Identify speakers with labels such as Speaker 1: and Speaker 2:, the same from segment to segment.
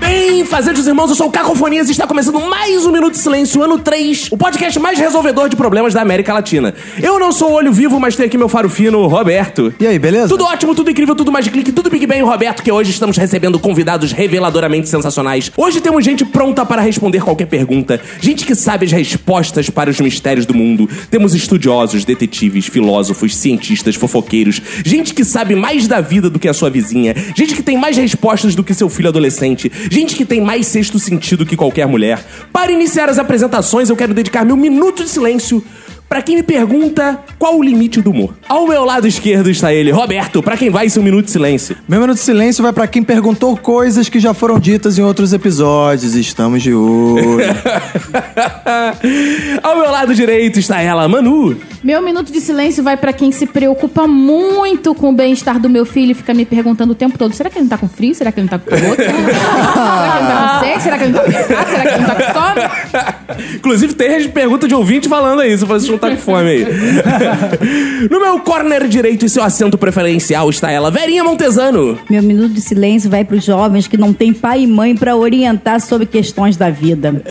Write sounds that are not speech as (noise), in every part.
Speaker 1: Bem, fazejos irmãos, eu sou o Cacofonias e está começando mais um Minuto de Silêncio, ano 3, o podcast mais resolvedor de problemas da América Latina. Eu não sou o olho vivo, mas tenho aqui meu faro fino, Roberto.
Speaker 2: E aí, beleza?
Speaker 1: Tudo ótimo, tudo incrível, tudo mais de clique, tudo Big Bang, Roberto, que hoje estamos recebendo convidados reveladoramente sensacionais. Hoje temos gente pronta para responder qualquer pergunta, gente que sabe as respostas para os mistérios do mundo. Temos estudiosos, detetives, filósofos, cientistas, fofoqueiros, gente que sabe mais da vida do que a sua vizinha, gente que tem mais respostas do que seu filho adolescente, gente que tem mais sexto sentido que qualquer mulher. Para iniciar as apresentações, eu quero dedicar meu minuto de silêncio Pra quem me pergunta qual o limite do humor. Ao meu lado esquerdo está ele, Roberto. Pra quem vai, isso é um minuto de silêncio. (laughs)
Speaker 2: Meu minuto de silêncio vai pra quem perguntou coisas que já foram ditas em outros episódios. Estamos de olho.
Speaker 1: Ah, Ao meu lado direito está ela, Manu.
Speaker 3: Meu minuto de silêncio vai pra quem se preocupa muito com o bem-estar do meu filho e fica me perguntando o tempo todo: será que ele não tá com frio? Será que ele não tá com outro? será que ele não
Speaker 4: Ah.
Speaker 3: tá com sede? Será que ele não tá com fome? Será que ele não tá com fome?
Speaker 1: Inclusive, tem pergunta de ouvinte falando aí, se vocês não tá com fome (laughs) aí. no meu corner direito e seu assento preferencial está ela, Verinha Montesano.
Speaker 5: (laughs) Meu minuto de silêncio vai para os jovens que não têm pai e mãe para orientar sobre questões da
Speaker 2: (laughs)
Speaker 5: vida.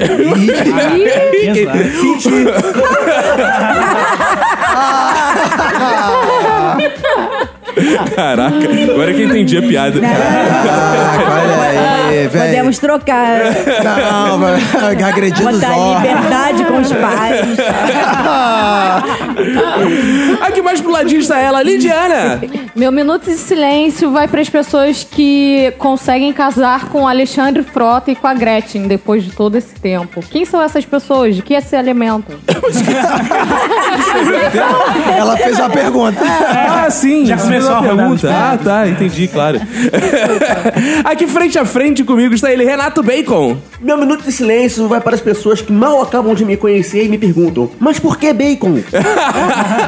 Speaker 1: Caraca, agora que eu entendi a piada. (laughs)
Speaker 2: Olha aí, velho.
Speaker 5: Podemos trocar,
Speaker 2: É, Não, velho. agredindo os
Speaker 5: botar
Speaker 2: órgãos.
Speaker 5: liberdade com os
Speaker 2: (laughs)
Speaker 5: pais.
Speaker 1: Aqui mais pro ladinho está ela, Lidiana.
Speaker 6: Meu minuto de silêncio vai para as pessoas que conseguem casar com Alexandre Frota e com a Gretchen depois de todo esse tempo. Quem são essas pessoas? De que se alimentam?
Speaker 2: Ela fez uma pergunta.
Speaker 1: Ah, sim. Já
Speaker 4: começou a rodada de
Speaker 1: Ah, tá, entendi, (laughs) claro. Aqui frente a frente comigo está ele, Renato Bacon.
Speaker 7: Meu minuto de silêncio vai para as pessoas que mal acabam de me conhecer e me perguntam: Mas por que bacon?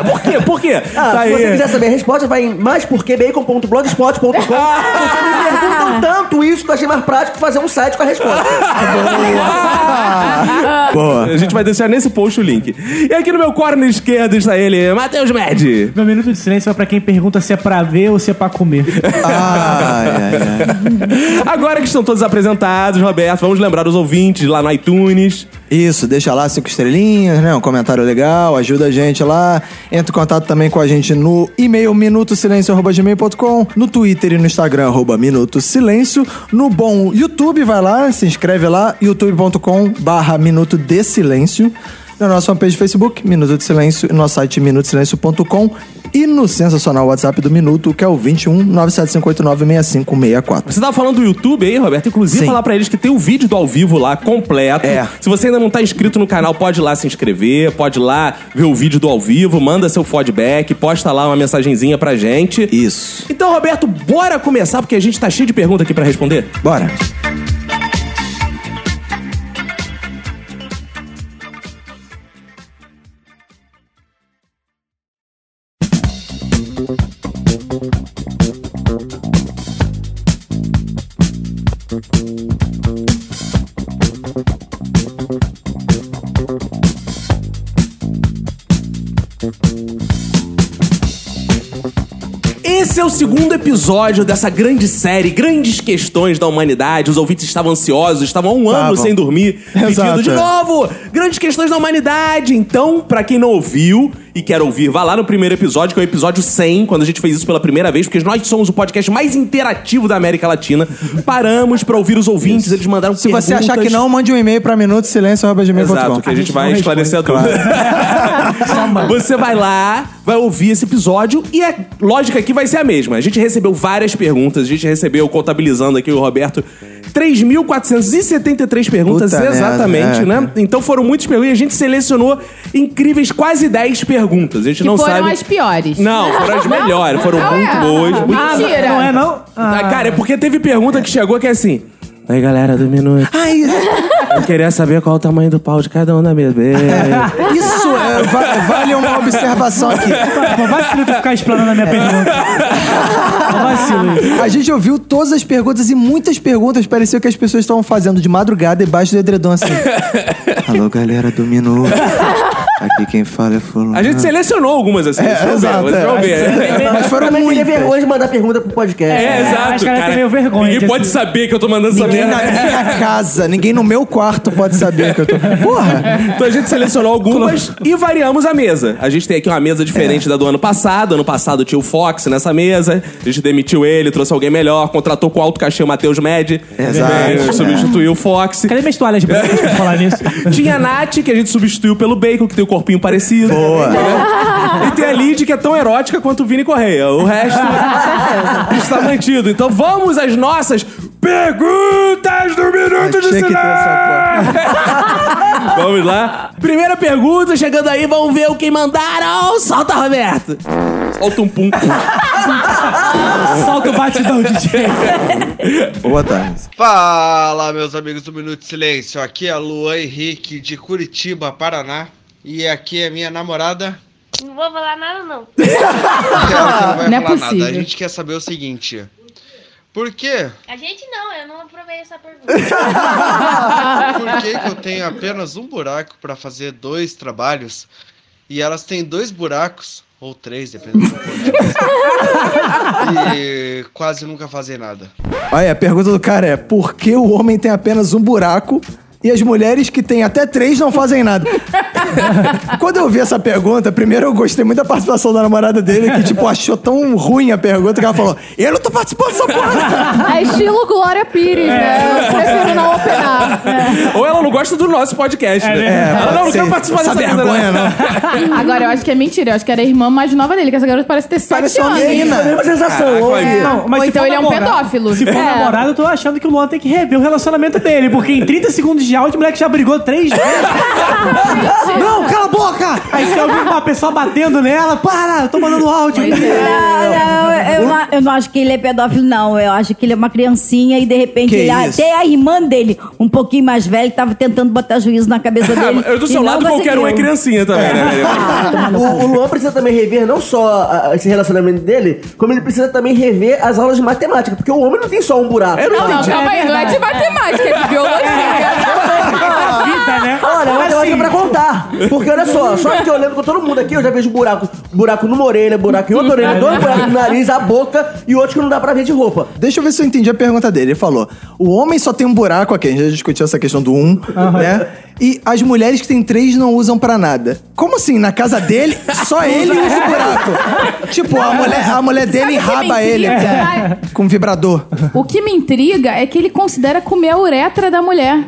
Speaker 1: Por quê? Por quê?
Speaker 7: Ah,
Speaker 1: Tá
Speaker 7: se você
Speaker 1: aí.
Speaker 7: quiser saber a resposta, vai em maisporquebacon.blogspot.com. Porque me perguntam tanto isso que eu achei mais prático fazer um site com a resposta.
Speaker 2: Boa.
Speaker 1: A gente vai deixar nesse post o link. E aqui no meu corner esquerdo está ele, Matheus Med.
Speaker 4: Meu minuto de silêncio vai pra quem pergunta se é pra ver ou se é pra comer.
Speaker 1: Ah.
Speaker 2: Ai, ai, ai.
Speaker 1: (laughs) Agora que estão todos apresentados, Roberto, vamos lembrar os ouvintes lá no iTunes.
Speaker 2: Isso, deixa lá cinco estrelinhas, né? Um comentário legal, ajuda a gente lá. Entra em contato também com a gente no e-mail minutosilêncio.gmail.com, no Twitter e no Instagram, arroba minutosilêncio. No bom YouTube, vai lá, se inscreve lá, youtube.com barra minuto de silêncio. Na nossa fanpage do Facebook, Minuto de Silêncio, e no nosso site minutosilêncio.com e no sensacional WhatsApp do Minuto, que é o 21 975896564.
Speaker 1: Você tava falando do YouTube aí, Roberto. Inclusive,
Speaker 2: Sim.
Speaker 1: falar pra eles que tem o vídeo do ao vivo lá completo.
Speaker 2: É.
Speaker 1: Se você ainda não tá inscrito no canal, pode ir lá se inscrever, pode ir lá ver o vídeo do ao vivo, manda seu feedback, posta lá uma mensagenzinha pra gente.
Speaker 2: Isso.
Speaker 1: Então, Roberto, bora começar, porque a gente tá cheio de pergunta aqui pra responder.
Speaker 2: Bora.
Speaker 1: Esse é o segundo episódio dessa grande série, Grandes Questões da Humanidade. Os ouvintes estavam ansiosos, estavam há um ano
Speaker 2: Estavam.
Speaker 1: sem dormir,
Speaker 2: (laughs)
Speaker 1: pedindo
Speaker 2: Exato. é.
Speaker 1: de novo Grandes Questões da Humanidade. Então, pra quem não ouviu e quer ouvir, vá lá no primeiro episódio, que é o episódio 100, quando a gente fez isso pela primeira vez, porque nós somos o podcast mais interativo da América Latina. Paramos pra ouvir os ouvintes, eles mandaram
Speaker 2: Se você achar que
Speaker 1: perguntas.
Speaker 2: não, mande um e-mail para minutosilêncio.gmail.com.
Speaker 1: Exato, que a gente vai esclarecer a dúvida. Você vai lá, vai ouvir esse episódio e a lógica aqui vai ser a mesma. A gente recebeu várias perguntas, a gente recebeu, contabilizando aqui o Roberto, 3.473 perguntas
Speaker 2: Puta
Speaker 1: exatamente,
Speaker 2: merda, é,
Speaker 1: né? Então foram muitas perguntas e a gente selecionou incríveis quase 10 perguntas. A gente
Speaker 3: Que
Speaker 1: não
Speaker 3: foram
Speaker 1: sabe...
Speaker 3: as piores.
Speaker 1: Não, foram as melhores, foram
Speaker 3: Não
Speaker 1: muito
Speaker 3: é.
Speaker 1: boas. muito-
Speaker 3: Mentira.
Speaker 4: Não é não? Ah,
Speaker 1: Ah, cara, é porque teve pergunta que chegou que é assim. Aí, galera, do minuto.
Speaker 2: Ai,
Speaker 1: Eu queria saber qual o tamanho do pau de cada um da bebê.
Speaker 2: isso é, va- vale uma observação aqui.
Speaker 4: Pô, vacilo tu ficar explanando a minha pergunta. Pô, vacilo.
Speaker 2: A gente ouviu todas as perguntas e muitas perguntas parecia que as pessoas estavam fazendo de madrugada debaixo do edredom assim. (laughs) Alô, galera do Minuto. Aqui quem fala é fulano.
Speaker 1: A gente selecionou algumas assim. deixa eu ver,
Speaker 2: exato,
Speaker 1: deixa eu
Speaker 2: é.
Speaker 1: ver.
Speaker 2: Mas foram
Speaker 7: Também teria
Speaker 2: muitas.
Speaker 7: vergonha de mandar pergunta pro podcast.
Speaker 1: É, exato,
Speaker 4: acho que ela
Speaker 1: cara.
Speaker 4: tem meio vergonha
Speaker 1: Ninguém
Speaker 4: disso.
Speaker 1: pode saber que eu tô mandando essa
Speaker 2: Ninguém na
Speaker 1: merda.
Speaker 2: minha casa, ninguém no meu quarto pode saber que eu tô. Porra!
Speaker 1: Então a gente
Speaker 2: (laughs)
Speaker 1: selecionou algumas e variamos a mesa. A gente tem aqui uma mesa
Speaker 2: É.
Speaker 1: diferente da do ano passado. Ano passado tinha o Fox nessa mesa. A gente demitiu ele, trouxe alguém melhor, contratou com alto cachê o Matheus Med.
Speaker 2: Exato. É.
Speaker 1: Eh, Substituiu o Fox.
Speaker 4: Cadê minhas toalhas brancas pra falar nisso?
Speaker 1: Tinha a Nath, que a gente substituiu pelo Bacon, que tem o corpinho parecido.
Speaker 2: Boa.
Speaker 1: Entendeu? E tem a Lid, que é tão erótica quanto o Vini Correia. O resto está mantido. Então vamos às nossas perguntas do Minuto de
Speaker 2: Tinha que ter
Speaker 1: Silêncio!
Speaker 2: essa
Speaker 1: (laughs) Vamos lá. Primeira pergunta, chegando aí, vamos ver o que mandaram. Solta, Roberto. Solta um pum.
Speaker 4: Solta
Speaker 1: (laughs)
Speaker 4: o batidão, DJ.
Speaker 2: porra. Boa tarde.
Speaker 8: Fala, meus amigos do Minuto de Silêncio. Aqui é Luan Henrique de Curitiba, Paraná. E aqui é minha namorada.
Speaker 9: Não vou falar nada, não.
Speaker 8: Ela que não vai
Speaker 3: Não é
Speaker 8: falar
Speaker 3: possível.
Speaker 8: nada. A gente quer saber o seguinte. Por quê?
Speaker 9: A gente não, eu não aprovei essa
Speaker 1: (laughs)
Speaker 9: pergunta.
Speaker 8: Por que, que eu tenho apenas um buraco pra fazer dois trabalhos e elas têm dois buracos, ou três, dependendo do contexto, E quase nunca fazem nada.
Speaker 2: Olha, a pergunta do cara é: por que o homem tem apenas um buraco? E as mulheres que têm até três não fazem nada. (laughs) Quando eu vi essa pergunta, primeiro eu gostei muito da participação da namorada dele, que, tipo, achou tão ruim a pergunta que ela falou: Eu não tô participando dessa porra!
Speaker 6: É estilo Glória Pires, né? Eu prefiro não opinar.
Speaker 1: Ou ela não gosta do nosso podcast, né? ela não, não quer participar
Speaker 2: essa
Speaker 1: dessa mesa,
Speaker 2: vergonha,
Speaker 1: não.
Speaker 2: não.
Speaker 3: Agora, eu acho que é mentira. Eu acho que era a irmã mais nova dele, que essa garota parece ter
Speaker 2: Parece
Speaker 3: sete
Speaker 2: uma
Speaker 3: anos.
Speaker 2: menina.
Speaker 7: A mesma sensação.
Speaker 1: Caraca,
Speaker 7: ou-
Speaker 1: olha.
Speaker 7: é.
Speaker 4: Não, mas
Speaker 3: Ou
Speaker 4: se
Speaker 3: então
Speaker 4: for
Speaker 3: ele é um
Speaker 4: namorado-
Speaker 3: pedófilo.
Speaker 4: Se for
Speaker 3: É.
Speaker 4: namorado, eu tô achando que o Luan tem que rever o relacionamento dele, porque em 30 segundos de áudio o moleque já brigou três
Speaker 3: (laughs)
Speaker 4: vezes. Não, cala a boca! Aí você ouviu uma pessoa batendo nela, para, eu tô mandando áudio.
Speaker 3: é.
Speaker 5: Não, eu, não- eu não acho que ele é pedófilo, não. Eu acho que ele é uma criancinha e de repente
Speaker 2: Que
Speaker 5: ele,
Speaker 2: isso?
Speaker 5: até a irmã dele, um pouquinho mais velha, que tava tentando botar juízo na
Speaker 2: (laughs) Ah,
Speaker 5: cabeça dele.
Speaker 1: Eu do seu
Speaker 5: e não
Speaker 1: lado, qualquer um é
Speaker 5: conseguiu.
Speaker 1: criancinha também, né? velho?
Speaker 3: Ah, tá
Speaker 7: O, o Luan precisa também rever não só ah, esse relacionamento dele, como ele precisa também rever as aulas de matemática, porque o homem não tem só um buraco.
Speaker 3: Não, não, calma aí. Não é de matemática, é de biologia.
Speaker 4: A vida, né?
Speaker 7: Olha, mas eu acho que é pra contar. Porque olha só, só que eu olhando com todo mundo aqui, eu já vejo buraco. Buraco numa orelha, buraco em outra
Speaker 5: (laughs)
Speaker 7: orelha, dois buracos no nariz, a boca e outro que não dá pra ver de roupa.
Speaker 2: Deixa eu ver se eu entendi a pergunta dele. Ele falou: o homem só tem um buraco aqui, a gente já discutiu essa questão do um, né? E as mulheres que têm três não usam pra nada. Como assim? Na casa dele,
Speaker 5: (laughs)
Speaker 2: só ele usa o buraco. tipo, a mulher, a mulher dele
Speaker 5: é
Speaker 3: Sabe o que me
Speaker 2: enraba ele
Speaker 3: intriga?
Speaker 2: cara, com vibrador.
Speaker 3: O que me intriga é que ele considera comer a uretra
Speaker 2: (laughs)
Speaker 3: da mulher.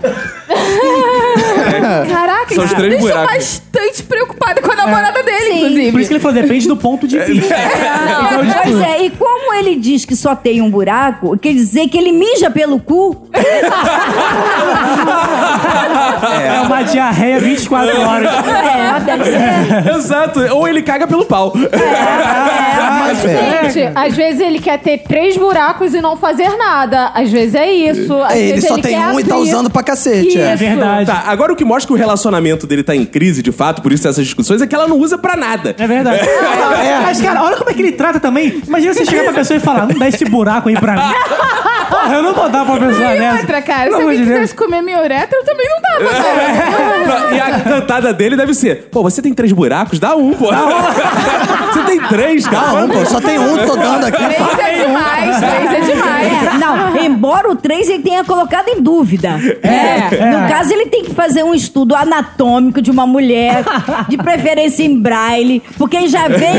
Speaker 3: Caraca,
Speaker 1: São os
Speaker 3: isso me
Speaker 1: três
Speaker 3: deixa
Speaker 1: buracos.
Speaker 3: bastante preocupada
Speaker 1: É.
Speaker 3: com a namorada dele, inclusive. É.
Speaker 4: Por isso que ele falou, depende do ponto de vista.
Speaker 5: Não,
Speaker 4: Então,
Speaker 5: pois
Speaker 4: tipo,
Speaker 5: é, e como ele diz que só tem um buraco, quer dizer que ele mija pelo cu?
Speaker 4: é uma diarreia 24 horas.
Speaker 5: É, deve ser.
Speaker 1: Exato. Ou ele caga pelo pau.
Speaker 4: É.
Speaker 2: Mas, é.
Speaker 6: Gente, às vezes ele quer ter três buracos e não fazer nada. Às vezes é isso. Às
Speaker 2: É, ele
Speaker 6: vezes
Speaker 2: só tem
Speaker 6: quer
Speaker 2: um e tá
Speaker 6: abrir.
Speaker 2: usando pra cacete. é.
Speaker 4: É verdade.
Speaker 1: Tá, agora o que mostra que o relacionamento dele tá em crise, de fato, por isso essas discussões, é que ela não usa pra nada. (laughs)
Speaker 4: É verdade.
Speaker 2: Ah,
Speaker 4: Mas, cara, olha como é que ele trata também. Imagina você chegar pra pessoa e falar, não dá esse buraco aí pra mim. Porra, eu não vou dar pra pessoa
Speaker 3: E
Speaker 4: nessa.
Speaker 3: outra, cara,
Speaker 4: Pelo
Speaker 3: se
Speaker 4: amor
Speaker 3: alguém
Speaker 4: de Deus. É.
Speaker 3: quisesse comer minha uretra, eu também não dava, cara.
Speaker 1: Não, E a cantada dele deve ser: pô, você tem três buracos? Dá um, pô. (laughs) você tem três,
Speaker 2: Ah,
Speaker 1: cara.
Speaker 2: um, pô, só tem um, tô dando aqui. um.
Speaker 3: Três é demais,
Speaker 5: né?
Speaker 3: três é demais.
Speaker 5: É, não, embora o 3 ele tenha colocado em dúvida. É, No caso, ele tem que fazer um estudo anatômico de uma mulher, de preferência em braille, porque já vem.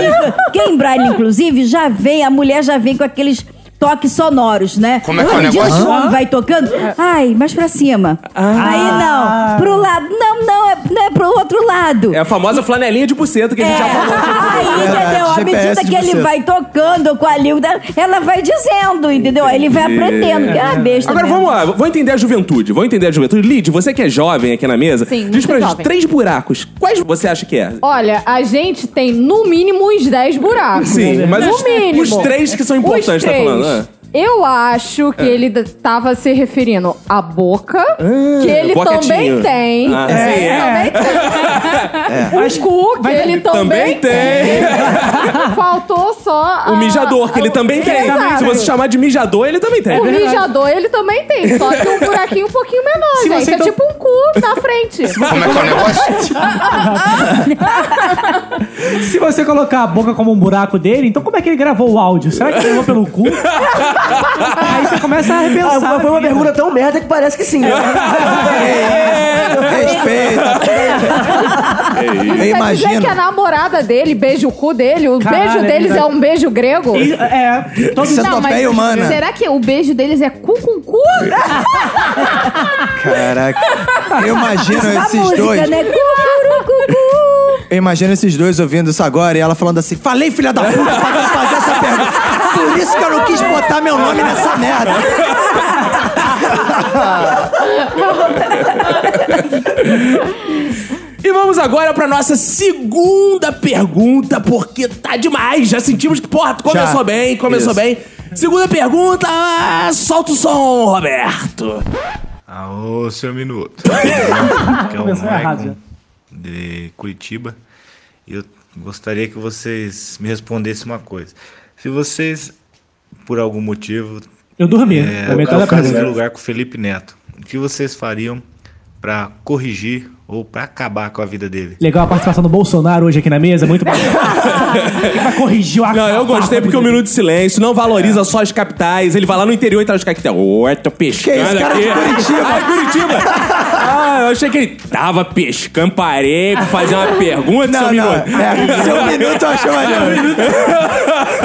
Speaker 5: Quem em braille, inclusive, já vem, a mulher já vem com aqueles. Toques sonoros, né? Como é que é o negócio? O homem vai tocando. Ai, mas pra cima.
Speaker 2: Ah.
Speaker 5: Aí não. Pro lado. Não, não. É, não é pro outro lado.
Speaker 1: É a famosa flanelinha de buceta que a gente
Speaker 2: É.
Speaker 1: já falou.
Speaker 5: Aí, entendeu? À
Speaker 2: GPS
Speaker 5: medida
Speaker 2: de
Speaker 5: que ele
Speaker 2: buceta.
Speaker 5: vai tocando com a língua, ela vai dizendo, entendeu? Aí Ele vai aprendendo. Que é uma besta.
Speaker 1: Agora
Speaker 5: mesmo.
Speaker 1: vamos lá, vou entender a juventude. Vou entender a juventude. Lid, você que é jovem aqui na mesa,
Speaker 6: Sim,
Speaker 1: diz
Speaker 6: muito
Speaker 1: pra gente
Speaker 6: jovem.
Speaker 1: três buracos. Quais você acha que é?
Speaker 6: Olha, a gente tem no mínimo uns 10 buracos.
Speaker 1: Sim, mas
Speaker 6: no
Speaker 1: os,
Speaker 6: mínimo.
Speaker 1: os três que são importantes,
Speaker 6: Os
Speaker 1: tá
Speaker 6: três.
Speaker 1: falando? É. né?
Speaker 6: Eu acho que ele d- tava se referindo à boca, que ele
Speaker 1: boquetinho.
Speaker 6: também tem.
Speaker 1: Ah,
Speaker 6: É,
Speaker 1: sim,
Speaker 6: ele
Speaker 1: é.
Speaker 6: também
Speaker 2: É.
Speaker 6: tem. O cu, que ele também,
Speaker 1: Também tem.
Speaker 6: Faltou só.
Speaker 1: O
Speaker 6: a-
Speaker 1: mijador,
Speaker 5: Ah,
Speaker 1: que ele também
Speaker 5: é
Speaker 1: tem.
Speaker 6: Exato.
Speaker 1: Se você chamar de mijador, ele também tem.
Speaker 6: O mijador, ele também tem, só que um buraquinho um pouquinho menor,
Speaker 1: Se
Speaker 6: gente.
Speaker 1: você
Speaker 6: É
Speaker 1: então-
Speaker 6: tipo um cu na frente.
Speaker 10: Como é que é o negócio?
Speaker 4: Se você colocar a boca como um buraco dele, então como é que ele gravou o áudio? Será que ele gravou pelo cu? Aí você começa a repensar.
Speaker 7: Ah, foi uma pergunta tão merda que parece que sim.
Speaker 5: É (laughs)
Speaker 2: Eu
Speaker 6: (laughs) Isso quer dizer que a
Speaker 2: imagino.
Speaker 6: namorada dele beija o cu dele? O
Speaker 4: Caralho,
Speaker 6: beijo deles
Speaker 4: ele-
Speaker 6: é um beijo grego?
Speaker 4: E- É, todo
Speaker 2: Isso é
Speaker 3: Não, mas
Speaker 2: topeia humana.
Speaker 3: será que o beijo deles é cu com cu?
Speaker 2: Caraca. Eu imagino
Speaker 5: A
Speaker 2: É, esses
Speaker 5: música,
Speaker 2: dois.
Speaker 5: né? Cucurucucu.
Speaker 2: Eu imagino esses dois ouvindo isso agora e ela falando assim: falei, filha da
Speaker 5: (laughs)
Speaker 2: puta, pra não fazer essa pergunta. Por isso que eu não quis botar meu nome nessa merda.
Speaker 1: E vamos agora pra nossa segunda pergunta, porque tá demais. Já sentimos que, porra, começou
Speaker 2: Já.
Speaker 1: bem, começou
Speaker 2: Isso.
Speaker 1: bem. Segunda pergunta, solta o som, Roberto.
Speaker 10: Aô, seu minuto.
Speaker 4: é o Começou Maicon errado, já.
Speaker 10: de Curitiba. Eu gostaria que vocês me respondessem uma coisa. Se vocês, por algum motivo,
Speaker 4: Eu dormi.
Speaker 10: É,
Speaker 4: na metade da
Speaker 10: trocasse de
Speaker 4: pergunta.
Speaker 10: lugar com o Felipe Neto. O que vocês fariam pra corrigir ou pra acabar com a vida dele?
Speaker 4: Legal a participação do Bolsonaro hoje aqui na mesa, muito bacana. Vai corrigir o
Speaker 1: Não, eu
Speaker 4: acabar
Speaker 1: gostei
Speaker 4: com a
Speaker 1: porque o
Speaker 4: vida
Speaker 1: Minuto de Silêncio não valoriza só as capitais. Ele vai lá no interior e traz os capitais. Ué, tô pescando
Speaker 2: Que isso, cara
Speaker 1: aqui.
Speaker 2: de Curitiba.
Speaker 1: Ah, é Curitiba. Ah, eu achei que ele tava pescando, parei pra fazer uma pergunta, seu Minuto.
Speaker 2: É, seu minuto eu achei maneiro.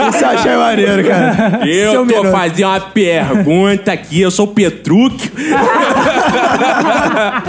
Speaker 2: Isso eu achei maneiro, cara.
Speaker 1: Eu
Speaker 2: seu
Speaker 1: tô
Speaker 2: minuto.
Speaker 1: fazendo uma pergunta aqui, eu sou o
Speaker 2: (laughs)
Speaker 1: Petruc.
Speaker 2: Ah,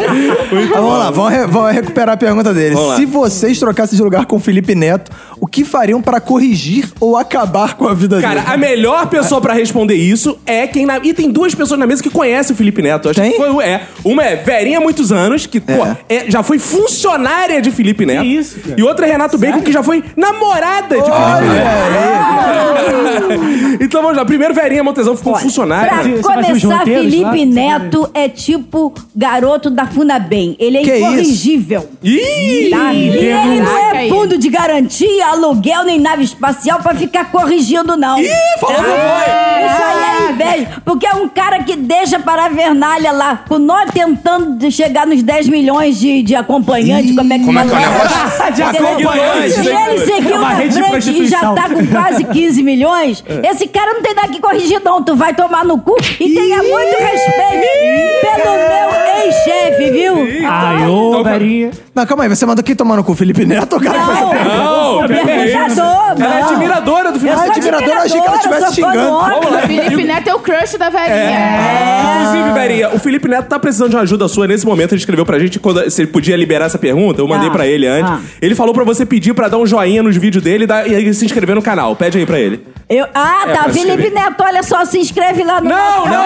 Speaker 2: vamos lá, vamos, re- vamos recuperar a pergunta dele.
Speaker 1: Vamos lá.
Speaker 2: Se vocês trocassem de lugar com o Felipe Neto, o que fariam pra corrigir ou acabar com a vida
Speaker 1: Cara,
Speaker 2: dele?
Speaker 1: a melhor pessoa pra responder isso é quem na... E tem duas pessoas na mesa que conhecem o Felipe Neto. Acho
Speaker 2: Tem?
Speaker 1: que foi o- é. Uma é Verinha há muitos anos, que pô,
Speaker 2: É.
Speaker 1: é- já foi funcionária de Felipe Neto.
Speaker 4: isso, cara.
Speaker 1: E outra é Renato Bacon, que já foi namorada de Felipe Neto. (laughs) então vamos lá. Primeiro, Verinha Montezão ficou funcionária.
Speaker 5: Pra
Speaker 4: Você- você vai ver os
Speaker 5: começar,
Speaker 4: roteiros
Speaker 5: Felipe
Speaker 4: lá?
Speaker 5: Neto é tipo garoto da Funabem. Ele é
Speaker 2: Que isso?
Speaker 5: incorrigível.
Speaker 1: Ih!
Speaker 5: Tá? E ele não
Speaker 3: Caraca,
Speaker 5: é
Speaker 3: aí.
Speaker 5: fundo de garantia, aluguel nem nave espacial pra ficar corrigindo, não. Tá?
Speaker 1: Ih, falou que foi!
Speaker 5: Isso aí é inveja. Porque é um cara que deixa para a vernalha lá, com nós tentando de chegar nos 10 milhões de, de acompanhantes. Como é que
Speaker 10: Como é que é o
Speaker 5: fala? (laughs)
Speaker 10: negócio?
Speaker 4: De
Speaker 5: Entendeu?
Speaker 4: acompanhante.
Speaker 5: Se ele
Speaker 4: É
Speaker 5: seguiu
Speaker 4: uma
Speaker 5: na
Speaker 4: rede de
Speaker 5: frente e já
Speaker 4: prostituição.
Speaker 5: tá com quase 15 milhões, esse cara não tem nada que corrigir, não. Tu vai tomar no cu e tenha muito respeito pelo meu ex-chefe, viu?
Speaker 4: Ai, ô, velhinha.
Speaker 2: Não, calma aí, você mandou quem tomar no cu? Felipe Neto ou o cara que faz-
Speaker 1: Não,
Speaker 5: meu
Speaker 1: que isso?
Speaker 5: admirador,
Speaker 1: Ela é
Speaker 5: não.
Speaker 1: admiradora do
Speaker 5: Eu
Speaker 1: Felipe
Speaker 5: sou
Speaker 2: Ah, admiradora, achei que
Speaker 5: admiradora,
Speaker 2: ela
Speaker 5: sou fã
Speaker 2: estivesse
Speaker 5: do
Speaker 2: xingando.
Speaker 5: homem.
Speaker 1: Vamos lá.
Speaker 3: Felipe Neto é o crush da velhinha.
Speaker 1: É. Inclusive, Verinha, o Felipe Neto tá precisando de uma ajuda sua nesse momento. Ele escreveu pra gente quando você podia liberar essa pergunta. Eu mandei
Speaker 5: Ah,
Speaker 1: pra ele antes.
Speaker 5: ah.
Speaker 1: Ele falou pra você pedir pra dar um joinha nos vídeos dele e dar- e se inscrever no canal. Pede aí pra ele.
Speaker 5: Eu, ah,
Speaker 1: É,
Speaker 5: tá.
Speaker 1: pra
Speaker 5: Felipe
Speaker 1: escrever.
Speaker 5: Neto, olha só, se inscreve lá no.
Speaker 1: Não, não, não.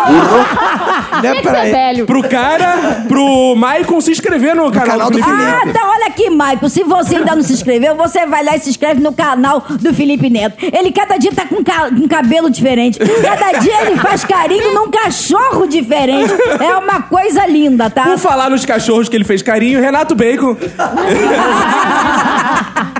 Speaker 5: (laughs)
Speaker 1: é
Speaker 2: Né,
Speaker 6: Tem que
Speaker 2: peraí.
Speaker 6: ser velho.
Speaker 1: Pro cara, pro Maicon se inscrever no canal,
Speaker 2: canal do
Speaker 1: Felipe
Speaker 2: Felipe.
Speaker 5: Ah, tá, olha aqui, Maicon. Se você ainda não se inscreveu, você vai lá e se inscreve no canal do Felipe Neto. Ele cada dia tá com ca- com cabelo diferente. Cada dia ele faz carinho num cachorro diferente. É uma coisa linda, tá?
Speaker 1: Por falar nos cachorros que ele fez carinho,
Speaker 5: (laughs)
Speaker 1: Renato Bacon.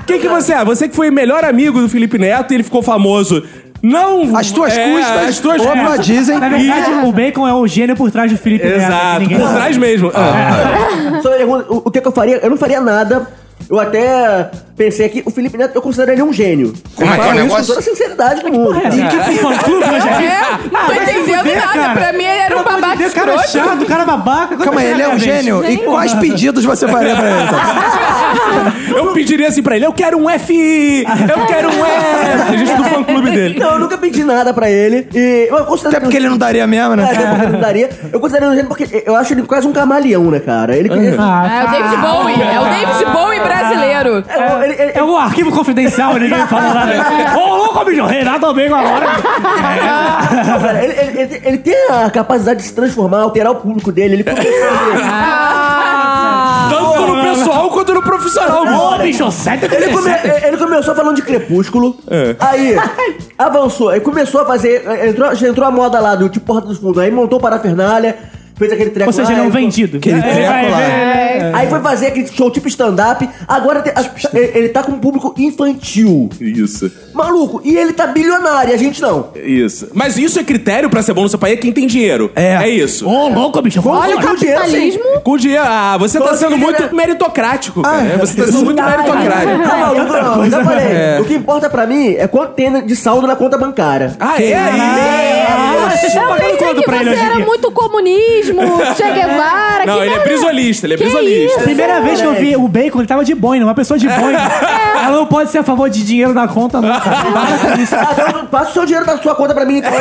Speaker 1: Quem que você é? Você que foi melhor amigo do Felipe Neto e ele ficou famoso. Não.
Speaker 2: As tuas
Speaker 1: é,
Speaker 2: custas.
Speaker 1: As tuas
Speaker 2: Opa,
Speaker 1: custas.
Speaker 2: dizem.
Speaker 4: Na verdade, o Bacon é o gênio por trás do Felipe Neto.
Speaker 1: Exato.
Speaker 4: Ninguém
Speaker 1: Por
Speaker 4: sabe. É.
Speaker 1: trás mesmo. Ah.
Speaker 7: Só uma pergunta, o, o que, que eu faria? Eu não faria nada. Eu até pensei aqui, o Felipe Neto, eu considero ele um gênio.
Speaker 10: Como é que é o
Speaker 7: Falo isso
Speaker 10: negócio?
Speaker 7: Com toda a sinceridade do mundo.
Speaker 4: Tem que ter fã-clube hoje aqui.
Speaker 3: É, não tô
Speaker 4: vai se
Speaker 3: entendendo
Speaker 4: fuder,
Speaker 3: nada.
Speaker 4: cara.
Speaker 3: Pra mim ele era um
Speaker 4: Pelo amor de
Speaker 3: babaca
Speaker 4: Deus, cara é
Speaker 3: escroto.
Speaker 4: chato, cara babaca. Quando
Speaker 2: Calma aí,
Speaker 4: chegar
Speaker 2: ele é
Speaker 4: na
Speaker 2: um
Speaker 4: minha
Speaker 2: gênio.
Speaker 4: vez?
Speaker 2: E quais pedidos você faria pra ele? Então?
Speaker 1: Eu pediria assim pra ele, eu quero um F! Eu quero um F! A gente do fã
Speaker 7: (laughs)
Speaker 1: clube dele.
Speaker 7: Não, eu nunca pedi nada pra ele. E eu considero É,
Speaker 2: Até porque ele não daria mesmo, né?
Speaker 7: Até porque ele não daria. Eu considero ele um gênio porque eu acho ele quase um camaleão, né, cara? Ele, ele,
Speaker 3: É o David Bowie. É o David Bowie brasileiro.
Speaker 7: ele- ele- ele-
Speaker 4: É um arquivo confidencial,
Speaker 7: (laughs)
Speaker 4: ninguém fala nada. Ô, louco, bicho, Renato Bacon agora.
Speaker 7: Cara, ele, ele- ele- ele tem a capacidade de se transformar, alterar o público dele. Ele começou,
Speaker 3: Ah.
Speaker 4: (laughs) Ah.
Speaker 1: Tanto no pessoal quanto no profissional.
Speaker 4: Ô, bicho, sete
Speaker 7: ele come- ele começou falando de crepúsculo. Aí, avançou, aí começou a fazer. eh, Entrou, já entrou a moda lá do tipo Porta dos Fundos, aí montou o parafernália, fez aquele treco
Speaker 4: Ou seja,
Speaker 7: lá,
Speaker 4: ele é um
Speaker 7: aí-
Speaker 4: vendido.
Speaker 2: Aquele
Speaker 4: É,
Speaker 2: treco
Speaker 4: vai, é
Speaker 2: lá.
Speaker 4: vai, vai.
Speaker 7: é. Aí foi fazer aquele show tipo stand-up. Agora tem- a- ele ele tá com um público infantil.
Speaker 1: Isso. tá
Speaker 7: Maluco, e ele tá bilionário, e a gente não.
Speaker 1: Isso. Mas isso é critério pra ser bom no seu país? É quem tem dinheiro. É. É isso.
Speaker 11: Ô, louco, bicho. Vamos
Speaker 7: Olha o capitalismo.
Speaker 1: Com o dinheiro. Ah, você tá
Speaker 7: Todo
Speaker 1: sendo
Speaker 7: dinheiro
Speaker 1: muito
Speaker 7: é-
Speaker 1: meritocrático, cara. É, você tá sendo muito meritocrático.
Speaker 7: Ah, Tá maluco, não. Já falei.
Speaker 1: É.
Speaker 7: O que importa pra mim é quanto tem de saldo na conta bancária.
Speaker 1: Ah, é?
Speaker 4: Ah, você tá
Speaker 6: Eu
Speaker 4: pagando
Speaker 6: pensei
Speaker 4: quanto
Speaker 6: que
Speaker 4: pra ele
Speaker 6: você
Speaker 4: hoje em
Speaker 6: era
Speaker 4: dia? (laughs)
Speaker 6: muito comunismo, Che Guevara.
Speaker 1: Não,
Speaker 6: que
Speaker 1: ele é
Speaker 6: merda.
Speaker 1: brisolista, ele é
Speaker 6: Que
Speaker 1: brisolista.
Speaker 4: Primeira vez que eu vi o Bacon, ele tava de boina, uma pessoa de boina.
Speaker 6: É.
Speaker 4: Ela não pode ser a favor de dinheiro na conta, não, cara. Para com isso.
Speaker 7: Ah, então passa o seu dinheiro da sua conta pra mim.
Speaker 1: (laughs)
Speaker 7: Então.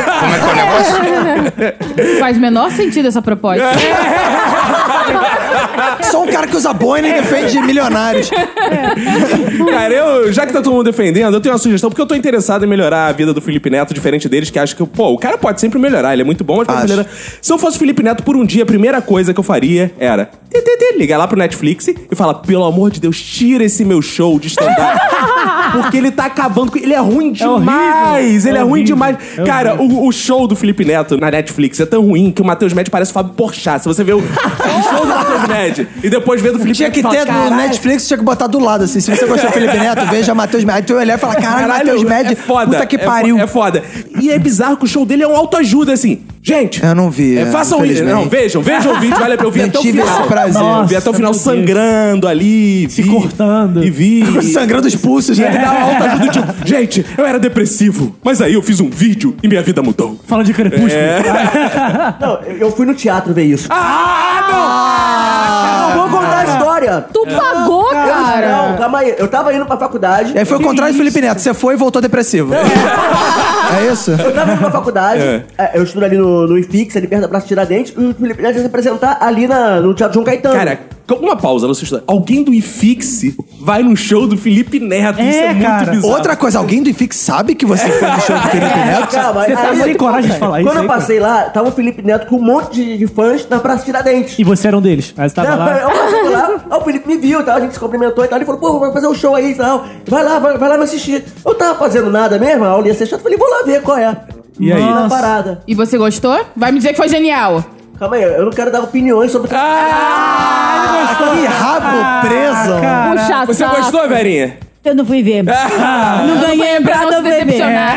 Speaker 1: é
Speaker 3: (laughs) Faz o menor sentido
Speaker 7: (laughs)
Speaker 3: essa proposta.
Speaker 2: Só um cara que usa boina e
Speaker 4: (laughs)
Speaker 2: defende milionários.
Speaker 1: Cara, eu, já que tá todo mundo defendendo, eu tenho uma sugestão, porque eu tô interessado em melhorar a vida do Felipe Neto, diferente deles, que acham que, pô, o cara pode sempre melhorar, ele é muito bom, mas pode
Speaker 2: Acho.
Speaker 1: melhorar. Se eu fosse o Felipe Neto por um dia, a primeira coisa que eu faria era tê, tê, tê, ligar lá pro Netflix e falar: pelo amor de Deus, tira esse meu show de stand-up. Porque ele tá acabando com. Ele é ruim
Speaker 4: horrível,
Speaker 1: demais! ele é
Speaker 4: é
Speaker 1: ruim
Speaker 4: horrível,
Speaker 1: demais.
Speaker 4: é
Speaker 1: Cara, o, o show do Felipe Neto na Netflix é tão ruim que o Matheus Med parece o Fábio Porchat. Se você vê o, o show do Matheus Med e depois vê do Felipe
Speaker 2: Tinha
Speaker 1: Neto,
Speaker 2: que
Speaker 1: fala,
Speaker 2: ter no
Speaker 1: "Caralho,
Speaker 2: Netflix, tinha que botar do lado, assim. Se você gostou do Felipe
Speaker 1: (laughs)
Speaker 2: Neto, veja Matheus Med. Aí tu ia olhar e falar, caralho, Matheus Med,
Speaker 1: é foda.
Speaker 2: puta que
Speaker 1: é fo-
Speaker 2: pariu.
Speaker 1: É foda. E é bizarro que o show dele é um autoajuda, assim. Gente.
Speaker 2: Eu não vi,
Speaker 1: é,
Speaker 2: é,
Speaker 1: façam isso.
Speaker 2: infelizmente.
Speaker 1: Não, vejam, vejam o vídeo. Olha, eu
Speaker 2: (laughs)
Speaker 1: vi
Speaker 2: Nem
Speaker 1: até o
Speaker 2: tive
Speaker 1: final.
Speaker 2: esse prazer. é
Speaker 1: Nossa, vi até o
Speaker 4: meu
Speaker 1: final
Speaker 4: Deus.
Speaker 1: sangrando ali.
Speaker 4: Se
Speaker 1: vi,
Speaker 4: cortando.
Speaker 1: E vi.
Speaker 2: (laughs) Sangrando os pulsos,
Speaker 1: Ele
Speaker 2: né?
Speaker 1: dá uma autoajuda, tipo, gente, eu era depressivo, mas aí eu fiz um vídeo e minha vida mudou. É.
Speaker 4: Fala
Speaker 1: (laughs)
Speaker 4: de crepúsculo.
Speaker 7: Não, eu eu fui no teatro ver isso.
Speaker 1: Ah,
Speaker 2: Ah,
Speaker 7: eu vou contar a história. Ah,
Speaker 6: Tu pagou, cara.
Speaker 7: Eu, não, calma aí. Eu tava indo pra faculdade.
Speaker 2: E aí É, foi o
Speaker 4: Que
Speaker 2: contrário do
Speaker 4: isso?
Speaker 2: Felipe Neto. Você foi e voltou depressivo. É isso?
Speaker 7: Eu tava indo pra faculdade,
Speaker 1: É.
Speaker 7: é, eu estudo ali no, no IFIX, ali perto da Praça Tiradentes, e o Felipe Neto ia se apresentar ali na, no Teatro João Caetano.
Speaker 4: Então.
Speaker 1: não! Cara, uma pausa na sua história. Alguém do iFix vai no show do Felipe Neto.
Speaker 4: É,
Speaker 1: Isso é muito
Speaker 4: cara.
Speaker 1: bizarro.
Speaker 2: Outra coisa, alguém do IFIX sabe que você foi no show do Felipe Neto?
Speaker 7: É, Calma,
Speaker 4: Você tá
Speaker 7: aí-
Speaker 4: sem coragem de falar isso.
Speaker 7: Quando
Speaker 4: aí,
Speaker 7: eu
Speaker 4: cara.
Speaker 7: passei lá, tava o Felipe Neto com um monte de, de fãs na Praça Tiradentes.
Speaker 4: E você era um deles. Aí você tava
Speaker 7: Não,
Speaker 4: lá.
Speaker 7: eu passei lá, aí o Felipe me viu, tá? a gente se cumprimentou e tal. Ele falou, pô, vai fazer um show aí e tal. Vai lá, vai, vai lá me assistir. Eu tava fazendo nada mesmo, a aula ia ser chata. Falei, vou lá ver qual é.
Speaker 4: E aí?
Speaker 7: Na
Speaker 4: Nossa.
Speaker 7: parada.
Speaker 3: E você gostou? Vai me dizer que foi genial.
Speaker 7: Calma aí, eu não quero dar opiniões sobre Ah, o que
Speaker 4: Ah,
Speaker 2: Que rabo preso.
Speaker 6: Puxa
Speaker 1: Você
Speaker 6: saco.
Speaker 1: gostou, Verinha?
Speaker 5: Eu não fui ver.
Speaker 1: Ah.
Speaker 4: Ah,
Speaker 5: não ganhei pra
Speaker 3: Pra não
Speaker 5: não
Speaker 3: se
Speaker 5: beber.
Speaker 3: decepcionar.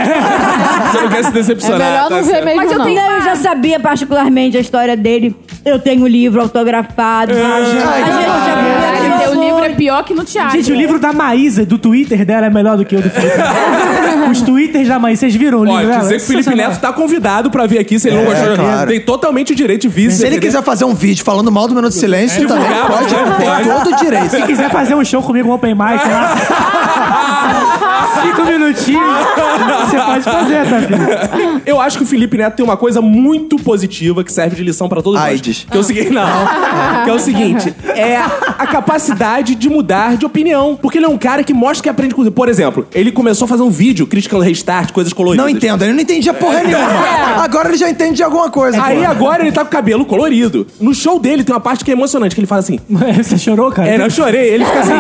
Speaker 5: (laughs)
Speaker 1: (laughs) Você não quer se
Speaker 6: É
Speaker 1: decepcionar.
Speaker 6: melhor
Speaker 1: tá
Speaker 6: não ver
Speaker 1: certo.
Speaker 6: mesmo,
Speaker 5: Mas eu,
Speaker 6: não. é.
Speaker 5: tenho, eu já sabia particularmente a história dele. Eu tenho o livro autografado.
Speaker 6: É.
Speaker 5: a gente já
Speaker 3: Caralho, teu livro é pior que no teatro.
Speaker 4: Gente, o livro da Maísa, do Twitter dela, é melhor do que o do Felipe Neto. Os Twitters da Maísa, vocês viram o livro
Speaker 1: Ó,
Speaker 4: dela?
Speaker 1: dizer que o Felipe Neto tá convidado pra vir aqui, se ele não gostou,
Speaker 2: É, claro.
Speaker 1: tem totalmente o direito de vir.
Speaker 2: Se ele quiser fazer um vídeo falando mal do Minuto de Silêncio, também
Speaker 1: divulgar,
Speaker 2: pode.
Speaker 1: né?
Speaker 2: Tem todo o direito.
Speaker 4: Se quiser
Speaker 1: (laughs)
Speaker 4: fazer um show comigo, um open mic lá. Cinco minutinhos.
Speaker 1: (laughs)
Speaker 4: Você pode fazer, tá, filho?
Speaker 1: Eu acho que o Felipe Neto tem uma coisa muito positiva que serve de lição pra todos
Speaker 2: AIDS.
Speaker 1: nós. Que é o seguinte, não. que é o seguinte, é a capacidade de mudar de opinião, porque ele é um cara que mostra que aprende com Por exemplo, ele começou a fazer um vídeo criticando restart, coisas coloridas. É.
Speaker 2: Não entendo, ele não entendia porra nenhuma. Agora ele já entende de alguma coisa.
Speaker 1: Aí
Speaker 2: pô.
Speaker 1: agora ele tá com o cabelo colorido. No show dele tem uma parte que é emocionante, que ele fala assim:
Speaker 4: (laughs) Você chorou, cara?
Speaker 1: É, não, eu chorei. Ele
Speaker 4: (laughs)
Speaker 1: fica assim.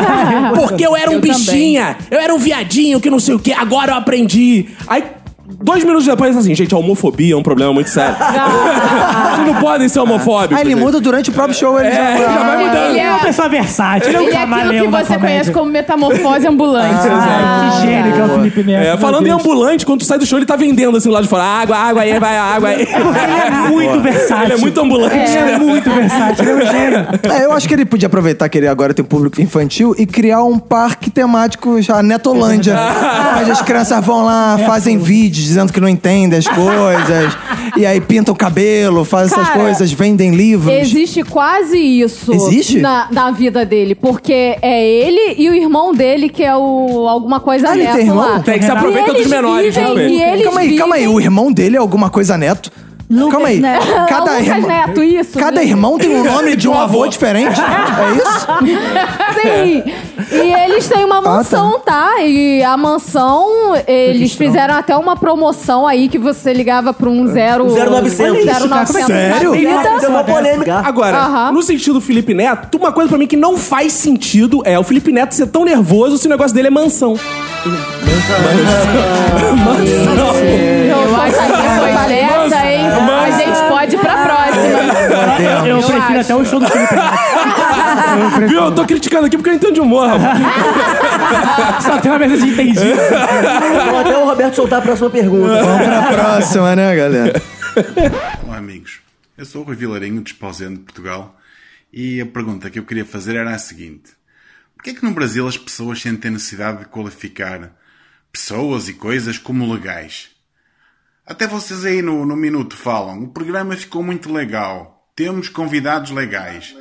Speaker 1: Porque eu era um
Speaker 3: Eu
Speaker 1: bichinha, eu era um viadinho que não sei o que, agora eu aprendi. Aí. Dois minutos depois, ele fala assim, gente, a homofobia é um problema muito
Speaker 4: (laughs)
Speaker 1: sério. (laughs) Vocês não podem ser homofóbicos.
Speaker 2: Aí ele
Speaker 1: gente.
Speaker 2: muda durante o próprio show. Ele
Speaker 1: É, ele já vai mudando.
Speaker 3: Ele
Speaker 4: Ele é uma
Speaker 3: é,
Speaker 4: pessoa versátil. Ele é um
Speaker 3: ele é aquilo
Speaker 4: camaleão
Speaker 3: que
Speaker 4: da
Speaker 3: você
Speaker 4: comédia.
Speaker 3: conhece como metamorfose ambulante.
Speaker 4: Ah, que gênio que é o Felipe Neto.
Speaker 1: É,
Speaker 4: meu
Speaker 1: falando em
Speaker 4: Deus.
Speaker 1: ambulante, quando tu sai do show, ele tá vendendo assim lá de fora. Água, água aí, vai, água aí.
Speaker 4: Ele é muito versátil.
Speaker 1: Ele é muito ambulante.
Speaker 4: Ele é muito versátil. Ele é um gênio.
Speaker 2: (laughs) É, eu acho que ele podia aproveitar que ele agora tem um público infantil e criar um parque temático já
Speaker 1: (laughs)
Speaker 2: Netolândia. Onde as crianças vão lá,
Speaker 1: É
Speaker 2: fazem vídeos dizendo que não entendem as coisas. e aí pintam o cabelo, fazem essas
Speaker 6: Cara,
Speaker 2: coisas, vendem livros.
Speaker 6: Existe quase isso
Speaker 2: Existe?
Speaker 6: Na, na vida dele, porque é ele e o irmão dele, que é o alguma coisa
Speaker 2: Ah, ele
Speaker 6: neto
Speaker 2: tem irmão?
Speaker 6: lá.
Speaker 1: Tem que se
Speaker 6: E
Speaker 1: aproveita
Speaker 6: eles
Speaker 1: dos menores
Speaker 6: vivem-
Speaker 1: junto com ele.
Speaker 6: E eles
Speaker 2: calma aí, calma aí.
Speaker 6: vivem-
Speaker 2: O irmão dele é alguma coisa neto? calma aí.
Speaker 5: Neto.
Speaker 2: Cada,
Speaker 6: Lucas
Speaker 2: irmão-
Speaker 6: Neto, isso.
Speaker 2: cada um
Speaker 6: né? (laughs)
Speaker 2: irmão tem um nome de um
Speaker 1: avô.
Speaker 2: avô diferente? É isso?
Speaker 6: (laughs) Sim. E eles têm
Speaker 2: Ah,
Speaker 6: uma mansão, tá? E a mansão, eles fizeram até uma promoção aí que você ligava pra um zero...
Speaker 7: 0,900.
Speaker 6: um 0,900 da vida.
Speaker 7: Deu uma polêmica.
Speaker 1: Agora,
Speaker 6: Aham.
Speaker 1: no sentido do Felipe Neto, uma coisa pra mim que não faz sentido é o Felipe Neto ser tão nervoso se o negócio dele é mansão.
Speaker 3: Eu acho que depois dessa, é hein? A gente pode ir pra próxima.
Speaker 4: Eu, eu
Speaker 3: Eu
Speaker 4: prefiro
Speaker 3: acho.
Speaker 4: até o show do Felipe Neto.
Speaker 1: Viu? Eu tô criticando aqui porque eu entendo de humor, rapaz.
Speaker 4: Só tem uma mesa de entendido.
Speaker 7: Vou até o Roberto soltar a próxima pergunta.
Speaker 2: Vamos pra próxima, né, galera?
Speaker 12: Olá, amigos. Eu sou o Rui Vilarinho, de Esposendo, de Portugal, e a pergunta que eu queria fazer era a seguinte: Porquê é que no Brasil as pessoas sentem a necessidade de qualificar pessoas e coisas como legais? Até vocês aí no, no Minuto falam: o programa ficou muito legal, temos convidados legais.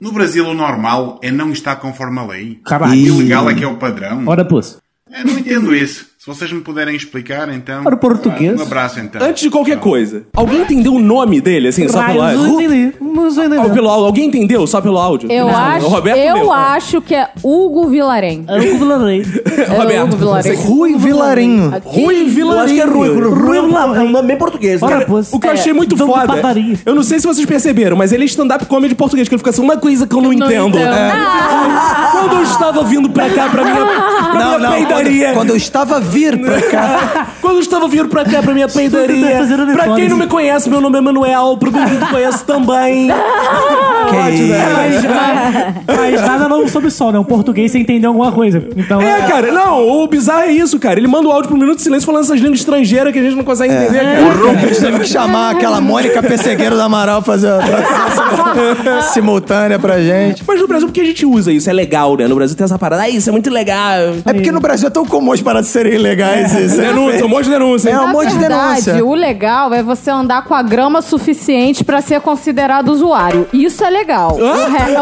Speaker 12: No Brasil, o normal é não estar conforme a lei.
Speaker 4: Caralho.
Speaker 12: E o legal é que é o padrão.
Speaker 4: Ora, pus.
Speaker 12: Eu não entendo isso. Se vocês me puderem explicar, então.
Speaker 4: Ora, português.
Speaker 12: Um abraço, então.
Speaker 1: Antes de qualquer coisa, alguém entendeu o nome dele, assim, só pelo
Speaker 4: Raios, não
Speaker 1: áudio?
Speaker 4: entendi. Não sou
Speaker 1: Ou
Speaker 4: ainda.
Speaker 1: pelo áudio? Alguém entendeu só pelo áudio?
Speaker 6: Eu
Speaker 1: Não,
Speaker 6: acho,
Speaker 1: o Roberto
Speaker 6: eu
Speaker 1: meu. (laughs)
Speaker 6: acho que é Hugo Vilarém.
Speaker 4: Eu Vilarei.
Speaker 6: é
Speaker 1: Roberto,
Speaker 6: Hugo Vilarém.
Speaker 2: Rui Vilarinho.
Speaker 1: Rui
Speaker 7: Eu acho que
Speaker 1: Vilarinho.
Speaker 7: é Rui. Rui é um nome- é um nome bem português. né?
Speaker 4: Ora, pus.
Speaker 1: O que eu achei muito
Speaker 4: Dono de
Speaker 1: foda.
Speaker 4: padaria.
Speaker 1: Eu não sei se vocês perceberam, mas ele é stand-up comedy português, que ele fica assim, uma coisa que eu não, entendo.
Speaker 3: entendo.
Speaker 1: É.
Speaker 12: Ah,
Speaker 1: Quando eu estava vindo pra cá, pra minha, pra minha peidaria.
Speaker 2: Quando, quando eu estava a vir pra cá.
Speaker 1: (laughs)
Speaker 2: tá
Speaker 1: Quando eu estava vindo pra cá, pra minha peidaria.
Speaker 4: fazer uma
Speaker 1: Pra quem
Speaker 4: hipótese.
Speaker 1: não me conhece, meu nome é Manuel. Pra quem não me conhece também.
Speaker 2: (laughs)
Speaker 1: é,
Speaker 2: Que isso?
Speaker 4: Mas, mas, mas nada não sobre sol, né? Um português sem entender alguma coisa. Então,
Speaker 1: É,
Speaker 4: é-
Speaker 1: cara, não, o bizarro é isso, cara. Ele manda o áudio pro Minuto de Silêncio falando essas línguas estrangeiras que a gente não consegue entender,
Speaker 2: É. O
Speaker 1: cara.
Speaker 2: Rubens teve que chamar aquela Mônica Pessegueiro da Amaral fazer a tradução (laughs) simultânea pra gente.
Speaker 1: Mas no Brasil, por que a gente usa isso? É legal, né? No Brasil tem essa parada. Ah, isso é muito legal.
Speaker 2: É porque no Brasil é tão comum as paradas serem ilegais. Isso. né?
Speaker 1: Denúncia, um monte de denúncia.
Speaker 2: É um
Speaker 6: Na
Speaker 2: monte de
Speaker 6: verdade,
Speaker 2: denúncia.
Speaker 6: o legal é você andar com a grama suficiente pra ser considerado usuário. Isso é legal. O re-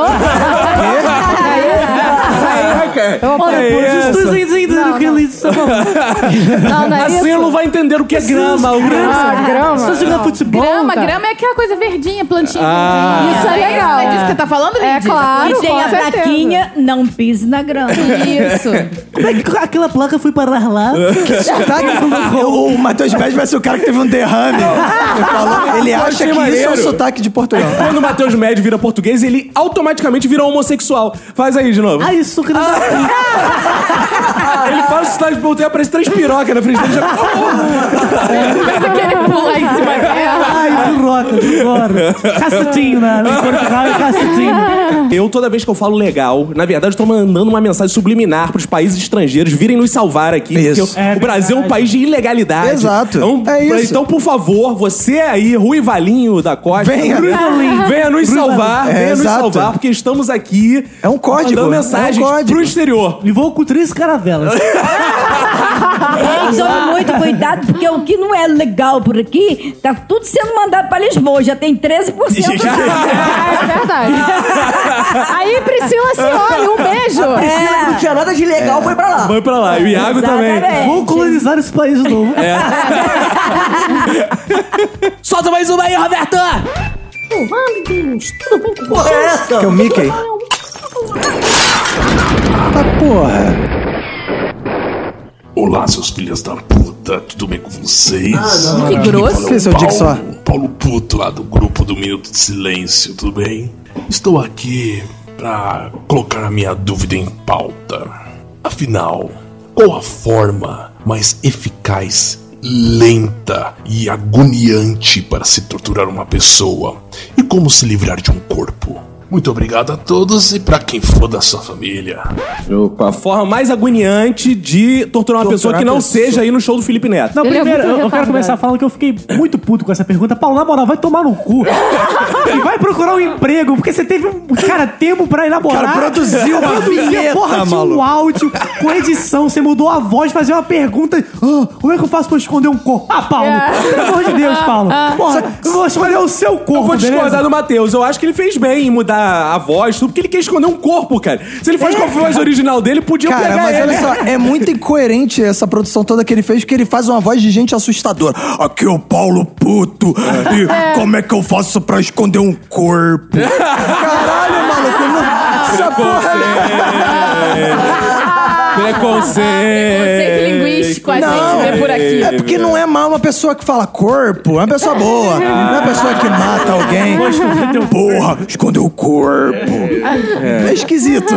Speaker 2: (laughs)
Speaker 4: é.
Speaker 1: Caraca.
Speaker 4: Ora,
Speaker 1: É
Speaker 4: pus,
Speaker 1: essa.
Speaker 4: estou sem entender o que ele disse.
Speaker 1: (laughs)
Speaker 6: Não, não é
Speaker 1: Assim
Speaker 6: isso.
Speaker 1: não vai entender o que é grama. O grama.
Speaker 6: Ah, grama.
Speaker 4: Só jogar tá futebol.
Speaker 3: Grama,
Speaker 4: cara.
Speaker 3: grama é aquela coisa verdinha, plantinha.
Speaker 1: Ah.
Speaker 3: verdinha.
Speaker 6: Isso é legal.
Speaker 3: É disso que você tá falando,
Speaker 6: É
Speaker 3: Lidia?
Speaker 6: claro.
Speaker 3: Lidia,
Speaker 5: Tem a
Speaker 6: com certeza.
Speaker 5: plaquinha, não pise na grama.
Speaker 3: Isso.
Speaker 4: Como é que aquela placa foi parar lá?
Speaker 6: (laughs)
Speaker 2: Sotaque- o o Matheus Pérez vai ser o cara que teve um
Speaker 1: (laughs)
Speaker 2: derrame. Ele falou- Ele acha que esse é o
Speaker 1: maneiro.
Speaker 2: sotaque de Portugal.
Speaker 1: (laughs) Quando o Matheus Médio vira português, ele automaticamente vira homossexual. Faz aí de novo. Ah,
Speaker 4: Ah, isso, que
Speaker 1: (laughs) Ele faz o sotaque de português, aparece três pirocas na frente dele. Já...
Speaker 3: Mas aquele pula em cima dela.
Speaker 4: Ai, piroca, bora. Cacetinho, né? No Portugal é cacetinho.
Speaker 1: Eu, toda vez que eu falo legal, na verdade, eu tô mandando uma mensagem subliminar pros países estrangeiros virem nos salvar aqui.
Speaker 2: Isso.
Speaker 1: Porque eu-
Speaker 4: É
Speaker 1: o Brasil é um país de ilegalidade.
Speaker 2: Exato.
Speaker 1: Então,
Speaker 2: É isso.
Speaker 1: então, por favor, você aí, Rui Valinho da Costa.
Speaker 2: Venha.
Speaker 1: Rui Valinho. venha nos salvar.
Speaker 2: É,
Speaker 1: venha nos
Speaker 2: exato.
Speaker 1: salvar, porque estamos aqui.
Speaker 2: É um código.
Speaker 1: Mandando
Speaker 2: É
Speaker 1: mensagens
Speaker 2: um código.
Speaker 1: pro exterior.
Speaker 4: E vou com três caravelas.
Speaker 5: Tem que tomar muito cuidado, porque o que não é legal por aqui, tá tudo sendo mandado pra Lisboa. Já tem
Speaker 6: (laughs)
Speaker 5: 13% lá.
Speaker 6: É
Speaker 5: (laughs)
Speaker 6: verdade. Aí, Priscila Cioli, um beijo.
Speaker 7: Priscila, que não tinha nada de legal, foi pra lá.
Speaker 1: Vai pra lá. E o Iago também.
Speaker 5: Exatamente.
Speaker 4: Vou colonizar esse país de novo.
Speaker 1: Solta mais uma aí, Roberto!
Speaker 7: Porra, é
Speaker 2: Que é
Speaker 7: essa?
Speaker 2: o Mickey. Ah, porra.
Speaker 12: Olá, seus filhas da puta, tudo bem com vocês?
Speaker 3: Que grosso.
Speaker 2: Esse é o Dick só.
Speaker 12: Paulo Puto, lá do grupo do Minuto de Silêncio, tudo bem? Estou aqui para colocar a minha dúvida em pauta. Afinal, qual a forma mais eficaz, lenta e agoniante para se torturar uma pessoa? E como se livrar de um corpo? Muito obrigado a todos e para quem for da sua família.
Speaker 1: A forma mais agoniante de torturar uma pessoa que não seja aí no show do Felipe Neto.
Speaker 4: Não,
Speaker 6: Ele é
Speaker 4: primeiro,
Speaker 6: muito
Speaker 4: eu- eu quero
Speaker 6: retardado.
Speaker 4: começar falando que eu fiquei muito puto com essa pergunta. Paulo, na moral, vai tomar no
Speaker 6: (laughs)
Speaker 4: cu. e vai procurar um emprego, porque você teve, um cara, tempo pra elaborar.
Speaker 2: Cara, produziu uma vinheta,
Speaker 4: porra de um
Speaker 2: maluco.
Speaker 4: áudio com edição. Você mudou a voz, fazer uma pergunta. Ah, como é que eu faço pra esconder um corpo? Ah, Paulo,
Speaker 6: É.
Speaker 4: pelo amor de Deus, Paulo.
Speaker 6: Ah.
Speaker 4: Porra, eu vou esconder o seu corpo,
Speaker 1: Eu vou
Speaker 4: beleza?
Speaker 1: discordar do Matheus. Eu acho que ele fez bem em mudar a voz, tudo, porque ele quer esconder um corpo, cara. Se ele fosse com a voz original dele,
Speaker 3: um
Speaker 1: podia
Speaker 2: Cara,
Speaker 1: pegar
Speaker 2: mas
Speaker 1: ele.
Speaker 3: né?
Speaker 2: olha só, é muito incoerente essa produção toda que ele fez, porque ele faz uma voz de gente assustadora. Aqui é o Paulo Puto,
Speaker 3: É.
Speaker 2: é e
Speaker 3: (laughs)
Speaker 2: como é que eu faço pra esconder um corpo? Caralho, maluco, não- Essa é-
Speaker 1: Preconceito. É.
Speaker 3: Preconceito linguístico, a gente vê por aqui.
Speaker 2: É porque não é mal uma pessoa que fala corpo, é uma pessoa
Speaker 3: (laughs)
Speaker 2: boa. Não é uma pessoa que mata alguém. Porra, escondeu o corpo. É esquisito.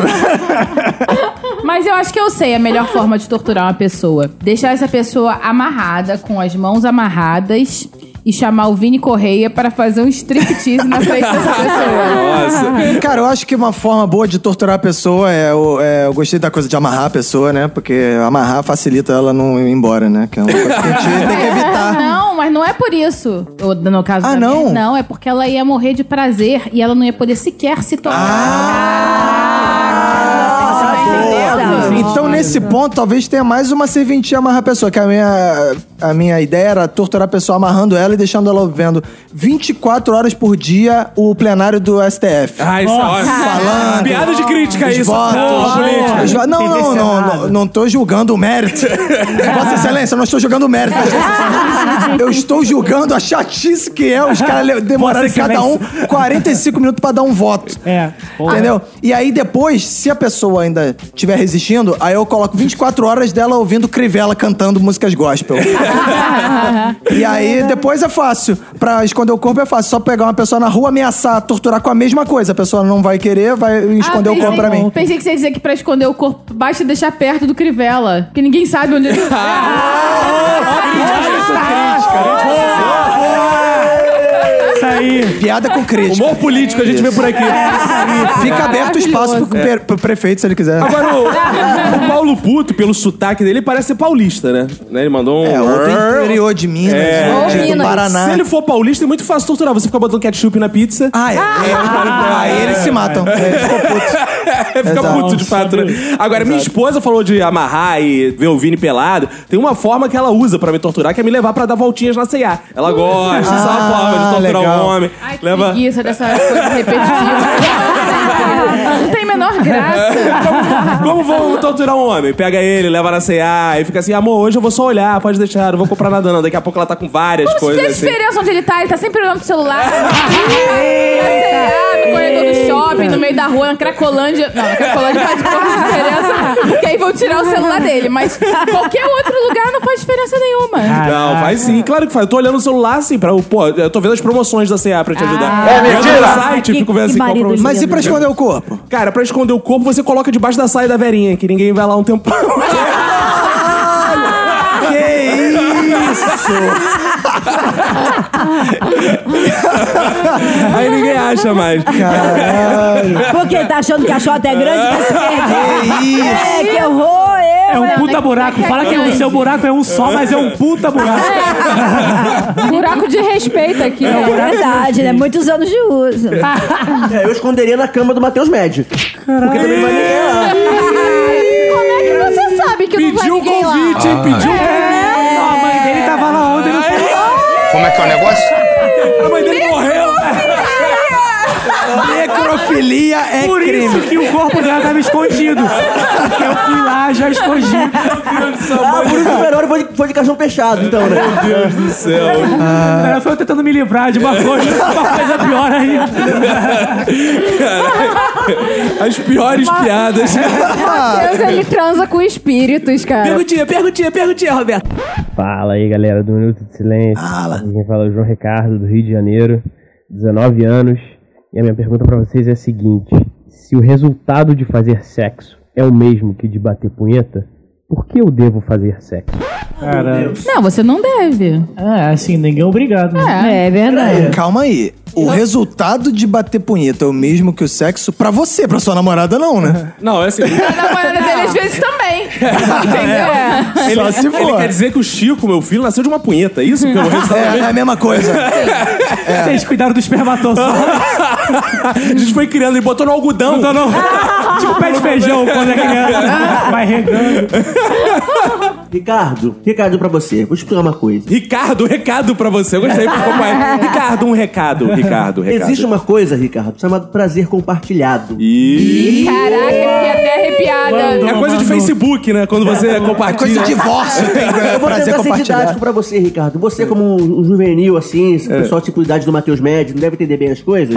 Speaker 3: (laughs) Mas eu acho que eu sei a melhor forma de torturar uma pessoa. Deixar essa pessoa amarrada, com as mãos amarradas, e chamar o Vini Correia para fazer um striptease na frente dessa pessoa.
Speaker 2: Cara, eu acho que uma forma boa de torturar a pessoa é, o- é, Eu gostei da coisa de amarrar a pessoa, né? Porque amarrar facilita ela não ir embora, né? Que é uma coisa que a gente tem que evitar.
Speaker 3: Não, mas não é por isso. Ou, No caso ah, não? não, é porque ela ia morrer de prazer e ela não ia poder sequer se tocar.
Speaker 6: É.
Speaker 2: Então, nesse ponto, talvez tenha mais uma serventia amarrar a pessoa. Que a minha, a minha ideia era torturar a pessoa amarrando ela e deixando ela vendo 24 horas por dia o plenário do STF.
Speaker 1: Ah, isso é ótimo.
Speaker 2: Falando.
Speaker 1: Piada de crítica,
Speaker 2: os
Speaker 1: é isso.
Speaker 2: Votos,
Speaker 1: Porra, política.
Speaker 2: os vo- não, não, não, não, não tô julgando o (laughs) mérito. Vossa Excelência, eu não estou julgando o (laughs) mérito. Eu estou julgando a chatice que é os caras le- demorando
Speaker 4: Vossa
Speaker 2: cada um (laughs)
Speaker 4: Excelência.
Speaker 2: 45 minutos pra dar um voto.
Speaker 4: É.
Speaker 2: Entendeu? E aí depois, se a pessoa ainda estiver resistindo, aí eu coloco 24 horas dela ouvindo Crivella cantando músicas gospel. Ah,
Speaker 3: (laughs)
Speaker 2: e aí depois é fácil. Pra esconder o corpo é fácil. Só pegar uma pessoa na rua, ameaçar, torturar com a mesma coisa. A pessoa não vai querer, vai esconder
Speaker 3: Ah,
Speaker 2: o corpo pra
Speaker 3: pensei-
Speaker 2: mim.
Speaker 3: Pensei que você ia dizer que pra esconder o corpo basta deixar perto do Crivella. Porque ninguém sabe onde ele tá.
Speaker 4: Isso aí.
Speaker 2: Piada com crítica.
Speaker 1: Humor político a gente vê por aqui.
Speaker 7: É
Speaker 2: Fica aberto o espaço pro, pre- pro prefeito, se ele quiser.
Speaker 1: Agora, o, (laughs) o Paulo Puto, pelo sotaque dele, parece ser paulista, né? Né, Ele mandou um... É.
Speaker 2: É, outro interior de Minas, gente, do Paraná.
Speaker 1: Se ele for paulista, é muito fácil torturar. Você fica botando ketchup na pizza.
Speaker 3: (laughs)
Speaker 2: Ah, é. é. Aí eles se matam. Eles ficam putos.
Speaker 1: (laughs) Fica
Speaker 2: Exato.
Speaker 1: puto de fato, né? Agora, minha esposa falou de amarrar e ver o Vini pelado. Tem uma forma que ela usa pra me torturar, que é me levar pra dar voltinhas na C&A. Ela gosta, essa é uma forma
Speaker 4: Ah,
Speaker 1: de torturar
Speaker 2: Ah, legal.
Speaker 1: o homem.
Speaker 3: Ai, que
Speaker 1: Leva...
Speaker 3: preguiça dessa coisa repetitiva. Não tem a menor graça.
Speaker 1: (laughs) Como vão torturar um homem? Pega ele, leva na C&A e fica assim, amor, hoje eu vou só olhar, pode deixar, não vou comprar nada não. Daqui a pouco ela tá com várias
Speaker 3: Como se
Speaker 1: coisas
Speaker 3: fizesse
Speaker 1: assim.
Speaker 3: diferença onde ele tá. Ele tá sempre olhando pro celular. Na CA, no corredor do shopping, no meio da rua, na Cracolândia. Não, na Cracolândia faz pouca diferença, porque aí vão tirar o celular dele. Mas qualquer outro lugar não faz diferença nenhuma.
Speaker 1: Não, faz sim, claro que faz. Eu tô olhando o celular assim, pra, pô, eu tô vendo as promoções da CA pra te ajudar.
Speaker 3: É
Speaker 1: Eu entro
Speaker 3: mentira!
Speaker 1: no site, e fico vendo
Speaker 5: Que
Speaker 1: assim qual
Speaker 5: marido
Speaker 1: promoção.
Speaker 2: Mas e pra esconder o corpo?
Speaker 1: Cara, pra esconder o corpo, você coloca debaixo da saia da verinha, que ninguém vai lá um tempão. (laughs)
Speaker 2: Que isso!
Speaker 1: Aí ninguém acha mais.
Speaker 2: Caralho!
Speaker 5: Porque tá achando que a xota é grande, que se
Speaker 2: Que
Speaker 5: perde.
Speaker 2: isso!
Speaker 5: É, que horror,
Speaker 4: É
Speaker 5: eu.
Speaker 4: um puta buraco. Fala que o seu buraco é um só, mas é um puta buraco.
Speaker 6: É. Buraco de respeito aqui,
Speaker 5: É
Speaker 6: ó.
Speaker 5: verdade, né? Muitos anos de uso.
Speaker 6: (laughs)
Speaker 7: É, eu esconderia na cama do Matheus Médio. Porque também vai ninguém lá.
Speaker 6: Como é que você sabe que não vai
Speaker 1: Pediu um
Speaker 6: ninguém lá?
Speaker 1: convite, hein? Pediu um
Speaker 4: É. A mãe dele tava lá ontem. não foi?
Speaker 10: Como é que é o negócio?
Speaker 1: A mãe dele morreu.
Speaker 2: Necrofilia é
Speaker 4: Por
Speaker 2: crime.
Speaker 4: isso que o corpo dela tava escondido. Porque eu fui lá, já escondi.
Speaker 7: Ah, por isso que o Verônica foi, de- foi de caixão fechado, então, né?
Speaker 1: Deus do céu.
Speaker 4: Ah. Ela foi eu tentando me livrar de uma coisa, uma coisa pior ainda.
Speaker 1: As piores piadas.
Speaker 6: Deus, ele transa com espíritos, cara.
Speaker 1: Perguntinha, perguntinha, perguntinha, Roberto.
Speaker 13: Fala aí, galera do Minuto de Silêncio.
Speaker 2: Fala.
Speaker 13: Aqui Quem fala é o João Ricardo, do Rio de Janeiro, 19 anos. E a minha pergunta pra vocês é a seguinte: se o resultado de fazer sexo é o mesmo que de bater punheta, por que eu devo fazer sexo?
Speaker 4: Cara,
Speaker 3: Não, você não deve.
Speaker 4: é assim, ninguém é obrigado.
Speaker 6: É verdade.
Speaker 2: Hum, Calma aí. O resultado de bater punheta é o mesmo que o sexo pra você, pra sua namorada não, né?
Speaker 1: Não, é assim.
Speaker 3: A namorada dele às vezes
Speaker 2: (laughs)
Speaker 3: também. Entendeu?
Speaker 2: É. Só se for.
Speaker 1: É. Ele quer dizer que o Chico, meu filho, nasceu de uma punheta, (laughs) é isso? Que eu
Speaker 2: É, é a mesma coisa.
Speaker 4: É. Vocês cuidaram do espermatozoide.
Speaker 1: (laughs) A gente foi criando, ele botou no algodão. (laughs)
Speaker 4: Não, não. Tipo pé de feijão quando é criança. Vai regando.
Speaker 7: Ricardo, recado pra você. Vou te explicar uma coisa.
Speaker 1: Ricardo, um recado pra você. Eu gostei. Como é? Ricardo, um recado. Ricardo, um recado.
Speaker 7: Existe uma coisa, Ricardo, chamada prazer compartilhado.
Speaker 1: Ih.
Speaker 3: Ih, Caraca, fiquei até arrepiada.
Speaker 1: É coisa de Facebook, né? Quando você
Speaker 2: É coisa
Speaker 1: compartilha.
Speaker 2: de divórcio, tem
Speaker 7: Eu vou
Speaker 2: prazer
Speaker 7: tentar ser
Speaker 2: compartilhado.
Speaker 7: didático pra você, Ricardo. Você, como um, um
Speaker 1: É. (laughs)
Speaker 7: juvenil, assim, esse pessoal tipo de idade do Matheus Médio, não deve entender bem as coisas.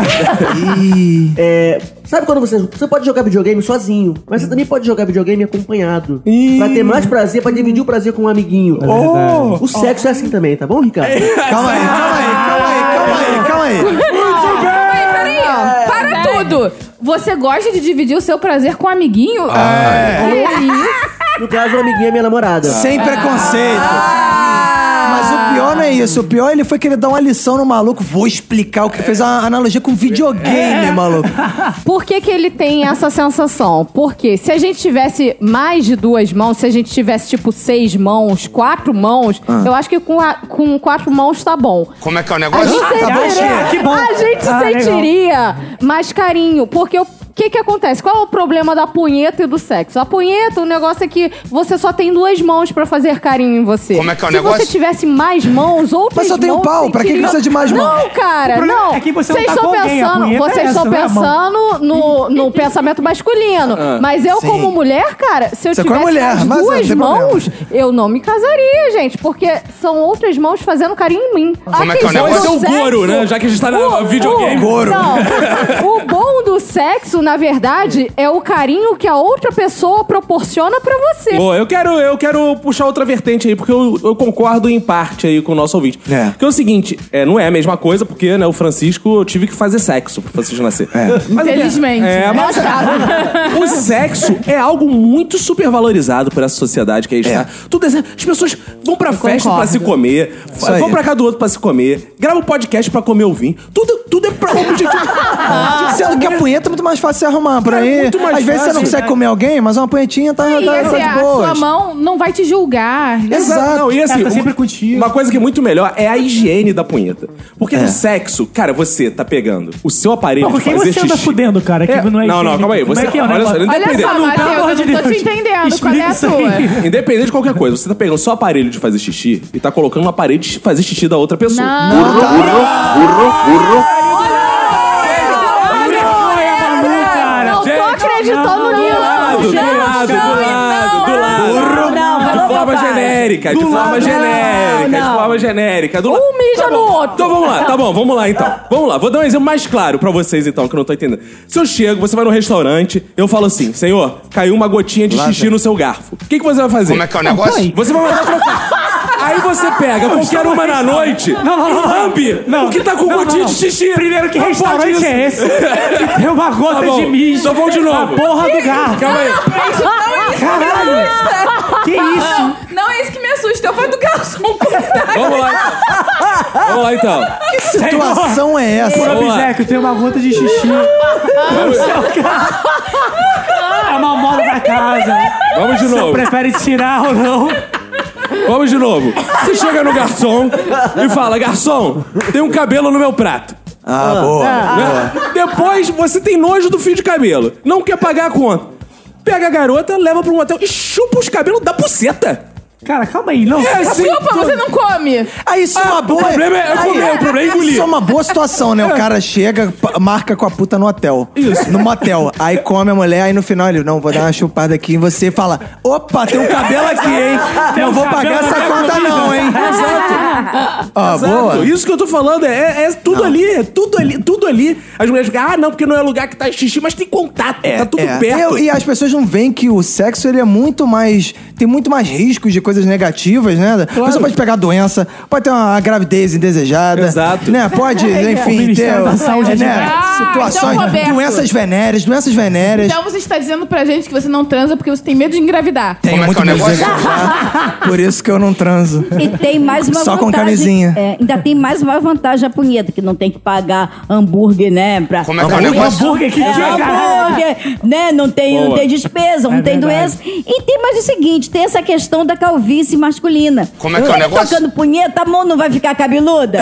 Speaker 7: É, Sabe quando você. Você pode jogar videogame sozinho, mas você também pode jogar videogame acompanhado. Pra ter mais prazer, pra dividir o prazer com um amiguinho.
Speaker 4: verdade.
Speaker 7: o sexo é assim também, tá bom, Ricardo?
Speaker 1: É,
Speaker 2: calma aí, calma aí, calma aí, calma aí, calma aí.
Speaker 1: (laughs)
Speaker 3: Não, peraí, Para tudo! Você gosta de dividir o seu prazer com um amiguinho?
Speaker 1: Ah, é.
Speaker 3: É
Speaker 7: No caso, o amiguinho é minha namorada.
Speaker 2: Sem preconceito. Mas o pior não é isso. O pior ele foi querer dar uma lição no maluco. Vou explicar o que fez uma analogia com
Speaker 1: É.
Speaker 2: videogame, maluco.
Speaker 6: Por que, que ele tem essa sensação? Porque se a gente tivesse mais de duas mãos, se a gente tivesse tipo seis mãos, quatro mãos,
Speaker 14: Ah.
Speaker 6: eu acho que com, a- com quatro mãos tá bom.
Speaker 14: Como é que é o
Speaker 6: A
Speaker 14: negócio?
Speaker 1: Tá
Speaker 6: gente, sentiria, a gente
Speaker 2: Ah,
Speaker 6: sentiria mais carinho, porque o que que acontece? Qual é o problema da punheta e do sexo? A punheta, o negócio é que você só tem duas mãos pra fazer carinho em você.
Speaker 14: Como é que é o
Speaker 6: Se
Speaker 14: negócio?
Speaker 6: você tivesse mais mãos, outras
Speaker 2: Mas só tem um
Speaker 6: mãos
Speaker 2: pau, pra que que
Speaker 6: sentiriam-
Speaker 2: precisa de mais mãos?
Speaker 6: Não, cara,
Speaker 2: O problema
Speaker 6: não.
Speaker 2: é que você não
Speaker 6: Vocês
Speaker 2: tá
Speaker 6: estão
Speaker 2: com alguém, a
Speaker 6: pensando,
Speaker 2: punheta é
Speaker 6: vocês
Speaker 2: essa,
Speaker 6: estão
Speaker 2: não é a mão.
Speaker 6: pensando no, no pensamento masculino.
Speaker 14: Ah,
Speaker 6: Mas eu,
Speaker 2: Sim.
Speaker 6: como mulher, cara, se eu
Speaker 2: Você é como
Speaker 6: tivesse
Speaker 2: mulher,
Speaker 6: as
Speaker 2: mas não
Speaker 6: duas
Speaker 2: tem problema.
Speaker 6: mãos, eu não me casaria, gente, porque são outras mãos fazendo carinho em mim.
Speaker 1: Como é que é o
Speaker 6: Aqueles
Speaker 1: negócio?
Speaker 6: do
Speaker 1: Esse é o
Speaker 6: sexo-
Speaker 1: Goro, né? Já que a gente tá no videogame.
Speaker 6: Goro. Não, o bom do sexo, na verdade, é o carinho que a outra pessoa proporciona pra você.
Speaker 1: Pô, eu quero, eu quero puxar outra vertente aí, porque eu, eu concordo em parte aí com o nosso ouvinte. É. Porque é o seguinte, é, não é a mesma coisa, porque né, o Francisco, eu tive que fazer sexo pro Francisco nascer. Mas-
Speaker 3: Infelizmente.
Speaker 1: É, (laughs) mas (laughs) o sexo é algo muito supervalorizado por essa sociedade que aí está. Tudo é, as pessoas vão pra festa
Speaker 14: concordo.
Speaker 1: pra se comer,
Speaker 14: Isso aí.
Speaker 1: vão pra casa do outro pra se comer, gravam podcast pra comer ou vinho. Tudo, tudo é pra objetivo.
Speaker 2: Sendo que a punheta é muito mais fácil de arrumar pra
Speaker 1: Cara,
Speaker 2: mim.
Speaker 1: É muito mais
Speaker 2: Às vezes você
Speaker 1: fácil. né?
Speaker 2: não consegue comer alguém, mas uma punhetinha tá,
Speaker 3: E
Speaker 2: tá,
Speaker 3: assim,
Speaker 2: tá
Speaker 3: a
Speaker 2: de boa.
Speaker 3: sua mão não vai te julgar. né?
Speaker 1: Não, e assim,
Speaker 3: (laughs)
Speaker 1: uma, uma coisa que é muito melhor é a higiene da punheta. Porque no sexo, cara, você tá pegando o seu aparelho
Speaker 4: Não,
Speaker 1: de
Speaker 4: porque
Speaker 1: fazer
Speaker 4: você
Speaker 1: xixi.
Speaker 4: anda fudendo, cara, que
Speaker 1: É,
Speaker 4: não
Speaker 1: Não,
Speaker 4: é
Speaker 1: não,
Speaker 4: higiênico.
Speaker 1: calma aí.
Speaker 4: Como
Speaker 1: Você,
Speaker 4: é que é o
Speaker 1: olha só,
Speaker 4: negócio?
Speaker 3: Olha
Speaker 1: independente.
Speaker 3: só, Matheus,
Speaker 4: pelo amor de
Speaker 3: eu não tô
Speaker 4: Deus.
Speaker 3: te entendendo. Qual é a
Speaker 4: Explica
Speaker 3: tua?
Speaker 4: isso
Speaker 1: Independente de qualquer coisa, você tá pegando só aparelho de fazer xixi e tá colocando um aparelho de fazer xixi da outra pessoa.
Speaker 3: Não.
Speaker 1: Burro, burro, burro, burro.
Speaker 6: Não tô acreditando
Speaker 1: Do
Speaker 6: nisso.
Speaker 1: lado, do lado, do lado. de forma genérica, de forma genérica, de forma genérica. Do lado.
Speaker 6: Um mija no outro.
Speaker 1: Então vamos lá, tá bom, vamos lá então. Vamos lá, vou dar um exemplo mais claro pra vocês então, que eu não tô entendendo. Se eu chego, você vai no restaurante, eu falo assim, senhor, caiu uma gotinha de xixi no seu garfo. O que, que você vai fazer? Como é que é
Speaker 14: o negócio?
Speaker 1: Você vai mandar trocar. Aí você pega qualquer uma na noite
Speaker 4: Não, não, não,
Speaker 1: e
Speaker 4: não.
Speaker 1: lambe
Speaker 4: Não.
Speaker 1: o que tá com
Speaker 4: Não,
Speaker 1: gotinha
Speaker 4: não.
Speaker 1: de xixi.
Speaker 4: Primeiro, que
Speaker 1: Não pode
Speaker 4: restaurante
Speaker 1: isso.
Speaker 4: é esse? Tem uma gota
Speaker 1: Tá bom,
Speaker 4: de mijo.
Speaker 1: Então vamos de novo.
Speaker 4: A porra do garfo.
Speaker 1: Calma aí.
Speaker 4: Caralho. Que isso?
Speaker 15: Não, não é isso que me assusta. Eu falo do garçom.
Speaker 1: Vamos lá. então. Vamos lá então.
Speaker 4: Que
Speaker 2: situação é essa?
Speaker 4: Por
Speaker 2: Vamos lá.
Speaker 4: obséquio, tem uma gota de xixi.
Speaker 3: Ah,
Speaker 4: no seu carro. É uma moda da casa.
Speaker 1: Vamos de novo.
Speaker 4: Você prefere tirar ou não?
Speaker 1: Vamos de novo. Você chega no garçom e fala: Garçom, tem um cabelo no meu prato.
Speaker 2: Ah, boa,
Speaker 1: Né? Depois você tem nojo do fio de cabelo. Não quer pagar a conta. Pega a garota, leva pra um hotel e chupa os cabelos da buceta.
Speaker 4: Cara, calma aí, não.
Speaker 1: É assim,
Speaker 3: Opa, você não come. Ah,
Speaker 2: Aí isso é uma boa.
Speaker 1: o problema é eu
Speaker 2: Aí,
Speaker 1: comer, o problema é engolir. É.
Speaker 2: Isso é uma boa situação, né? O cara chega, pa- marca com a puta no hotel. Isso. No motel. Aí come a mulher, aí no final ele, não, vou
Speaker 1: É.
Speaker 2: dar uma chupada aqui. E você fala, opa, tem um cabelo aqui,
Speaker 1: (laughs)
Speaker 2: hein?
Speaker 4: Tem
Speaker 2: não
Speaker 4: um
Speaker 2: vou
Speaker 4: cabelo
Speaker 2: pagar
Speaker 4: na
Speaker 2: essa
Speaker 1: é
Speaker 4: minha
Speaker 2: conta,
Speaker 4: comida."
Speaker 2: não, hein?
Speaker 1: Exato.
Speaker 2: Ah, boa.
Speaker 1: Isso que eu tô falando é, é tudo ali, é tudo ali, tudo ali. As mulheres ficam, ah, não, porque não é lugar que tá xixi, mas tem contato, tá tudo
Speaker 2: É.
Speaker 1: perto.
Speaker 2: Eu- e as pessoas não veem que o sexo ele é muito mais. Tem muito mais riscos de coisas negativas, né? A pessoa pode pegar doença, pode ter uma gravidez indesejada.
Speaker 1: Exato.
Speaker 2: Né?
Speaker 3: (laughs)
Speaker 2: Pode,
Speaker 4: É. O
Speaker 2: enfim, ter.
Speaker 4: Ministério da Saúde
Speaker 2: né?
Speaker 3: Ah,
Speaker 2: Situações.
Speaker 3: então, Roberto.
Speaker 2: doenças venéreas, doenças venéreas.
Speaker 3: Então você está dizendo pra gente que você não transa porque você tem medo
Speaker 2: (laughs)
Speaker 3: de engravidar.
Speaker 2: Tem muito medo de engravidar, (laughs) Por isso que eu não transo.
Speaker 5: E tem mais uma
Speaker 2: Só
Speaker 5: vantagem.
Speaker 2: com camisinha.
Speaker 5: É, ainda tem mais uma vantagem a punheta, que não tem que pagar hambúrguer, né? Pra...
Speaker 14: Como é que é o negócio?
Speaker 4: Hambúrguer que
Speaker 5: é,
Speaker 4: tinha, cara.
Speaker 5: hambúrguer, né? Não tem, não
Speaker 14: Boa.
Speaker 5: tem despesa, não
Speaker 14: É
Speaker 5: tem
Speaker 14: verdade.
Speaker 5: doença. E tem mais o seguinte, tem essa questão da calvície masculina.
Speaker 14: Como é que é o
Speaker 5: Ele
Speaker 14: negócio?
Speaker 5: Tocando punheta, a mão não vai ficar cabeluda?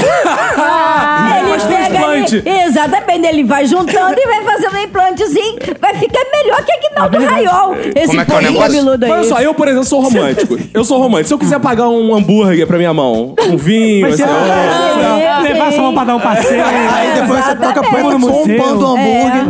Speaker 5: Ah,
Speaker 14: Faz transplante.
Speaker 5: ele- exatamente, ele vai juntando e vai fazendo um implantezinho, vai ficar melhor que Aguinaldo Raiol. Esse
Speaker 14: Como é que é o
Speaker 5: pouquinho
Speaker 14: negócio?
Speaker 5: cabeludo aí.
Speaker 1: Olha só, eu, por exemplo, sou romântico. Eu sou romântico. Se eu quiser pagar um hambúrguer pra minha mão, um vinho,
Speaker 4: Mas
Speaker 1: assim,
Speaker 4: você vai
Speaker 1: ó,
Speaker 4: levar sua mão pra dar um passeio.
Speaker 2: Aí depois você toca pano bombando o
Speaker 1: É,
Speaker 4: É.
Speaker 2: hambúrguer.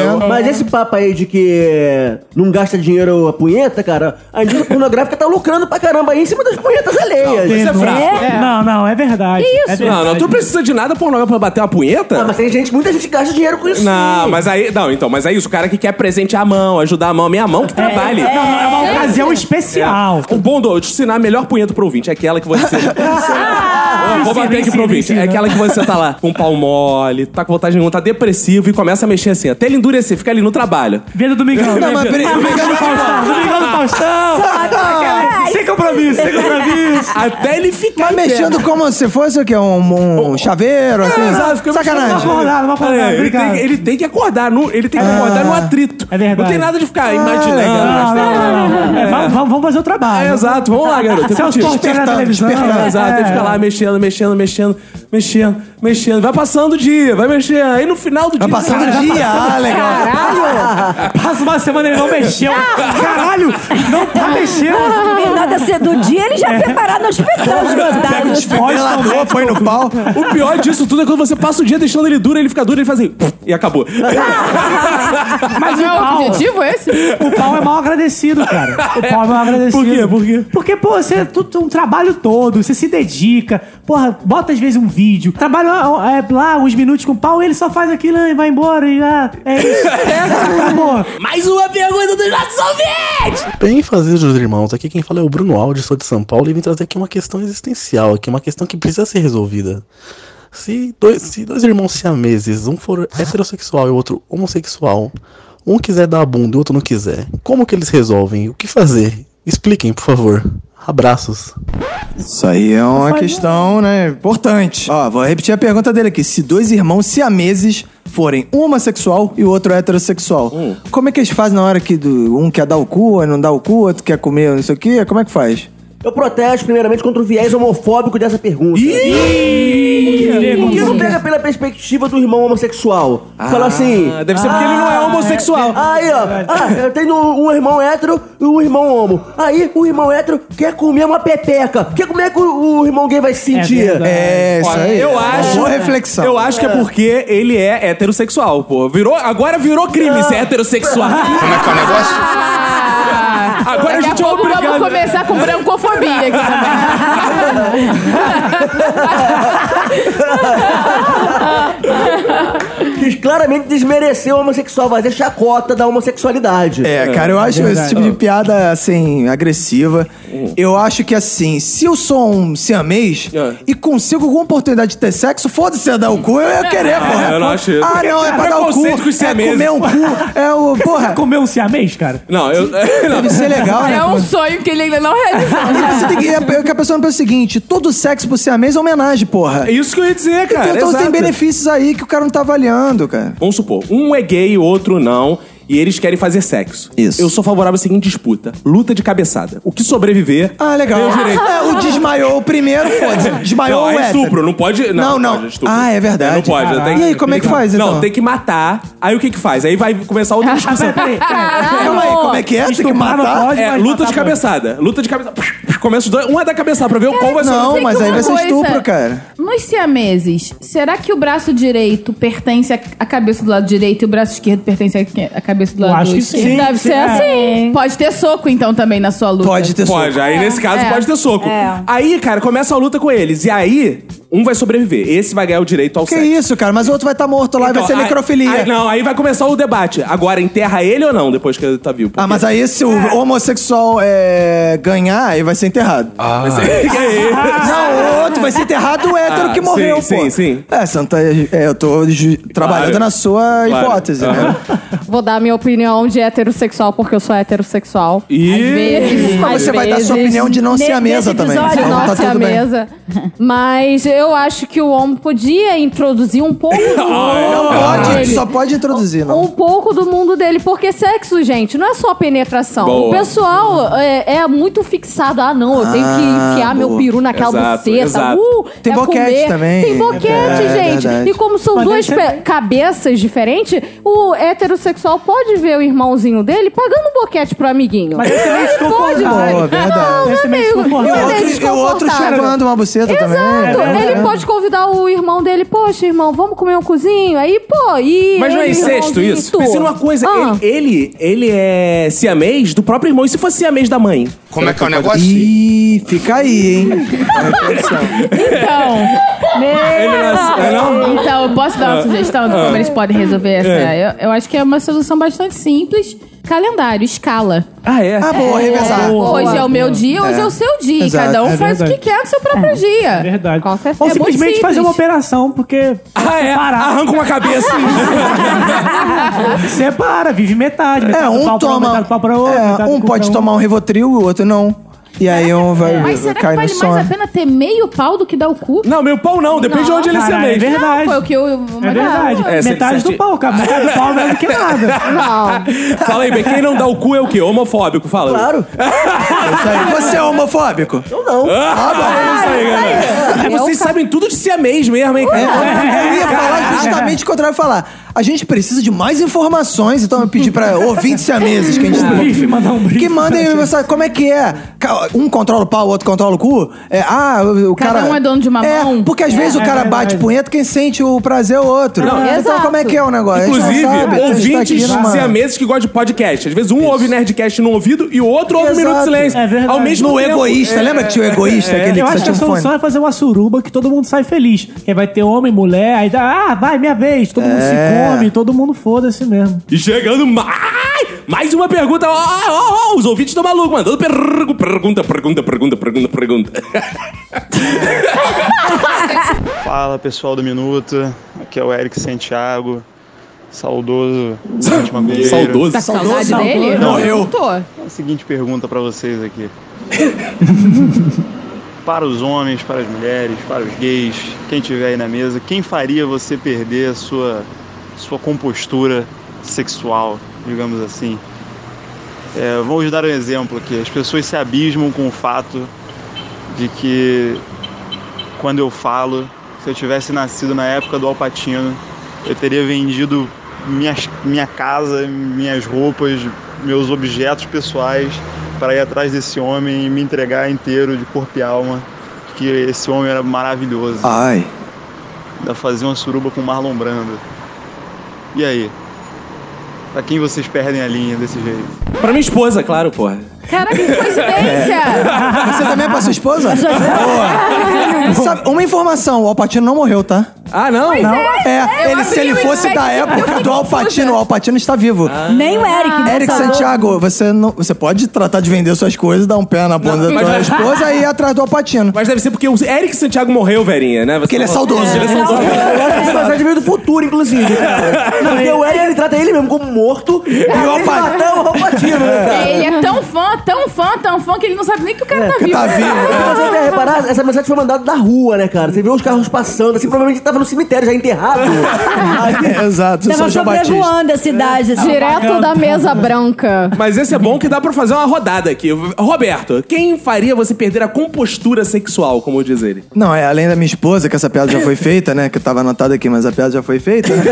Speaker 2: envolvendo.
Speaker 7: Mas esse papo aí de que não gasta dinheiro a punheta, cara, a indústria pornográfica tá lucrando pra caramba aí em cima das punhetas alheias.
Speaker 1: Isso é fraco.
Speaker 7: É.
Speaker 4: Não, não, é verdade.
Speaker 1: Que
Speaker 4: É
Speaker 1: isso? Não, não, tu precisa de nada pornográfico pra bater uma punheta?
Speaker 7: Não, Ah, mas tem gente, muita gente gasta dinheiro com isso.
Speaker 1: Não,
Speaker 7: sim.
Speaker 1: mas aí. Não, então, mas é isso. O cara que quer presentear a mão, ajudar a mão, minha mão que trabalhe.
Speaker 4: não, não, é uma
Speaker 1: Sempre.
Speaker 4: ocasião especial.
Speaker 1: O bom do eu te ensinar a melhor punheta pro ouvinte, é aquela
Speaker 4: (laughs)
Speaker 1: que você. Eu vou bater aqui pro ouvinte. É aquela que você tá lá com o pau mole, tá com vontade nenhuma, tá depressivo e começa a mexer assim, até ele endurecer, fica ali no trabalho.
Speaker 4: Vendo do Domingão. né?
Speaker 1: Não, mas peraí,
Speaker 4: Domingão do Faustão. Domingão do Faustão. Aquela- Sem
Speaker 1: é,
Speaker 4: compromisso, sem compromisso.
Speaker 1: Até ele ficar.
Speaker 2: Mas mexendo como se fosse o quê? Um, um chaveiro, assim?
Speaker 1: Ah,
Speaker 2: Sacanagem.
Speaker 1: É, ele, tem, ele tem que acordar, no, ele tem que acordar no atrito. É verdade. Não tem nada de ficar imaginando.
Speaker 4: legal.
Speaker 1: mas tem-
Speaker 4: Ah, Não, não, não. É, vamos- vamos- fazer o trabalho.
Speaker 1: É, exato, vamos lá, garoto.
Speaker 4: Ser os
Speaker 1: Contigo.
Speaker 4: porteiros da televisão. É.
Speaker 1: Despertando, Exato, tem que ficar lá mexendo, mexendo, mexendo, mexendo, mexendo. Vai passando o dia, vai mexendo. Aí no final do dia. Vai
Speaker 4: passando o dia, ah, legal.
Speaker 1: Passa uma semana ele não mexeu.
Speaker 4: Caralho, não É. tá mexendo.
Speaker 5: Não tem nada a ser do dia, ele já prepararam os pedaços
Speaker 1: Pega o
Speaker 5: grudados.
Speaker 1: desfibrilador, põe no pau. O pior disso tudo é quando você passa o dia deixando ele duro, ele fica duro, ele faz assim, e acabou.
Speaker 4: (laughs) Mas
Speaker 14: Não é o objetivo
Speaker 4: esse? O pau é mal agradecido, cara. O pau é mal agradecido. Por quê?
Speaker 1: Por quê?
Speaker 4: Porque, pô, você tu, tu- um trabalho todo, você se dedica, porra, bota às vezes um vídeo, trabalha ó, é, lá uns minutos com o pau, ele só faz aquilo e vai embora e ah, é
Speaker 16: (laughs)
Speaker 4: isso. Acabou.
Speaker 1: Mais uma pergunta dos nossos ouvintes!
Speaker 16: (laughs) Bem fazer os irmãos, aqui quem fala é o Bruno Aldi, sou de São Paulo e vim trazer aqui uma questão existencial, aqui uma questão que precisa ser resolvida. Se dois, se dois irmãos siameses, um for heterossexual e o outro homossexual, um quiser dar a bunda e o outro não quiser, como que eles resolvem? O que fazer? Expliquem, por favor. Abraços.
Speaker 2: Isso aí é uma questão, né, importante. Ó, vou repetir a pergunta dele aqui. Se dois irmãos siameses forem um homossexual e o outro heterossexual,
Speaker 1: Hum.
Speaker 2: como é que eles fazem na hora que do- um quer dar o cu, aí não dá o cu, outro quer comer, não sei o quê? Como é que faz?
Speaker 7: Eu protesto, primeiramente, contra o viés homofóbico dessa pergunta. Por que não pega pela perspectiva do irmão homossexual? Fala assim.
Speaker 1: Ah, deve ser porque ele não é homossexual.
Speaker 7: Aí, ó. Ah, eu tenho um irmão hétero e um irmão homo. Aí, o irmão hétero quer comer uma pepeca. Porque como é que o, o irmão gay vai se sentir?
Speaker 2: É,
Speaker 1: É
Speaker 16: É,
Speaker 1: Olha, Eu acho. Eu acho que é porque ele é heterossexual, pô. Virou, agora virou crime ser heterossexual. Como é que é o negócio? Agora a
Speaker 14: Daqui
Speaker 1: gente
Speaker 14: a
Speaker 1: é
Speaker 14: pouco
Speaker 1: obrigado.
Speaker 14: Vamos começar com brancofobia aqui
Speaker 7: Quis claramente desmerecer o homossexual, fazer chacota da homossexualidade.
Speaker 2: É, cara, eu acho esse tipo de piada, assim, agressiva. Eu acho que, assim, se eu sou um siamês
Speaker 1: É.
Speaker 2: e consigo alguma oportunidade de ter sexo, foda-se eu dar o cu, eu ia querer,
Speaker 1: Não,
Speaker 2: porra.
Speaker 1: É, eu não acho isso.
Speaker 2: Ah, não, é pra dar o cu,
Speaker 1: Preconceito com os
Speaker 2: é
Speaker 1: siameses.
Speaker 2: comer um cu, é o... Porra.
Speaker 4: Comer um siamês, cara?
Speaker 1: Não, eu. (laughs) não.
Speaker 2: Deve ser legal, né?
Speaker 14: É um sonho que ele ainda não
Speaker 2: E
Speaker 3: né?
Speaker 2: você tem que,
Speaker 14: realizou.
Speaker 2: é que a pessoa não pensa o seguinte, todo sexo pro siamês é homenagem, porra.
Speaker 1: É isso que eu ia dizer, cara.
Speaker 2: Então, então tem
Speaker 1: exato.
Speaker 2: benefícios aí que o cara não tá avaliando, cara.
Speaker 1: Vamos supor, um é gay, o outro não, e eles querem fazer sexo. Isso. Eu sou favorável à seguinte disputa: luta de cabeçada. O que sobreviver.
Speaker 2: Ah, legal.
Speaker 1: Meu direito.
Speaker 2: É, o desmaiou o primeiro,
Speaker 1: (laughs)
Speaker 2: foda-se. Desmaiou
Speaker 1: não,
Speaker 2: o
Speaker 1: é
Speaker 2: hétero.
Speaker 1: estupro, não pode.
Speaker 2: Não,
Speaker 1: Não,
Speaker 2: não.
Speaker 1: pode, estupro.
Speaker 2: Ah, é verdade.
Speaker 1: Não pode.
Speaker 2: Caraca.
Speaker 1: tem
Speaker 2: E aí, como é que faz, então?
Speaker 1: Não, tem que matar. Aí o que que faz? Aí vai
Speaker 2: (laughs)
Speaker 1: começar outra discussão.
Speaker 2: Calma aí, como é que é? Tem que
Speaker 1: Estuprar não
Speaker 2: matar?
Speaker 1: pode, É, mas luta de cabeçada. Luta de cabeçada. Começa os dois. Um é da cabeçada pra ver qual vai ser
Speaker 3: Não,
Speaker 1: o
Speaker 3: mas aí vai ser Coisa. estupro,
Speaker 2: cara.
Speaker 3: Nos siameses, será que o braço direito pertence à- à cabeça do lado direito e o braço esquerdo pertence à que- à cabeça do lado
Speaker 1: acho que
Speaker 3: esquerdo?
Speaker 1: sim.
Speaker 3: Deve
Speaker 1: Sim,
Speaker 3: ser
Speaker 1: é.
Speaker 3: assim. Pode ter soco, então, também na sua luta.
Speaker 2: Pode ter
Speaker 1: Pode, aí nesse caso
Speaker 3: É.
Speaker 1: pode ter soco.
Speaker 3: É.
Speaker 1: Aí, cara, começa a luta com eles. E aí, um vai sobreviver. Esse vai ganhar o direito ao
Speaker 2: Que
Speaker 1: sexo. Então,
Speaker 2: isso, cara? Mas o outro vai estar morto lá e vai ser
Speaker 1: aí-
Speaker 2: necrofilia.
Speaker 1: aí- não, aí vai começar o debate. Agora, enterra ele ou não, depois que ele tá vivo?
Speaker 2: Ah, mas aí se o homossexual é, ganhar, aí vai ser enterrado.
Speaker 1: Ah. Vai ser- Que é isso?
Speaker 3: Ah.
Speaker 2: Não, o outro vai ser enterrado o hétero
Speaker 1: Ah,
Speaker 2: que morreu,
Speaker 1: sim,
Speaker 2: pô.
Speaker 1: sim, sim.
Speaker 2: É, Santa, é, eu tô ju- trabalhando na sua
Speaker 1: Claro.
Speaker 2: hipótese, né?
Speaker 6: Vou dar minha opinião de heterossexual, porque eu sou heterossexual.
Speaker 2: Ih!
Speaker 6: Às vezes,
Speaker 2: Mas você
Speaker 6: às
Speaker 2: vai dar sua
Speaker 6: vezes.
Speaker 2: opinião de não ser
Speaker 6: Ne-
Speaker 2: a mesa
Speaker 6: nesse
Speaker 2: também.
Speaker 6: episódio,
Speaker 2: Então
Speaker 6: não
Speaker 2: tá
Speaker 6: ser a
Speaker 2: tudo bem.
Speaker 6: mesa. Mas eu acho que o homem podia introduzir um pouco do
Speaker 2: Não
Speaker 6: mundo
Speaker 2: pode,
Speaker 6: dele.
Speaker 2: só pode introduzir, não.
Speaker 6: Um pouco do mundo dele, porque sexo, gente, não é só penetração.
Speaker 2: Boa.
Speaker 6: O pessoal é, é muito fixado. Ah, não, eu tenho que
Speaker 2: Ah,
Speaker 6: enfiar meu
Speaker 2: boa.
Speaker 6: peru naquela
Speaker 2: Exato,
Speaker 6: buceta.
Speaker 2: exato.
Speaker 6: Uh,
Speaker 2: Tem
Speaker 6: é
Speaker 2: boquete
Speaker 6: comer.
Speaker 2: também.
Speaker 6: Tem boquete,
Speaker 2: É
Speaker 6: gente.
Speaker 2: verdade.
Speaker 6: E como são
Speaker 2: Mas
Speaker 6: duas
Speaker 2: esse é
Speaker 6: pe- cabeças diferentes, o heterossexual pode ver o irmãozinho dele pagando um boquete pro amiguinho.
Speaker 4: Mas esse é meio
Speaker 6: Ele pode.
Speaker 4: desconfortável.
Speaker 2: Boa, verdade.
Speaker 6: Não, não é meio, não é meio
Speaker 2: E o outro, e o outro
Speaker 6: desconfortável.
Speaker 2: chupando uma buceta também.
Speaker 6: Exato.
Speaker 2: né?
Speaker 6: Ele pode convidar o irmão dele, poxa, irmão, vamos comer um cozinho? Aí, pô, e.
Speaker 1: Mas não é
Speaker 6: ele,
Speaker 1: incesto
Speaker 6: irmãozinho,
Speaker 1: isso?
Speaker 6: tu?
Speaker 1: Pensa numa coisa,
Speaker 6: Ah.
Speaker 1: ele, ele, ele é siamês do próprio irmão. E se fosse siamês da mãe?
Speaker 2: Como é que é o
Speaker 1: negócio?
Speaker 2: Ih, fica aí, hein?
Speaker 3: Ah, é. Então.
Speaker 1: Ele nasce- é não?
Speaker 3: Então, eu posso dar uma
Speaker 1: Ah.
Speaker 3: sugestão de
Speaker 1: Ah.
Speaker 3: como eles podem resolver essa?
Speaker 1: É.
Speaker 3: Eu, eu acho que é uma solução bastante simples. Calendário, escala.
Speaker 1: Ah, é?
Speaker 2: Ah, boa, revezar.
Speaker 3: Hoje é o meu dia, hoje é, o seu dia. E Cada
Speaker 4: é
Speaker 3: um faz o que quer no seu próprio dia. É
Speaker 4: verdade.
Speaker 3: Com certeza.
Speaker 4: Ou simplesmente fazer uma operação,
Speaker 3: (laughs)
Speaker 4: porque.
Speaker 1: Ah, é? Arranca uma cabeça.
Speaker 4: Separa, vive metade.
Speaker 2: É,
Speaker 4: metade do
Speaker 2: um
Speaker 4: pau pra
Speaker 2: toma.
Speaker 4: metade do pau pra outro,
Speaker 2: é,
Speaker 4: metade
Speaker 2: um
Speaker 4: do cu
Speaker 2: pode
Speaker 4: pra
Speaker 2: tomar um Rivotril, o outro não. E aí um vai,
Speaker 3: Mas será que
Speaker 2: cai
Speaker 3: vale
Speaker 2: no
Speaker 3: mais
Speaker 2: sono.
Speaker 3: a pena ter meio pau do que dar o cu?
Speaker 1: Não, meio pau não. Depende de onde ele se
Speaker 3: Caralho,
Speaker 1: mete.
Speaker 3: É verdade. foi o que eu...
Speaker 4: É verdade.
Speaker 1: É, cê-
Speaker 4: metade
Speaker 1: cê-
Speaker 4: do pau, cara. Metade do pau não é do
Speaker 2: (laughs)
Speaker 4: que nada.
Speaker 1: Fala aí, bem, quem não dá o cu é o quê? Homofóbico, fala.
Speaker 7: Claro.
Speaker 2: Você é homofóbico?
Speaker 7: Eu não.
Speaker 4: um
Speaker 1: Ah,
Speaker 2: Ah,
Speaker 1: é isso aí, galera. É, vocês sabem tudo de siamês mesmo, hein,
Speaker 2: É,
Speaker 1: cara?
Speaker 2: eu ia falar justamente o que eu tava falar. A gente precisa de mais informações, então eu pedi pra ouvintes a meses que a gente
Speaker 1: Ah.
Speaker 4: Um brief, mandar um brief
Speaker 2: Que mandem mensagem, como é que é? Ca- Um controla o pau, o outro controla o cu. É, ah, o o
Speaker 3: Cada
Speaker 2: cara.
Speaker 3: um é dono de uma
Speaker 2: É,
Speaker 3: mão.
Speaker 2: Porque às
Speaker 3: É,
Speaker 2: vezes o
Speaker 3: é
Speaker 2: cara bate punheta, quem sente o prazer é o outro.
Speaker 1: Não,
Speaker 2: então
Speaker 3: exato.
Speaker 2: como é que é o negócio? A gente não
Speaker 1: Inclusive,
Speaker 2: sabe, a gente tá aqui
Speaker 1: ouvintes
Speaker 2: numa-
Speaker 1: siameses que gostam de podcast. Às vezes um ouve Nerdcast no ouvido e o outro ouve um
Speaker 2: Exato.
Speaker 1: Minuto de Silêncio.
Speaker 2: É verdade.
Speaker 1: Ao mesmo
Speaker 2: No
Speaker 1: tempo. é,
Speaker 2: Egoísta, lembra que tinha o Egoísta, aquele
Speaker 4: É, Eu
Speaker 2: que só
Speaker 4: acho que
Speaker 2: tinha
Speaker 4: a
Speaker 2: um
Speaker 4: solução
Speaker 2: fone?
Speaker 4: é fazer uma suruba que todo mundo sai feliz. Que vai ter homem, mulher, aí dá, ah, vai, minha vez. Todo
Speaker 1: É.
Speaker 4: mundo se come, todo mundo foda-se mesmo.
Speaker 1: E chegando mais, mais uma pergunta. Ó, ó, ó, os ouvintes do maluco mandando pergu- pergunta, pergunta, pergunta, pergunta, pergunta.
Speaker 17: Fala pessoal do Minuto, aqui é o Eric Santiago, saudoso, última Goiânia.
Speaker 1: Saudoso? Tá com
Speaker 3: saudade Saudoso? dele?
Speaker 17: Não,
Speaker 3: Morreu.
Speaker 17: eu.
Speaker 3: Tô.
Speaker 17: A seguinte pergunta pra vocês aqui: Para os homens, para as mulheres, para os gays, quem tiver aí na mesa, quem faria você perder a sua, sua compostura sexual, digamos assim? É, vamos dar um exemplo aqui: as pessoas se abismam com o fato de que quando eu falo, se eu tivesse nascido na época do Alpatino, eu teria vendido minhas, minha casa, minhas roupas, meus objetos pessoais para ir atrás desse homem e me entregar inteiro de corpo e alma, que esse homem era maravilhoso.
Speaker 2: Ai.
Speaker 17: Ainda fazia uma suruba com Marlon Brando. E aí? Pra quem vocês perdem a linha desse jeito?
Speaker 1: Pra minha esposa, claro, porra.
Speaker 3: Caraca,
Speaker 1: (laughs)
Speaker 3: que coincidência!
Speaker 2: Você também é pra sua
Speaker 3: (laughs)
Speaker 2: esposa?
Speaker 3: Eu sou esposa.
Speaker 2: Boa. Sabe, uma informação, o Alpatino não morreu, tá?
Speaker 1: Ah, não?
Speaker 2: não.
Speaker 5: é,
Speaker 2: É,
Speaker 5: eu
Speaker 2: ele, se
Speaker 5: abri
Speaker 2: ele
Speaker 5: o
Speaker 2: fosse
Speaker 5: Inspect,
Speaker 2: da
Speaker 5: eu
Speaker 2: época do Alpatino, o Alpatino está vivo.
Speaker 1: Ah.
Speaker 5: Nem o Eric, né,
Speaker 2: Eric
Speaker 5: por favor.
Speaker 2: Santiago, você, não, você pode tratar de vender suas coisas, dar um pé na bunda da sua esposa e ir atrás do Alpatino.
Speaker 1: Mas deve ser porque o Eric Santiago morreu, velhinha, né? Porque
Speaker 2: ele é saudoso.
Speaker 1: Ele é saudoso.
Speaker 7: Eu acho que esse processo veio do futuro, inclusive. cara. Porque o Eric, ele trata ele mesmo como morto. E
Speaker 2: o
Speaker 7: o
Speaker 2: Alpa-
Speaker 1: É um
Speaker 7: Patão, o Alpatino. né, cara?
Speaker 3: É, ele é tão fã, tão fã, tão fã que ele não sabe nem que o
Speaker 2: É,
Speaker 3: cara tá vivo.
Speaker 7: Mas você quer reparar, essa mensagem foi mandada da rua, né, cara? Você viu os carros passando, assim, provavelmente ele tava no cemitério já
Speaker 3: (laughs)
Speaker 7: enterrado.
Speaker 2: Exato,
Speaker 5: Tava sobrevoando a cidade. assim.
Speaker 6: Direto da mesa branca.
Speaker 1: Mas esse é bom que dá pra fazer uma rodada aqui. Roberto, quem faria você perder a compostura sexual, como diz ele?
Speaker 2: Não, é além da minha esposa, que essa piada
Speaker 1: (laughs)
Speaker 2: já foi feita, né? Que tava anotada aqui, mas a piada já foi feita. né?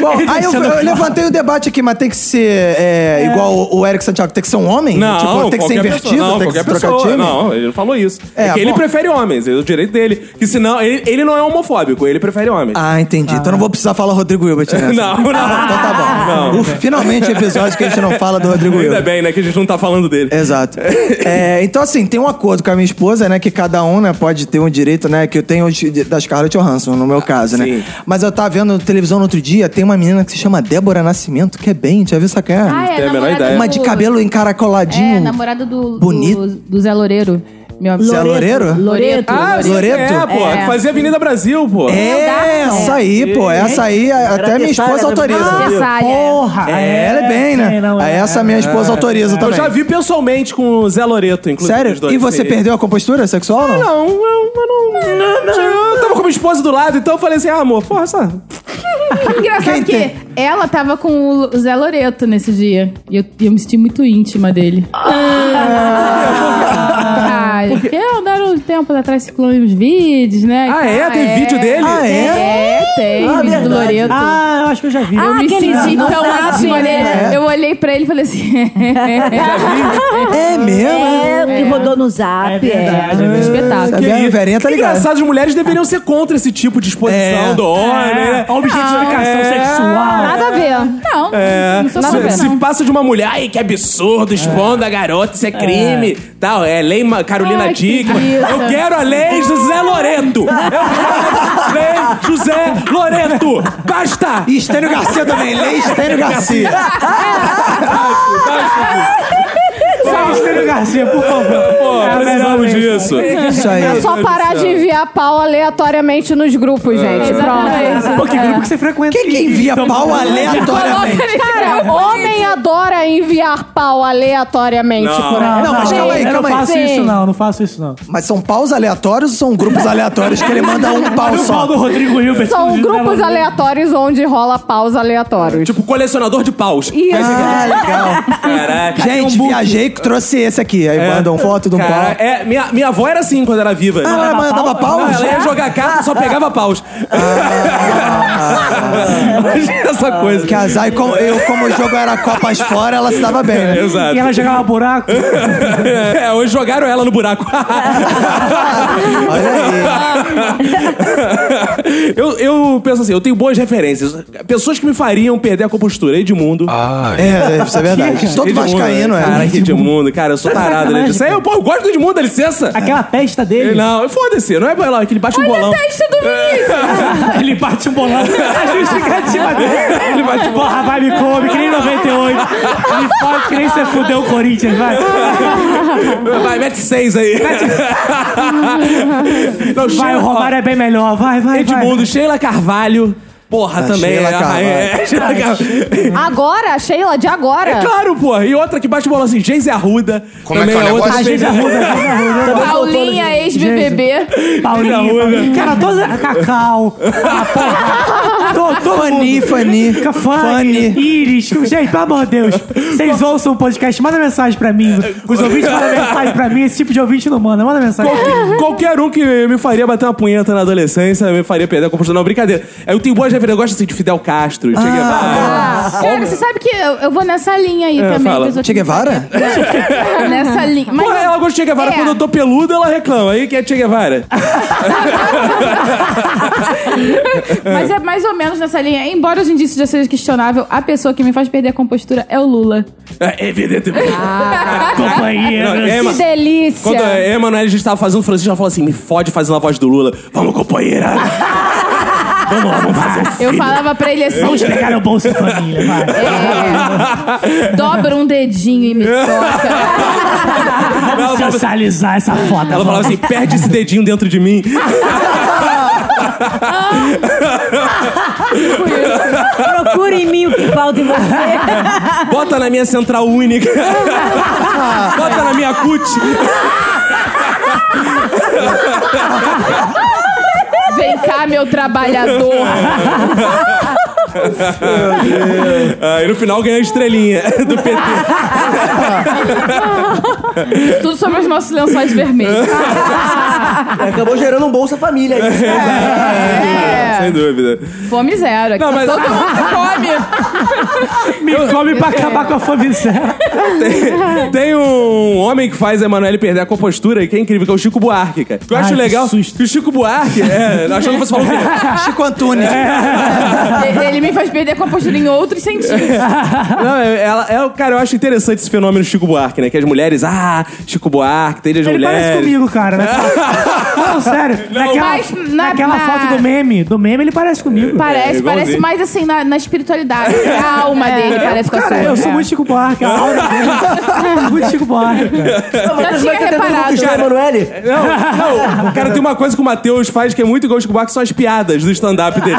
Speaker 2: Bom,
Speaker 1: (laughs)
Speaker 2: aí eu, eu levantei o debate aqui, mas tem que ser é, igual o- o Eric Santiago, tem que ser um homem? tipo, tem que ser
Speaker 1: qualquer
Speaker 2: invertido,
Speaker 1: pessoa. Não,
Speaker 2: tem que
Speaker 1: qualquer
Speaker 2: se trocar
Speaker 1: pessoa.
Speaker 2: time?
Speaker 1: Não, ele não falou isso. É,
Speaker 2: É,
Speaker 1: que ele
Speaker 2: bom.
Speaker 1: prefere homens, é o direito dele. Que senão, ele, ele não é homofóbico, ele prefere homens.
Speaker 2: Ah, entendi. Então não vou precisar falar Rodrigo Hilbert nessa.
Speaker 1: (laughs) Não, não.
Speaker 2: Então tá bom. Ufa, finalmente episódio que a gente não fala do Rodrigo
Speaker 1: Ainda
Speaker 2: Hilbert.
Speaker 1: bem, né, que a gente não tá falando dele.
Speaker 2: Exato. É, então, assim, tem um acordo com a minha esposa, né? Que cada um né, pode ter um direito, né? Que eu tenho os de- da Scarlett Johansson, no
Speaker 3: Ah,
Speaker 2: meu caso, né? Mas eu tava vendo televisão no outro dia, tem uma menina que se chama Débora Nascimento, que é bem, já viu essa cara?
Speaker 3: Ah, é, Tem a menor namorada ideia. do-
Speaker 2: Uma de cabelo
Speaker 3: É,
Speaker 2: encaracoladinho.
Speaker 3: namorado do,
Speaker 2: Bonito.
Speaker 3: do, do Zé Loureiro. Meu amigo.
Speaker 2: Zé Loureiro?
Speaker 3: Loreto.
Speaker 1: Ah, sim, é, pô. que Fazia Avenida Brasil, pô.
Speaker 2: É, essa aí, pô. Essa aí, a- até minha esposa autoriza.
Speaker 1: Ah,
Speaker 4: Porra!
Speaker 2: É, ela é bem, né? Aí essa minha esposa autoriza
Speaker 1: é, Eu
Speaker 2: também.
Speaker 1: já vi pessoalmente com o Zé Loreto, inclusive. os
Speaker 2: Sério?
Speaker 1: dois.
Speaker 2: E você
Speaker 1: Sim. Ah,
Speaker 2: perdeu a compostura sexual? ou Não,
Speaker 1: Não, eu, eu não, Eu tava com minha esposa do lado, então eu falei assim: ah, amor, porra, essa.
Speaker 3: Engraçado que ela tava com o Zé Loreto nesse dia. E eu, e
Speaker 1: (laughs)
Speaker 3: eu me senti muito íntima dele. Ah, porque andaram tempos atrás circulou uns vídeos, né?
Speaker 1: Ah, é? Tem vídeo dele?
Speaker 3: Ah, é?
Speaker 1: Ah,
Speaker 3: É, tem.
Speaker 1: Ah,
Speaker 3: vídeo
Speaker 1: verdade.
Speaker 3: do Loreto.
Speaker 1: Ah, eu acho que eu já vi.
Speaker 3: Eu me senti
Speaker 1: Não, É.
Speaker 3: tão
Speaker 1: não, não,
Speaker 3: assim,
Speaker 1: não,
Speaker 3: né?
Speaker 1: não.
Speaker 6: Eu olhei pra ele e
Speaker 1: (laughs)
Speaker 6: falei assim.
Speaker 5: É
Speaker 3: (laughs)
Speaker 1: mesmo?
Speaker 5: É, que rodou no zap. É
Speaker 1: verdade, é
Speaker 5: espetáculo.
Speaker 1: Que
Speaker 5: Sabe, a
Speaker 1: isso.
Speaker 5: Verinha tá ligada.
Speaker 1: Engraçado, as mulheres deveriam ser contra esse tipo de exposição
Speaker 4: É.
Speaker 1: do homem,
Speaker 4: É.
Speaker 1: né?
Speaker 4: A objetificação sexual.
Speaker 6: Nada a ver. Não.
Speaker 1: É.
Speaker 6: Não sou
Speaker 1: se,
Speaker 6: contra,
Speaker 1: se passa de uma mulher, ai, que absurdo, expondo a garota, isso é crime. Tal, é lei Ma- Carolina
Speaker 6: Ai, que
Speaker 1: Dickman.
Speaker 6: preguiça.
Speaker 1: Eu quero a lei José Loreto. Eu quero a lei José Loreto. Basta! E
Speaker 4: Estênio Garcia também, lei Estênio Garcia.
Speaker 1: Sai, Estênio Garcia, por favor. Pô,
Speaker 4: É a
Speaker 1: precisamos
Speaker 4: melhor lei.
Speaker 1: disso.
Speaker 4: Isso aí.
Speaker 6: É só parar de enviar pau aleatoriamente nos grupos, gente. Pronto. É.
Speaker 1: Pô, que grupo É. que você frequenta?
Speaker 4: Quem que envia pau aleatoriamente?
Speaker 6: Cara, homem adora enviar pau
Speaker 1: É,
Speaker 6: aleatoriamente por aí.
Speaker 2: Não, mas calma aí,
Speaker 1: eu
Speaker 2: calma aí.
Speaker 1: não faço
Speaker 2: Sim.
Speaker 1: isso não, não faço isso não.
Speaker 2: Mas são paus aleatórios ou são grupos aleatórios que ele manda um pau
Speaker 1: Olha o
Speaker 2: só?
Speaker 1: pau do Rodrigo Hilbert.
Speaker 6: São grupos aleatórios onde rola paus aleatórios.
Speaker 1: Tipo (laughs) colecionador de paus.
Speaker 6: Isso.
Speaker 2: Ah, legal.
Speaker 1: Caraca.
Speaker 2: Gente, viajei que trouxe esse aqui.
Speaker 1: É.
Speaker 2: Aí mandam foto de um
Speaker 1: Cara,
Speaker 2: pau.
Speaker 1: é, minha, minha avó era assim quando era viva.
Speaker 2: Ah, ela mandava paus?
Speaker 1: Não, ela ia jogar carta e só pegava paus. Imagina essa coisa.
Speaker 2: Ah, Que azar, e como- eu, como o jogo era Copas fora, ela se dava bem, né?
Speaker 1: Exato.
Speaker 2: E ela
Speaker 1: jogava buraco. (laughs) é, hoje jogaram ela no
Speaker 4: (laughs)
Speaker 1: buraco. eu, eu penso assim, eu tenho boas referências. Pessoas que me fariam perder a compostura. Edmundo. Ah,
Speaker 2: É, isso é verdade. Todo vascaíno é.
Speaker 1: Cara, que Edmundo, cara, eu sou
Speaker 4: Tá
Speaker 1: tarado, né? Isso aí, eu, pô, eu gosto do Edmundo, dá licença. Aquela testa dele. Não, foda-se, não é bolão, é que ele bate um
Speaker 6: Olha
Speaker 1: bolão.
Speaker 6: a testa do
Speaker 4: (laughs)
Speaker 6: Vinícius!
Speaker 1: ele bate um bolão. A justificativa dele. Ele bate um bolão.
Speaker 4: Porra, vai,
Speaker 1: me come, que nem 98.
Speaker 4: Me fode, que nem você fudeu o Corinthians, vai.
Speaker 1: (laughs) Vai, mete
Speaker 6: (laughs)
Speaker 1: seis aí.
Speaker 4: Tá Vai, o Romário
Speaker 1: é bem melhor. Vai, vai, Edmundo, Sheila Carvalho. Porra,
Speaker 4: Ah,
Speaker 1: também. é,
Speaker 4: Sheila
Speaker 1: é,
Speaker 4: Carvalho.
Speaker 1: é, Sheila Carvalho.
Speaker 6: Agora, Sheila, de agora.
Speaker 1: É claro, porra. E outra que bate bola assim, Geise Arruda.
Speaker 4: Como é
Speaker 1: Também
Speaker 4: que é o
Speaker 1: outra que
Speaker 4: negócio? A Geise
Speaker 1: tem-
Speaker 4: Arruda, Geise Arruda.
Speaker 1: (laughs)
Speaker 4: Também
Speaker 18: Paulinha, ex-BBB.
Speaker 1: Paulinha.
Speaker 18: Cara,
Speaker 1: toda...
Speaker 18: Cacau.
Speaker 2: Fani, Fani.
Speaker 1: Fani.
Speaker 4: Iris. Gente, pelo amor de Deus. Vocês ouçam o podcast, manda mensagem pra mim.
Speaker 1: Os ouvintes mandam mensagem
Speaker 4: pra mim. Esse tipo de ouvinte não manda. Manda mensagem.
Speaker 1: Qualquer, qualquer um que me faria bater uma punheta na adolescência me faria perder a compostura. Não, brincadeira. Eu tenho boas referências. Eu gosto assim, de Fidel Castro, Che Guevara.
Speaker 3: Cara, você sabe que eu, eu vou nessa linha aí
Speaker 1: É,
Speaker 3: também.
Speaker 1: fala.
Speaker 3: que eu sou
Speaker 1: Ah, Che Guevara?
Speaker 3: (laughs) nessa linha. Mas
Speaker 1: Porra, ela gosta de Che Guevara.
Speaker 3: É.
Speaker 1: Quando eu tô peludo, ela reclama. Aí que é Che Guevara.
Speaker 3: Mas é mais ou menos nessa linha. Embora os indícios já seja questionável, a pessoa que me faz perder a compostura é o Lula.
Speaker 1: É, evidentemente. (laughs) Ah,
Speaker 4: companheira.
Speaker 1: Emma,
Speaker 6: Que delícia.
Speaker 1: quando é- a Emanuele, a gente tava fazendo, o Francisco já falou assim, me fode fazendo a voz do Lula. Vamos, companheira. vamos lá, vamos fazer um
Speaker 3: Eu
Speaker 1: filho.
Speaker 3: falava pra ele assim:
Speaker 1: (laughs)
Speaker 4: o Bolsa Família, (laughs) vai.
Speaker 3: dobra um dedinho e
Speaker 1: (laughs)
Speaker 3: me toca.
Speaker 4: Vamos socializar essa foto.
Speaker 1: Ela falava assim, perde esse dedinho dentro de mim.
Speaker 5: Procura em mim o que falta em você.
Speaker 1: Bota na minha central única. Bota na minha CUT.
Speaker 3: Vem cá, meu trabalhador.
Speaker 1: Ah, e no final ganhou a estrelinha do PT.
Speaker 3: Isso tudo sobre os nossos lençóis vermelhos.
Speaker 1: (laughs)
Speaker 3: (laughs)
Speaker 19: Acabou gerando um Bolsa Família. aí.
Speaker 3: É.
Speaker 1: Sem dúvida.
Speaker 3: Fome zero. Aqui
Speaker 1: Não, mas-
Speaker 3: Todo mundo come.
Speaker 1: Me come pra acabar com a fome zero. Tem, tem um homem que faz a Emanuele perder a compostura, que é incrível, que é o Chico Buarque, cara. Eu acho
Speaker 4: Ai, que
Speaker 1: legal que, o Chico Buarque... É, achou que você falou o quê?
Speaker 2: (laughs) Chico Antunes.
Speaker 1: É.
Speaker 3: Ele- Ele me faz perder a compostura em outros sentidos.
Speaker 1: Não, é- ela, é, cara, eu acho interessante esse fenômeno Chico Buarque, né? Que as mulheres, ah, Chico Buarque, tem as
Speaker 4: Ele
Speaker 1: mulheres.
Speaker 4: parece comigo, cara. Né? Não, sério.
Speaker 1: Não.
Speaker 4: naquela
Speaker 3: Mas na-
Speaker 4: naquela
Speaker 3: na-
Speaker 4: foto do meme, do meme ele parece comigo.
Speaker 3: Parece, parece mais assim na, na espiritualidade. A
Speaker 5: É.
Speaker 3: alma dele parece com a sua.
Speaker 4: É. Cara, eu sou muito Chico Buarque. A aura
Speaker 1: (laughs)
Speaker 4: dele. muito Chico Buarque.
Speaker 3: Não, mas
Speaker 19: Mas vai
Speaker 3: tinha
Speaker 19: tá tentando
Speaker 3: reparado.
Speaker 19: conquistar o Emanuele?
Speaker 1: Não, não. Cara, tem uma coisa que o Matheus faz que é muito igual ao Chico Buarque, são as piadas do stand-up dele.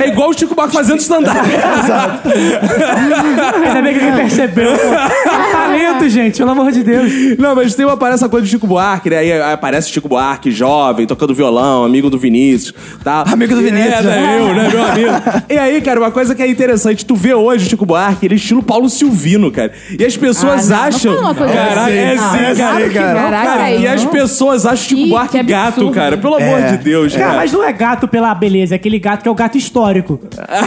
Speaker 1: É igual o Chico Buarque fazendo stand-up.
Speaker 4: Exato. Ainda bem que alguém percebeu. pô. Talento, gente, pelo amor de Deus.
Speaker 1: Não, mas tem uma parece essa coisa do Chico Buarque, né? Aí aparece o Chico Buarque, jovem, tocando violão, amigo do Vinícius, tá?
Speaker 2: Amigo do Vinícius,
Speaker 1: É,
Speaker 2: né?
Speaker 1: né? eu, né? Meu amigo. E aí, cara, uma coisa que é interessante, tu vê hoje o Chico Buarque, ele é estilo Paulo Silvino, cara. E as pessoas
Speaker 3: Ah, não, não
Speaker 1: acham...
Speaker 3: fala uma coisa
Speaker 1: Caraca,
Speaker 3: assim.
Speaker 1: é
Speaker 3: Não,
Speaker 1: sim,
Speaker 3: é
Speaker 1: cara.
Speaker 3: claro que não,
Speaker 1: Cara,
Speaker 3: cara,
Speaker 1: E as
Speaker 3: não.
Speaker 1: pessoas acham o Chico
Speaker 3: Ih,
Speaker 1: Buarque
Speaker 3: que absurdo.
Speaker 1: gato, cara. Pelo amor
Speaker 4: É.
Speaker 1: de Deus,
Speaker 4: Cara,
Speaker 1: cara.
Speaker 4: mas não é gato pela beleza, é aquele gato que é o gato histórico.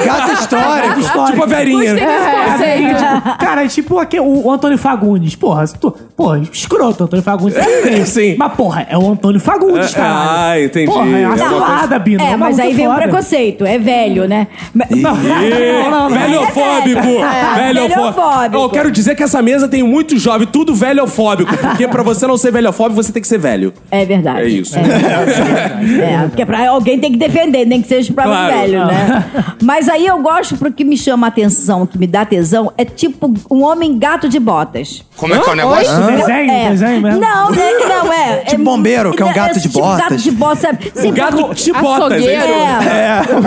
Speaker 2: Gato histórico.
Speaker 1: Tipo a Verinha.
Speaker 4: É,
Speaker 1: Gostei desse
Speaker 4: é,
Speaker 1: conceito.
Speaker 4: tipo, cara, é tipo aqui, o, o Antônio Fagundes. Porra, se tu, porra, escroto, Antônio Fagundes. É feio.
Speaker 1: Sim.
Speaker 4: Mas, porra, é o Antônio Fagundes,
Speaker 1: É,
Speaker 4: cara.
Speaker 1: ah, entendi.
Speaker 4: Porra, é uma
Speaker 1: É uma
Speaker 4: salada, Bino.
Speaker 5: É,
Speaker 4: um
Speaker 5: mas
Speaker 4: maluco
Speaker 5: aí vem o
Speaker 4: foda.
Speaker 5: preconceito. É velho, né? Mas-
Speaker 1: Ih, Velhofóbico!
Speaker 5: É,
Speaker 1: Velhofóbico!
Speaker 5: velhofóbico.
Speaker 1: Eu quero dizer que essa mesa tem muito jovem, tudo velhofóbico. Porque pra você não ser velhofóbico, você tem que ser velho.
Speaker 5: É verdade.
Speaker 1: É isso.
Speaker 5: É, porque pra alguém tem que defender, nem que seja pra
Speaker 1: Claro.
Speaker 5: um velho,
Speaker 1: Não.
Speaker 5: né? (laughs) Mas aí eu gosto, porque me chama a atenção, que me dá tesão, é tipo um homem gato de botas.
Speaker 2: Como é que é o negócio?
Speaker 5: Oi?
Speaker 2: Desenho,
Speaker 5: é.
Speaker 2: desenho mesmo?
Speaker 5: Não, não é que não, é.
Speaker 2: (laughs) Tipo bombeiro, que é um gato de
Speaker 5: tipo
Speaker 2: botas.
Speaker 5: gato de botas. sabe? Sempre
Speaker 1: Um gato
Speaker 5: com-
Speaker 1: de botas, é isso? (laughs)
Speaker 5: É.
Speaker 1: O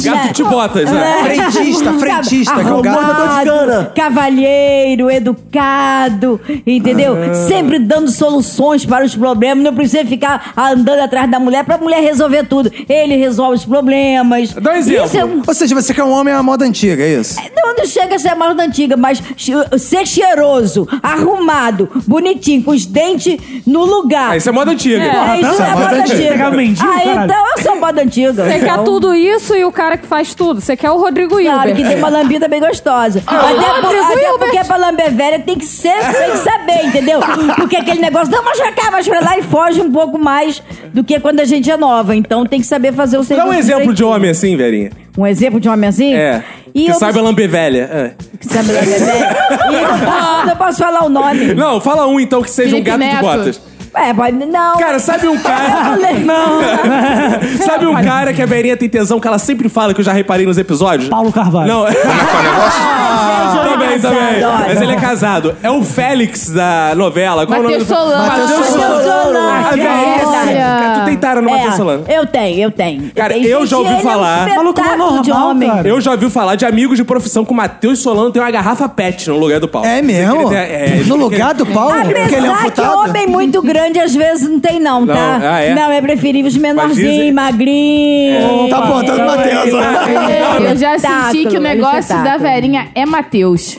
Speaker 1: gato de botas,
Speaker 5: É.
Speaker 1: né?
Speaker 2: Frentista, frentista, que é o gato.
Speaker 5: Arrumado, Cavalheiro, educado, entendeu? Sempre dando soluções para os problemas. Não precisa ficar andando atrás da mulher pra mulher resolver tudo. Ele resolve os problemas. Dá Isso é um...
Speaker 2: Ou seja, você quer um homem à moda antiga, é isso?
Speaker 5: Não, não chega a ser mais da antiga, mas che- ser cheiroso, arrumado, bonitinho, com os dentes no lugar.
Speaker 1: Ah, isso é moda antiga.
Speaker 5: É,
Speaker 1: Porra,
Speaker 5: isso
Speaker 1: tá,
Speaker 5: é
Speaker 1: moda
Speaker 5: moda
Speaker 1: antiga.
Speaker 5: antiga.
Speaker 1: Pegar o mendigo,
Speaker 5: ah,
Speaker 1: caralho.
Speaker 5: então eu sou moda antiga.
Speaker 6: Você quer
Speaker 5: então.
Speaker 6: tudo isso e o cara que faz tudo. Você quer o Rodrigo Hilbert.
Speaker 5: Claro, que tem uma lambida bem gostosa.
Speaker 6: Ah,
Speaker 5: até
Speaker 6: Rodrigo
Speaker 5: por- até
Speaker 6: Hilbert.
Speaker 5: porque pra lamber velha tem que ser, tem que saber, entendeu? Porque aquele negócio, não, mas pra cá, mas pra lá e foge um pouco mais do que quando a gente é nova. Então tem que saber fazer o serviço.
Speaker 1: Dá um exemplo de homem assim, velhinha.
Speaker 5: de... Um exemplo de homem assim?
Speaker 1: É.
Speaker 5: E
Speaker 1: que
Speaker 5: eu-
Speaker 1: saiba lamber velha. É.
Speaker 5: Que sabe lamber
Speaker 1: (laughs)
Speaker 5: velha. né, E eu não posso, não posso falar o nome.
Speaker 1: Não, fala um então que seja um gato de botas.
Speaker 5: É, pode... Não.
Speaker 1: Cara, sabe um cara.
Speaker 5: Não.
Speaker 1: (laughs) sabe um cara que a velhinha tem tesão que ela sempre fala, que eu já reparei nos episódios? Paulo Carvalho. Não. (laughs) também, também. Mas ele é casado. É o Félix da novela. Qual é
Speaker 5: Matheus
Speaker 1: o nome?
Speaker 5: Solano.
Speaker 1: Matheus
Speaker 5: Matheus Solano. é
Speaker 1: Solano. A velhinha. Cara, Tu tem tara no Matheus Solano.
Speaker 5: Eu tenho, eu tenho.
Speaker 1: Cara,
Speaker 5: tenho.
Speaker 1: eu já ouvi
Speaker 5: Ele é um
Speaker 1: falar.
Speaker 5: Maluco, normal, de homem.
Speaker 1: Eu já ouvi falar de amigos de profissão que o Matheus Solano tem uma garrafa pet no lugar do Paulo.
Speaker 2: É mesmo? No lugar do Paulo? Porque ele é
Speaker 5: Apesar que homem muito grande às vezes não tem, não, tá?
Speaker 1: um Não, ah, é?
Speaker 5: Não, é preferível os É. menorzinhos,
Speaker 1: dizem- É.
Speaker 5: magrinhos.
Speaker 2: Tá apontando pra Deus,
Speaker 5: É.
Speaker 1: (laughs)
Speaker 3: Eu
Speaker 5: Tá,
Speaker 3: já senti que
Speaker 5: Espetáculo,
Speaker 3: o negócio da Verinha é Matheus.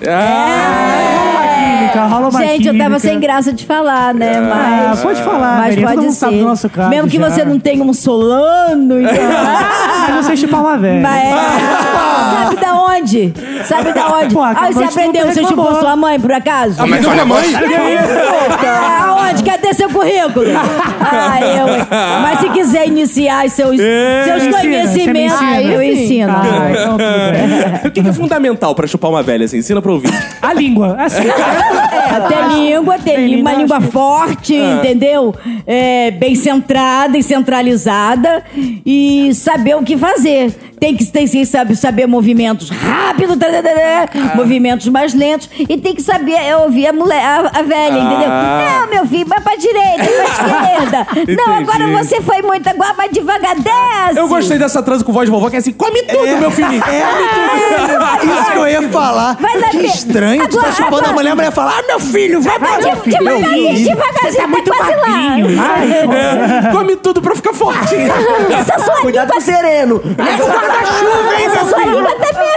Speaker 4: Química, rola uma
Speaker 5: É. Gente, eu tava
Speaker 4: química.
Speaker 5: sem graça de falar, né?
Speaker 4: Ah,
Speaker 5: Mas,
Speaker 4: pode falar,
Speaker 5: mas
Speaker 4: Maria, todo
Speaker 5: pode
Speaker 4: mundo
Speaker 5: ser.
Speaker 4: sabe do nosso caso
Speaker 5: Mesmo que
Speaker 4: já.
Speaker 5: você não tenha um
Speaker 4: (laughs)
Speaker 5: solano,
Speaker 4: Mas você chupar uma velha.
Speaker 5: Mas, é. sabe da onde? Sabe da onde?
Speaker 4: Pô,
Speaker 5: ah, você
Speaker 4: acabou de um
Speaker 5: aprendeu,
Speaker 4: tudo
Speaker 5: você chupou
Speaker 4: reclamando.
Speaker 5: sua mãe, por acaso?
Speaker 1: Ah, mas eu mãe?
Speaker 5: Ah, Aonde? Cadê seu currículo? Ah, eu. hein? Mas se quiser iniciar seus,
Speaker 4: É,
Speaker 5: seus
Speaker 1: ensina,
Speaker 5: conhecimentos,
Speaker 3: você me ensina.
Speaker 5: eu
Speaker 3: Aí sim.
Speaker 5: ensino.
Speaker 4: Ah, então tudo bem.
Speaker 1: (laughs) O que que é fundamental pra chupar uma velha assim? Ensina pra ouvir.
Speaker 4: A língua,
Speaker 5: (laughs)
Speaker 4: assim.
Speaker 5: É, tem língua, tem,
Speaker 4: Tem
Speaker 5: uma
Speaker 4: língua,
Speaker 5: língua forte, entendeu? É, bem centrada e centralizada. E saber o que fazer. Tem que, tem que saber, saber movimentos rápidos, tá, tá, tá, tá, movimentos mais lentos. E tem que saber é, ouvir a, mulher, a, a velha, entendeu?
Speaker 1: Ah.
Speaker 5: Não, meu filho, vai pra direita, vai pra esquerda. Não, agora
Speaker 1: Entendi.
Speaker 5: você foi muito, agora vai devagar, desce.
Speaker 1: Eu gostei dessa trança com voz de vovó que é assim: come tudo, meu filhinho.
Speaker 2: É,
Speaker 1: (laughs)
Speaker 2: isso que eu ia falar.
Speaker 5: Vai lá
Speaker 2: Que
Speaker 5: ver.
Speaker 2: estranho, tu tá
Speaker 5: Agora,
Speaker 2: chupando a
Speaker 5: agora.
Speaker 2: mulher, a mulher fala, ah, meu filho, vai pra
Speaker 5: Vai de- Devagarzinho, devagarzinho, tá quase lá.
Speaker 1: É, come tudo pra ficar forte.
Speaker 5: Essa sua
Speaker 7: Cuidado com o sereno.
Speaker 5: Essa sua língua também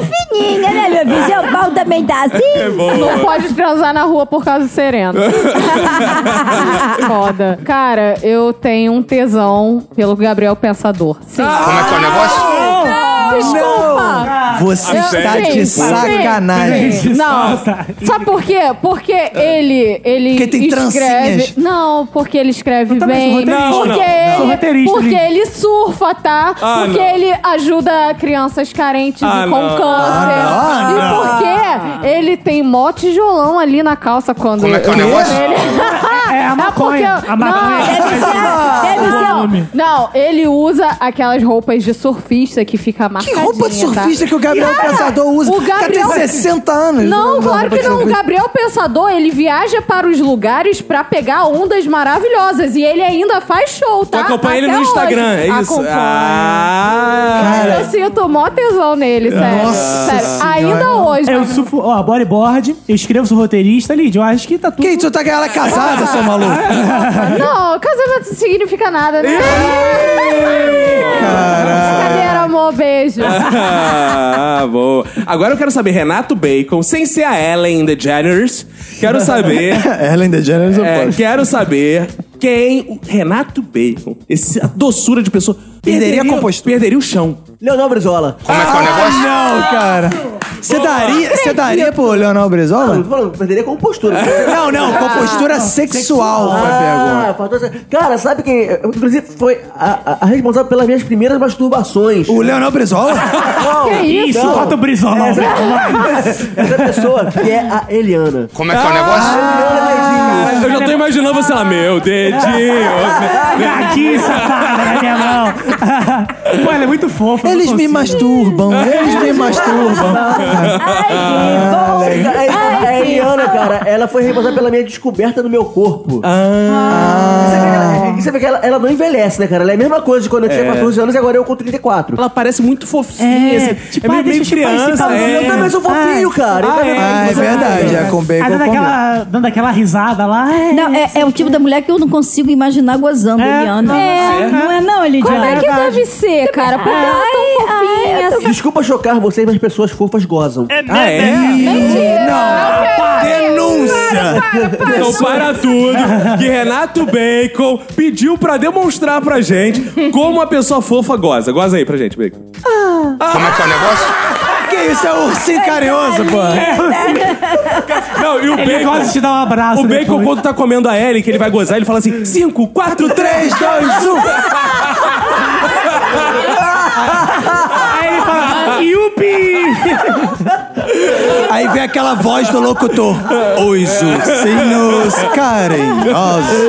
Speaker 5: é fininha, né, meu filho? Seu pau também tá assim?
Speaker 4: É,
Speaker 6: Não pode transar na rua por causa
Speaker 4: (laughs)
Speaker 6: do sereno. Foda. Cara, eu tenho um tesão pelo Gabriel Pensador. Sim.
Speaker 20: Como é que é o negócio?
Speaker 6: Desculpa!
Speaker 2: Ah, Você
Speaker 4: Ah,
Speaker 1: Ah,
Speaker 6: Eu-
Speaker 2: está
Speaker 6: sim,
Speaker 2: de
Speaker 6: sim,
Speaker 2: sacanagem.
Speaker 6: sim. Não. Sabe por quê? Porque ele. ele
Speaker 2: Porque tem trancinhas.
Speaker 6: escreve. Não, porque ele escreve
Speaker 4: também sou
Speaker 6: bem.
Speaker 4: roteirista.
Speaker 6: porque
Speaker 4: Não, não,
Speaker 6: ele.
Speaker 4: sou roteirista,
Speaker 6: porque
Speaker 4: Lin.
Speaker 6: ele surfa, tá?
Speaker 1: Ah,
Speaker 6: porque
Speaker 1: não.
Speaker 6: ele ajuda crianças carentes
Speaker 1: Ah,
Speaker 6: e com
Speaker 1: não.
Speaker 6: câncer.
Speaker 1: Ah,
Speaker 6: e
Speaker 1: não.
Speaker 6: porque ele tem mó tijolão ali na calça quando.
Speaker 2: é
Speaker 20: Como é que é o negócio?
Speaker 6: Ele...
Speaker 4: É a maconha.
Speaker 6: porque-
Speaker 4: A maconha é
Speaker 6: Não,
Speaker 4: faz
Speaker 6: deve ser-
Speaker 4: o
Speaker 6: deve ser-
Speaker 4: volume.
Speaker 6: Não, ele usa aquelas roupas de surfista que fica
Speaker 2: Que
Speaker 6: marcadinha,
Speaker 2: roupa de surfista
Speaker 6: tá?
Speaker 2: que o Gabriel
Speaker 6: Cara,
Speaker 2: Pensador usa?
Speaker 6: O Gabriel...
Speaker 2: Cara, tem 60 anos.
Speaker 6: Não,
Speaker 2: usa
Speaker 6: claro
Speaker 2: roupa
Speaker 6: que
Speaker 2: de
Speaker 6: não. O
Speaker 2: surfista.
Speaker 6: Gabriel Pensador, ele viaja para os lugares pra pegar ondas maravilhosas. E ele ainda faz show,
Speaker 1: Tu
Speaker 6: tá?
Speaker 1: acompanha ele
Speaker 6: Até
Speaker 1: no
Speaker 6: hoje.
Speaker 1: Instagram, é isso?
Speaker 6: Acompanho.
Speaker 1: Ah!
Speaker 6: Eu sinto mó tesão nele, sério. sério. Ainda hoje.
Speaker 4: Eu sufo, ó, bodyboard, eu escrevo, sou roteirista, Lid, eu acho que tá tudo... Ah, é.
Speaker 2: Que tu tá galera casada, seu maluco?
Speaker 6: Não, casamento não significa nada, né? Brincadeira,
Speaker 2: (laughs)
Speaker 6: amor, beijo.
Speaker 1: (laughs) ah, boa. Agora eu quero saber, Renato Bacon, sem ser a Ellen DeGeneres, quero (laughs) saber.
Speaker 2: Ellen DeGeneres eu
Speaker 1: é,
Speaker 2: posso.
Speaker 1: Quero saber quem. o Renato Bacon, essa doçura de pessoa. Perderia, a compostura. Perderia o chão.
Speaker 7: Leonel Brizola.
Speaker 1: Como é que é o negócio?
Speaker 2: Ah, Não, cara. Você daria, você daria pro Leonel
Speaker 7: Não,
Speaker 2: Brizola?
Speaker 7: tô falando, perderia com postura.
Speaker 2: Não, não, com postura sexual foi a
Speaker 7: Ah,
Speaker 2: pergunta.
Speaker 7: faltou essa- Cara, sabe quem? Inclusive, foi a, a- a responsável pelas minhas primeiras masturbações. O
Speaker 2: Leonel Brizola?
Speaker 7: Não,
Speaker 4: Que isso?
Speaker 7: não.
Speaker 4: Bota o Brizola,
Speaker 7: Essa, essa pessoa que é a Eliana. Ah,
Speaker 1: Como é que é o negócio? eu já tô imaginando você lá, meu né?" dedinho.
Speaker 4: Aqui, safada, na minha mão. (laughs) Pô, ela é muito fofa. eu não
Speaker 2: Eles me
Speaker 4: consigo.
Speaker 2: masturbam, eles
Speaker 4: (laughs)
Speaker 2: me masturbam.
Speaker 7: Ai, cara, a- é, a
Speaker 2: Ai, que
Speaker 7: Eliana, cara, ela foi responsável pela minha descoberta do meu corpo.
Speaker 2: Ah.
Speaker 7: E você vê que, ela, e você vê que ela- ela não envelhece, né, cara? Ela é a mesma coisa de quando eu tinha
Speaker 1: É.
Speaker 7: 14 anos e agora eu com 34.
Speaker 1: Ela parece muito fofinha. assim.
Speaker 4: tipo,
Speaker 1: é meio,
Speaker 4: ah, deixa
Speaker 1: meio
Speaker 4: eu chupar esse
Speaker 1: criança.
Speaker 4: pau.
Speaker 1: é.
Speaker 7: Tá, Eu também sou fofinho, cara.
Speaker 1: Ah,
Speaker 7: Então,
Speaker 1: é?
Speaker 7: cara,
Speaker 2: Ah, é
Speaker 7: você-
Speaker 2: verdade, é com
Speaker 4: Ah,
Speaker 2: bacon
Speaker 4: dando
Speaker 2: combina.
Speaker 4: aquela, dando aquela risada lá.
Speaker 5: Não, é, é o tipo da mulher que eu não consigo imaginar gozando,
Speaker 4: É,
Speaker 5: Eliana.
Speaker 4: não,
Speaker 6: é.
Speaker 5: Não é não, Eliana?
Speaker 6: Como é que deve ser, cara? Porque ela é tão fofinha. assim.
Speaker 7: Desculpa chocar vocês, mas pessoas fofas gozam.
Speaker 1: Ah, é?
Speaker 6: Mentira. Não quero ver.
Speaker 1: Denúncia! Então
Speaker 6: Pessoa-
Speaker 1: para tudo que Renato Bacon pediu pra demonstrar pra gente como a pessoa fofa goza. Goza aí pra gente, Bacon.
Speaker 4: Ah.
Speaker 1: Como é que é o
Speaker 4: (laughs)
Speaker 1: negócio?
Speaker 2: Que isso, é ursinho carinhoso, pô.
Speaker 1: Não, e o
Speaker 4: Ele
Speaker 1: Bacon...
Speaker 4: gosta
Speaker 6: (laughs)
Speaker 4: de te dar um abraço
Speaker 1: O Bacon,
Speaker 4: depois.
Speaker 1: quando tá comendo a Ellie, que ele vai gozar, ele fala assim: 5, 4, 3, 2, 1.
Speaker 4: Aí ele fala, Yupi!
Speaker 2: Aí vem aquela voz do locutor. Os ursinhos carinhosos.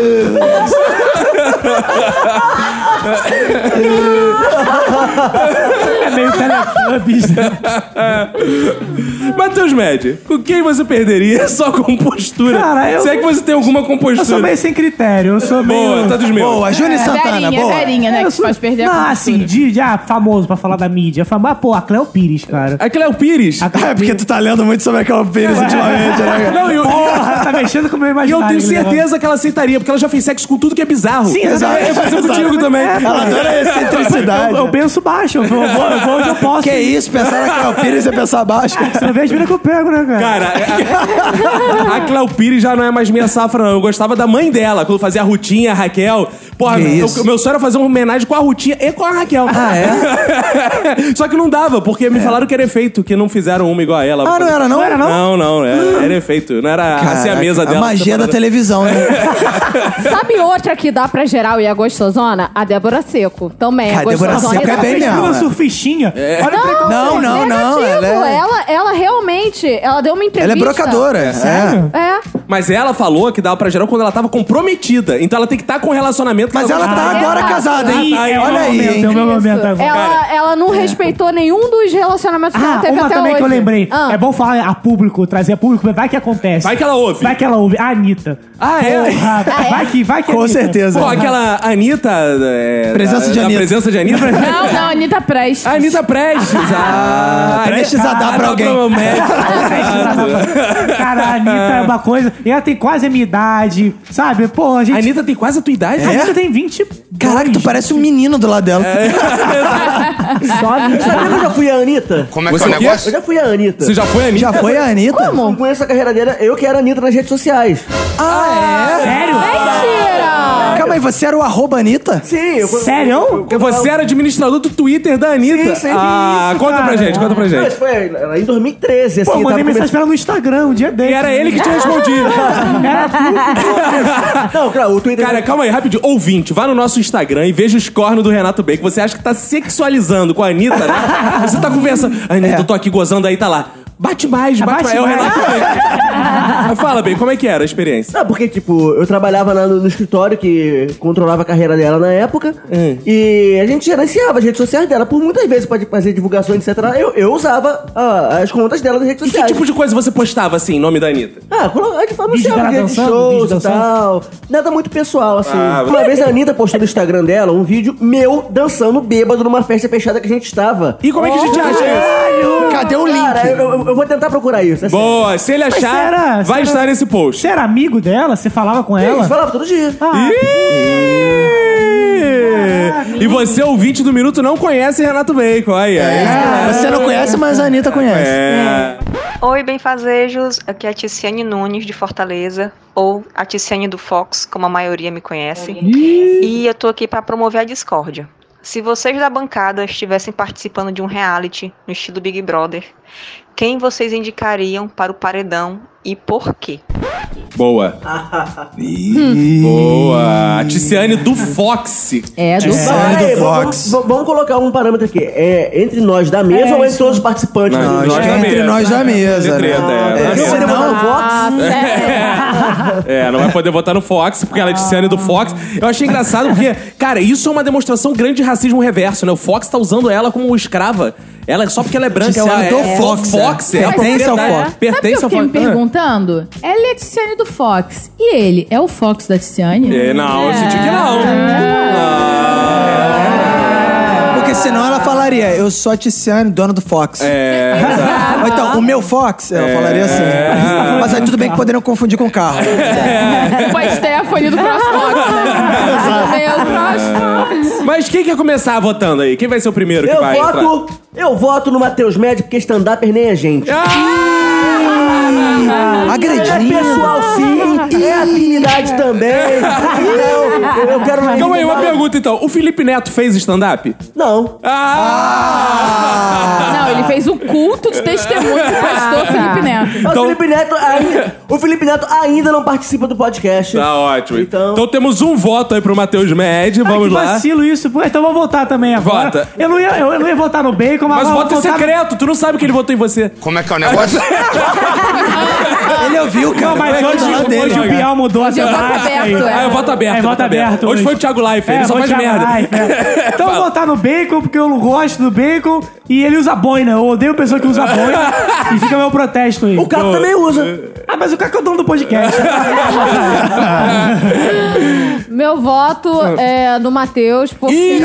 Speaker 4: É meio (laughs) teletubbies.
Speaker 1: Matheus Med, com quem você perderia (laughs) só com postura?
Speaker 4: Cara, eu-
Speaker 1: Se é que você tem alguma compostura.
Speaker 4: Eu sou meio sem critério, eu sou meio...
Speaker 1: Boa, tá dos meus.
Speaker 2: Boa, Júnior Santana,
Speaker 3: Verinha,
Speaker 2: boa.
Speaker 3: Verinha, né?
Speaker 4: Eu
Speaker 3: Que
Speaker 4: sou-
Speaker 3: faz perder a
Speaker 4: Não,
Speaker 3: compostura.
Speaker 4: assim, de, de- ah, famoso pra falar da mídia. Famo... Ah, pô, a Cléo Pires, cara.
Speaker 1: A Cleo Pires. É.
Speaker 2: É porque tu tá lendo muito sobre aquela pênis ultimamente, né? cara?
Speaker 1: Não, eu,
Speaker 4: Porra, tá mexendo com o meu
Speaker 1: e eu
Speaker 4: imaginário.
Speaker 1: tenho certeza que ela aceitaria, porque ela já fez sexo com tudo que é bizarro.
Speaker 4: Sim, exatamente. É,
Speaker 1: Eu fazer contigo também.
Speaker 2: Ela adora
Speaker 4: Eu,
Speaker 2: excentricidade.
Speaker 4: eu penso baixo, eu vou, eu vou- eu vou onde eu posso.
Speaker 2: Que isso, pensar naquela pênis é pensar
Speaker 4: (laughs)
Speaker 2: baixo.
Speaker 4: Se não vê as minas que eu pego, né, cara?
Speaker 1: Cara, a, a Cléo Pires já não é mais minha safra, não. Eu gostava da mãe dela, quando fazia a Rutinha, a Raquel. Porra,
Speaker 2: Que
Speaker 1: meu-
Speaker 2: isso?
Speaker 1: meu sonho era fazer uma homenagem com a Rutinha e com a Raquel. Ah, é? (laughs) Só que não dava, porque me falaram que era efeito, que não fizeram uma igual a ela.
Speaker 2: Ah, não era, não?
Speaker 4: Não era, não?
Speaker 1: Não, não, é, era, era efeito. Não era assim a mesa
Speaker 2: Caraca,
Speaker 1: dela.
Speaker 2: A magia da
Speaker 1: separada.
Speaker 2: televisão, né?
Speaker 6: assim. Sabe outra que dá pra geral e é gostosona? A Débora Seco. Também é
Speaker 2: Cara, a Débora
Speaker 6: gostosona.
Speaker 2: Seco é
Speaker 6: e dá
Speaker 2: bem
Speaker 6: pra-
Speaker 2: mesmo.
Speaker 4: Uma surfistinha. Olha o preconceito.
Speaker 2: Não, não, não. Ela
Speaker 6: Negativo,
Speaker 2: é,
Speaker 6: Ela, ela realmente, ela deu uma
Speaker 2: ela
Speaker 6: entrevista.
Speaker 2: é brocadora. É.
Speaker 6: É.
Speaker 1: Mas ela falou que dava pra geral quando ela tava comprometida. Então ela tem que estar com um relacionamento. que
Speaker 2: Mas ela tá
Speaker 1: gostava.
Speaker 2: agora
Speaker 6: Exato.
Speaker 2: casada, hein?
Speaker 4: Ih, é o
Speaker 2: Olha
Speaker 4: meu
Speaker 2: aí,
Speaker 4: momento,
Speaker 2: hein?
Speaker 4: é o meu momento agora.
Speaker 6: Ela, ela não respeitou nenhum dos relacionamentos que ela
Speaker 4: é. Ah,
Speaker 6: teve
Speaker 4: uma
Speaker 6: até
Speaker 4: também
Speaker 6: hoje.
Speaker 4: que eu lembrei.
Speaker 6: Ah.
Speaker 4: É bom falar a público, trazer a público, vai que acontece.
Speaker 1: Vai que ela ouve.
Speaker 4: Vai que ela ouve. A Anitta.
Speaker 1: Ah, é?
Speaker 4: Porra, vai que, vai que é
Speaker 2: Com
Speaker 4: Anitta.
Speaker 2: certeza.
Speaker 1: Pô, aquela Anitta. é,
Speaker 2: Presença
Speaker 1: da-
Speaker 2: de
Speaker 1: da
Speaker 2: Anitta.
Speaker 1: Presença de Anitta.
Speaker 3: Não, não, Anitta Prestes.
Speaker 1: A
Speaker 2: (laughs)
Speaker 1: Anitta Prestes. Ah, né?
Speaker 2: prestes a dar pra alguém.
Speaker 1: meu médico.
Speaker 4: Cara, a Anitta é uma coisa. E ela tem quase a minha idade, sabe? Pô, a gente.
Speaker 1: A Anitta tem quase a tua idade. É?
Speaker 4: a Anitta tem 20.
Speaker 2: Caraca, tu parece um menino do lado dela.
Speaker 1: (laughs)
Speaker 7: Só vinte. Sabia que eu já fui a Anitta?
Speaker 1: Como é que é o
Speaker 7: Eu já- Eu
Speaker 1: negócio?
Speaker 7: já fui a Anitta.
Speaker 1: Você já foi, Anitta?
Speaker 2: Já foi a Anitta?
Speaker 7: Não conheço a carreira dele, eu que era a Anitta nas redes sociais.
Speaker 2: Ah, é?
Speaker 4: Sério?
Speaker 6: Mentira!
Speaker 2: Calma aí, você era o arroba Anitta?
Speaker 7: Sim,
Speaker 4: (laughs)
Speaker 7: eu
Speaker 4: Sério?
Speaker 1: Você era administrador do Twitter da Anitta.
Speaker 7: Sim, sim.
Speaker 1: ah,
Speaker 4: Isso,
Speaker 1: conta pra
Speaker 4: cara.
Speaker 1: gente, conta pra
Speaker 7: Não,
Speaker 1: gente.
Speaker 7: isso foi era em 2013, assim.
Speaker 4: Pô, eu mandei mensagem
Speaker 7: tava começando-
Speaker 4: pra ela no Instagram um dia
Speaker 1: E
Speaker 4: dele.
Speaker 1: era ele que (laughs) tinha respondido.
Speaker 4: É,
Speaker 7: (laughs) Não, claro, o Twitter...
Speaker 1: Cara, calma aí, rapidinho. Ouvinte, vá no nosso Instagram e veja os cornos do Renato Bacon.
Speaker 7: (laughs) É.
Speaker 1: Você acha que tá sexualizando com a Anitta, né? Você tá conversando. Anitta, eu tô aqui gozando aí, tá lá. Bate mais, bate, mais. É o Renato. Mas Fala, bem, como é que era a experiência?
Speaker 7: Não, porque, tipo, eu trabalhava lá no, no escritório que controlava a carreira dela na época
Speaker 1: Hum.
Speaker 7: e a gente gerenciava as redes sociais dela. Por muitas vezes pode fazer divulgações, etc. Eu, eu usava ah, as contas dela nas redes
Speaker 1: Que
Speaker 7: sociais.
Speaker 1: tipo de coisa você postava assim, nome da Anitta?
Speaker 7: Ah,
Speaker 2: é
Speaker 7: colo- de forma
Speaker 1: Vídeo
Speaker 7: social,
Speaker 1: dela
Speaker 7: dia de
Speaker 1: dançando,
Speaker 7: shows
Speaker 1: vídeo
Speaker 7: e tal. Nada muito pessoal, assim.
Speaker 1: Ah,
Speaker 7: Uma
Speaker 1: você-
Speaker 7: vez a Anitta postou no Instagram dela um vídeo meu dançando bêbado numa festa fechada que a gente estava.
Speaker 1: E como é que a gente acha isso? Cadê o link?
Speaker 7: Cara, eu, eu- eu vou tentar procurar
Speaker 11: é
Speaker 7: isso. assim.
Speaker 1: Boa, se ele
Speaker 7: Mas
Speaker 1: achar,
Speaker 7: será?
Speaker 1: vai estar nesse post.
Speaker 11: Você era amigo dela? Você falava com ela?
Speaker 7: Sim, falava todo dia.
Speaker 2: Ah.
Speaker 1: E você, ouvinte do Minuto, não conhece Renato Bacon. Aí, aí.
Speaker 7: É.
Speaker 2: Você não conhece, mas a Anitta conhece.
Speaker 1: É.
Speaker 20: Oi, benfazejos. Aqui é a Ticiane Nunes de Fortaleza, ou a Ticiane do Fox, como a maioria me conhece. E eu tô aqui para promover a discórdia. Se vocês da bancada estivessem participando de um reality no estilo Big Brother, quem vocês indicariam para o paredão e por quê?
Speaker 7: (laughs)
Speaker 1: Boa. Ih, Boa. A Ticiane do Fox.
Speaker 3: É,
Speaker 7: Mas peraí, vamos- vamos- Vamos colocar um parâmetro aqui. É entre nós da
Speaker 1: É,
Speaker 7: mesa ou entre
Speaker 1: isso.
Speaker 7: todos os participantes?
Speaker 1: Não,
Speaker 7: da
Speaker 1: entre nós
Speaker 7: mesa?
Speaker 1: da mesa. Entre nós da mesa, né?
Speaker 7: Ah,
Speaker 1: Treta, é.
Speaker 7: Eu vou demorar o voto.
Speaker 1: (laughs) É, não vai poder votar no Fox, porque ela é Ticiane do Fox. Eu achei engraçado porque, cara, isso é uma demonstração grande de racismo reverso, né? O Fox tá usando ela como escrava. Ela, só porque ela é branca,
Speaker 2: Ticiane
Speaker 1: ela
Speaker 2: do
Speaker 1: é
Speaker 2: Fox,
Speaker 1: Fox,
Speaker 2: é.
Speaker 1: é.
Speaker 2: Pertence ao Fox.
Speaker 1: verdade.
Speaker 3: Né?
Speaker 2: Ah.
Speaker 3: Sabe o
Speaker 1: Pertence
Speaker 3: que eu
Speaker 1: ao
Speaker 3: fiquei
Speaker 1: Fox.
Speaker 3: me perguntando? É Leticiane do Fox. E ele é o Fox da Ticiane?
Speaker 1: É, não, eu senti que não.
Speaker 2: Porque senão ela falaria, eu sou a Tiziane, dona do Fox.
Speaker 1: É.
Speaker 2: Ou então, o meu Fox, ela falaria assim. Mas aí tudo bem que poderiam confundir com carro.
Speaker 3: É.
Speaker 1: É.
Speaker 14: Com a Stephanie do CrossFox, né? Meu
Speaker 1: Ah.
Speaker 14: CrossFox.
Speaker 1: Mas quem quer começar votando aí? Quem vai ser o primeiro que
Speaker 7: Eu
Speaker 1: vai entrar? Ah!
Speaker 7: voto, eu voto no Matheus Médio, porque stand-upper nem é gente.
Speaker 2: Agredindo.
Speaker 7: É pessoal sim, é afinidade também. Então, eu- eu quero...
Speaker 1: Calma aí, uma pergunta então. O Felipe Neto fez stand-up?
Speaker 7: Não.
Speaker 14: Ah. Não, ele fez um culto de testemunho do pastor Felipe Neto.
Speaker 7: Mas
Speaker 1: Então-
Speaker 7: O, Felipe Neto ainda, o Felipe Neto ainda não participa do podcast.
Speaker 1: Tá ótimo. Então... temos um voto aí pro Matheus Med, vamos
Speaker 11: que
Speaker 1: lá.
Speaker 11: vacilo isso. Pô, Então vou votar também agora.
Speaker 1: Vota.
Speaker 11: Eu
Speaker 1: (laughs)
Speaker 11: não ia, eu não ia votar no Bacon, mas...
Speaker 1: Mas o
Speaker 11: vou
Speaker 1: voto é
Speaker 11: votar no-
Speaker 1: secreto, tu não sabe que ele votou em você. Como é que é o negócio?
Speaker 2: Ele ouviu, cara.
Speaker 11: Não, mas hoje, hoje o Bial mudou a sua
Speaker 1: Ah, eu voto aberto.
Speaker 11: É,
Speaker 1: eu
Speaker 11: voto aberto.
Speaker 1: Hoje foi o Thiago Life,
Speaker 11: É,
Speaker 1: ele só
Speaker 11: foi o
Speaker 1: faz
Speaker 11: Thiago
Speaker 1: merda.
Speaker 11: Life,
Speaker 1: (laughs)
Speaker 11: é. Então eu vou votar no Bacon, porque eu não gosto do Bacon. E ele usa boina. Eu odeio pessoa que usa
Speaker 1: (laughs)
Speaker 11: boina. e fica meu protesto aí. O
Speaker 7: Caco também usa.
Speaker 11: Ah, mas o Caco é o dono do
Speaker 1: (laughs)
Speaker 11: podcast.
Speaker 6: Meu voto
Speaker 2: Ah.
Speaker 6: é no Matheus, porque.
Speaker 11: Ih!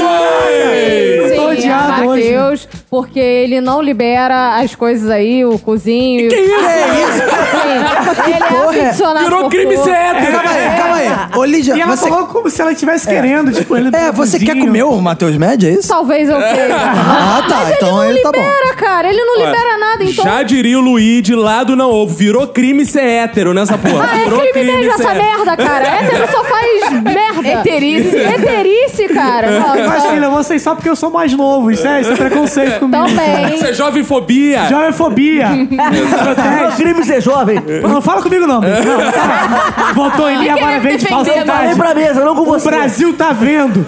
Speaker 6: Sim,
Speaker 11: Tô
Speaker 6: é
Speaker 11: odiado
Speaker 6: no
Speaker 11: hoje.
Speaker 6: Matheus, porque ele não libera as coisas aí, o cozinho.
Speaker 2: Que isso? É isso? (laughs)
Speaker 6: Sim, ele
Speaker 2: porra é?
Speaker 6: é aficionado. por tudo.
Speaker 11: É,
Speaker 2: Calma aí, calma aí. Ô, Lídia,
Speaker 11: E ela
Speaker 2: você...
Speaker 11: falou como se ela estivesse querendo, tipo, ele
Speaker 2: É, você quer comer o Matheus Média, é isso?
Speaker 6: Talvez eu queira.
Speaker 2: (laughs) Ah, tá.
Speaker 6: Mas ele
Speaker 2: então
Speaker 6: não
Speaker 2: ele tá bom.
Speaker 6: libera, cara. Ele não
Speaker 1: Olha,
Speaker 6: libera nada, então.
Speaker 1: Já diria o Luiz de lado não ovo. Virou crime ser hétero nessa porra.
Speaker 6: Ah, é
Speaker 1: Virou
Speaker 6: crime mesmo
Speaker 1: ser
Speaker 6: essa
Speaker 1: hétero.
Speaker 6: merda, cara. Hétero só faz
Speaker 2: (laughs)
Speaker 6: merda.
Speaker 14: Heterice.
Speaker 6: Heterice, cara. Não,
Speaker 11: Mas,
Speaker 6: não.
Speaker 11: filha, vocês só porque eu sou mais novo. Isso é, isso é preconceito comigo. (laughs) é
Speaker 1: Isso é jovem fobia.
Speaker 11: Jovemfobia.
Speaker 7: É crime ser jovem.
Speaker 11: Não fala comigo, não. Bruno. Não, fala. Votou em mim,
Speaker 14: Ninguém
Speaker 6: tá
Speaker 11: agora
Speaker 14: vai
Speaker 11: vem de
Speaker 14: defender,
Speaker 11: falsidade.
Speaker 7: Vem pra mesa, não com
Speaker 11: O
Speaker 7: você.
Speaker 11: Brasil tá
Speaker 2: (laughs)
Speaker 11: vendo.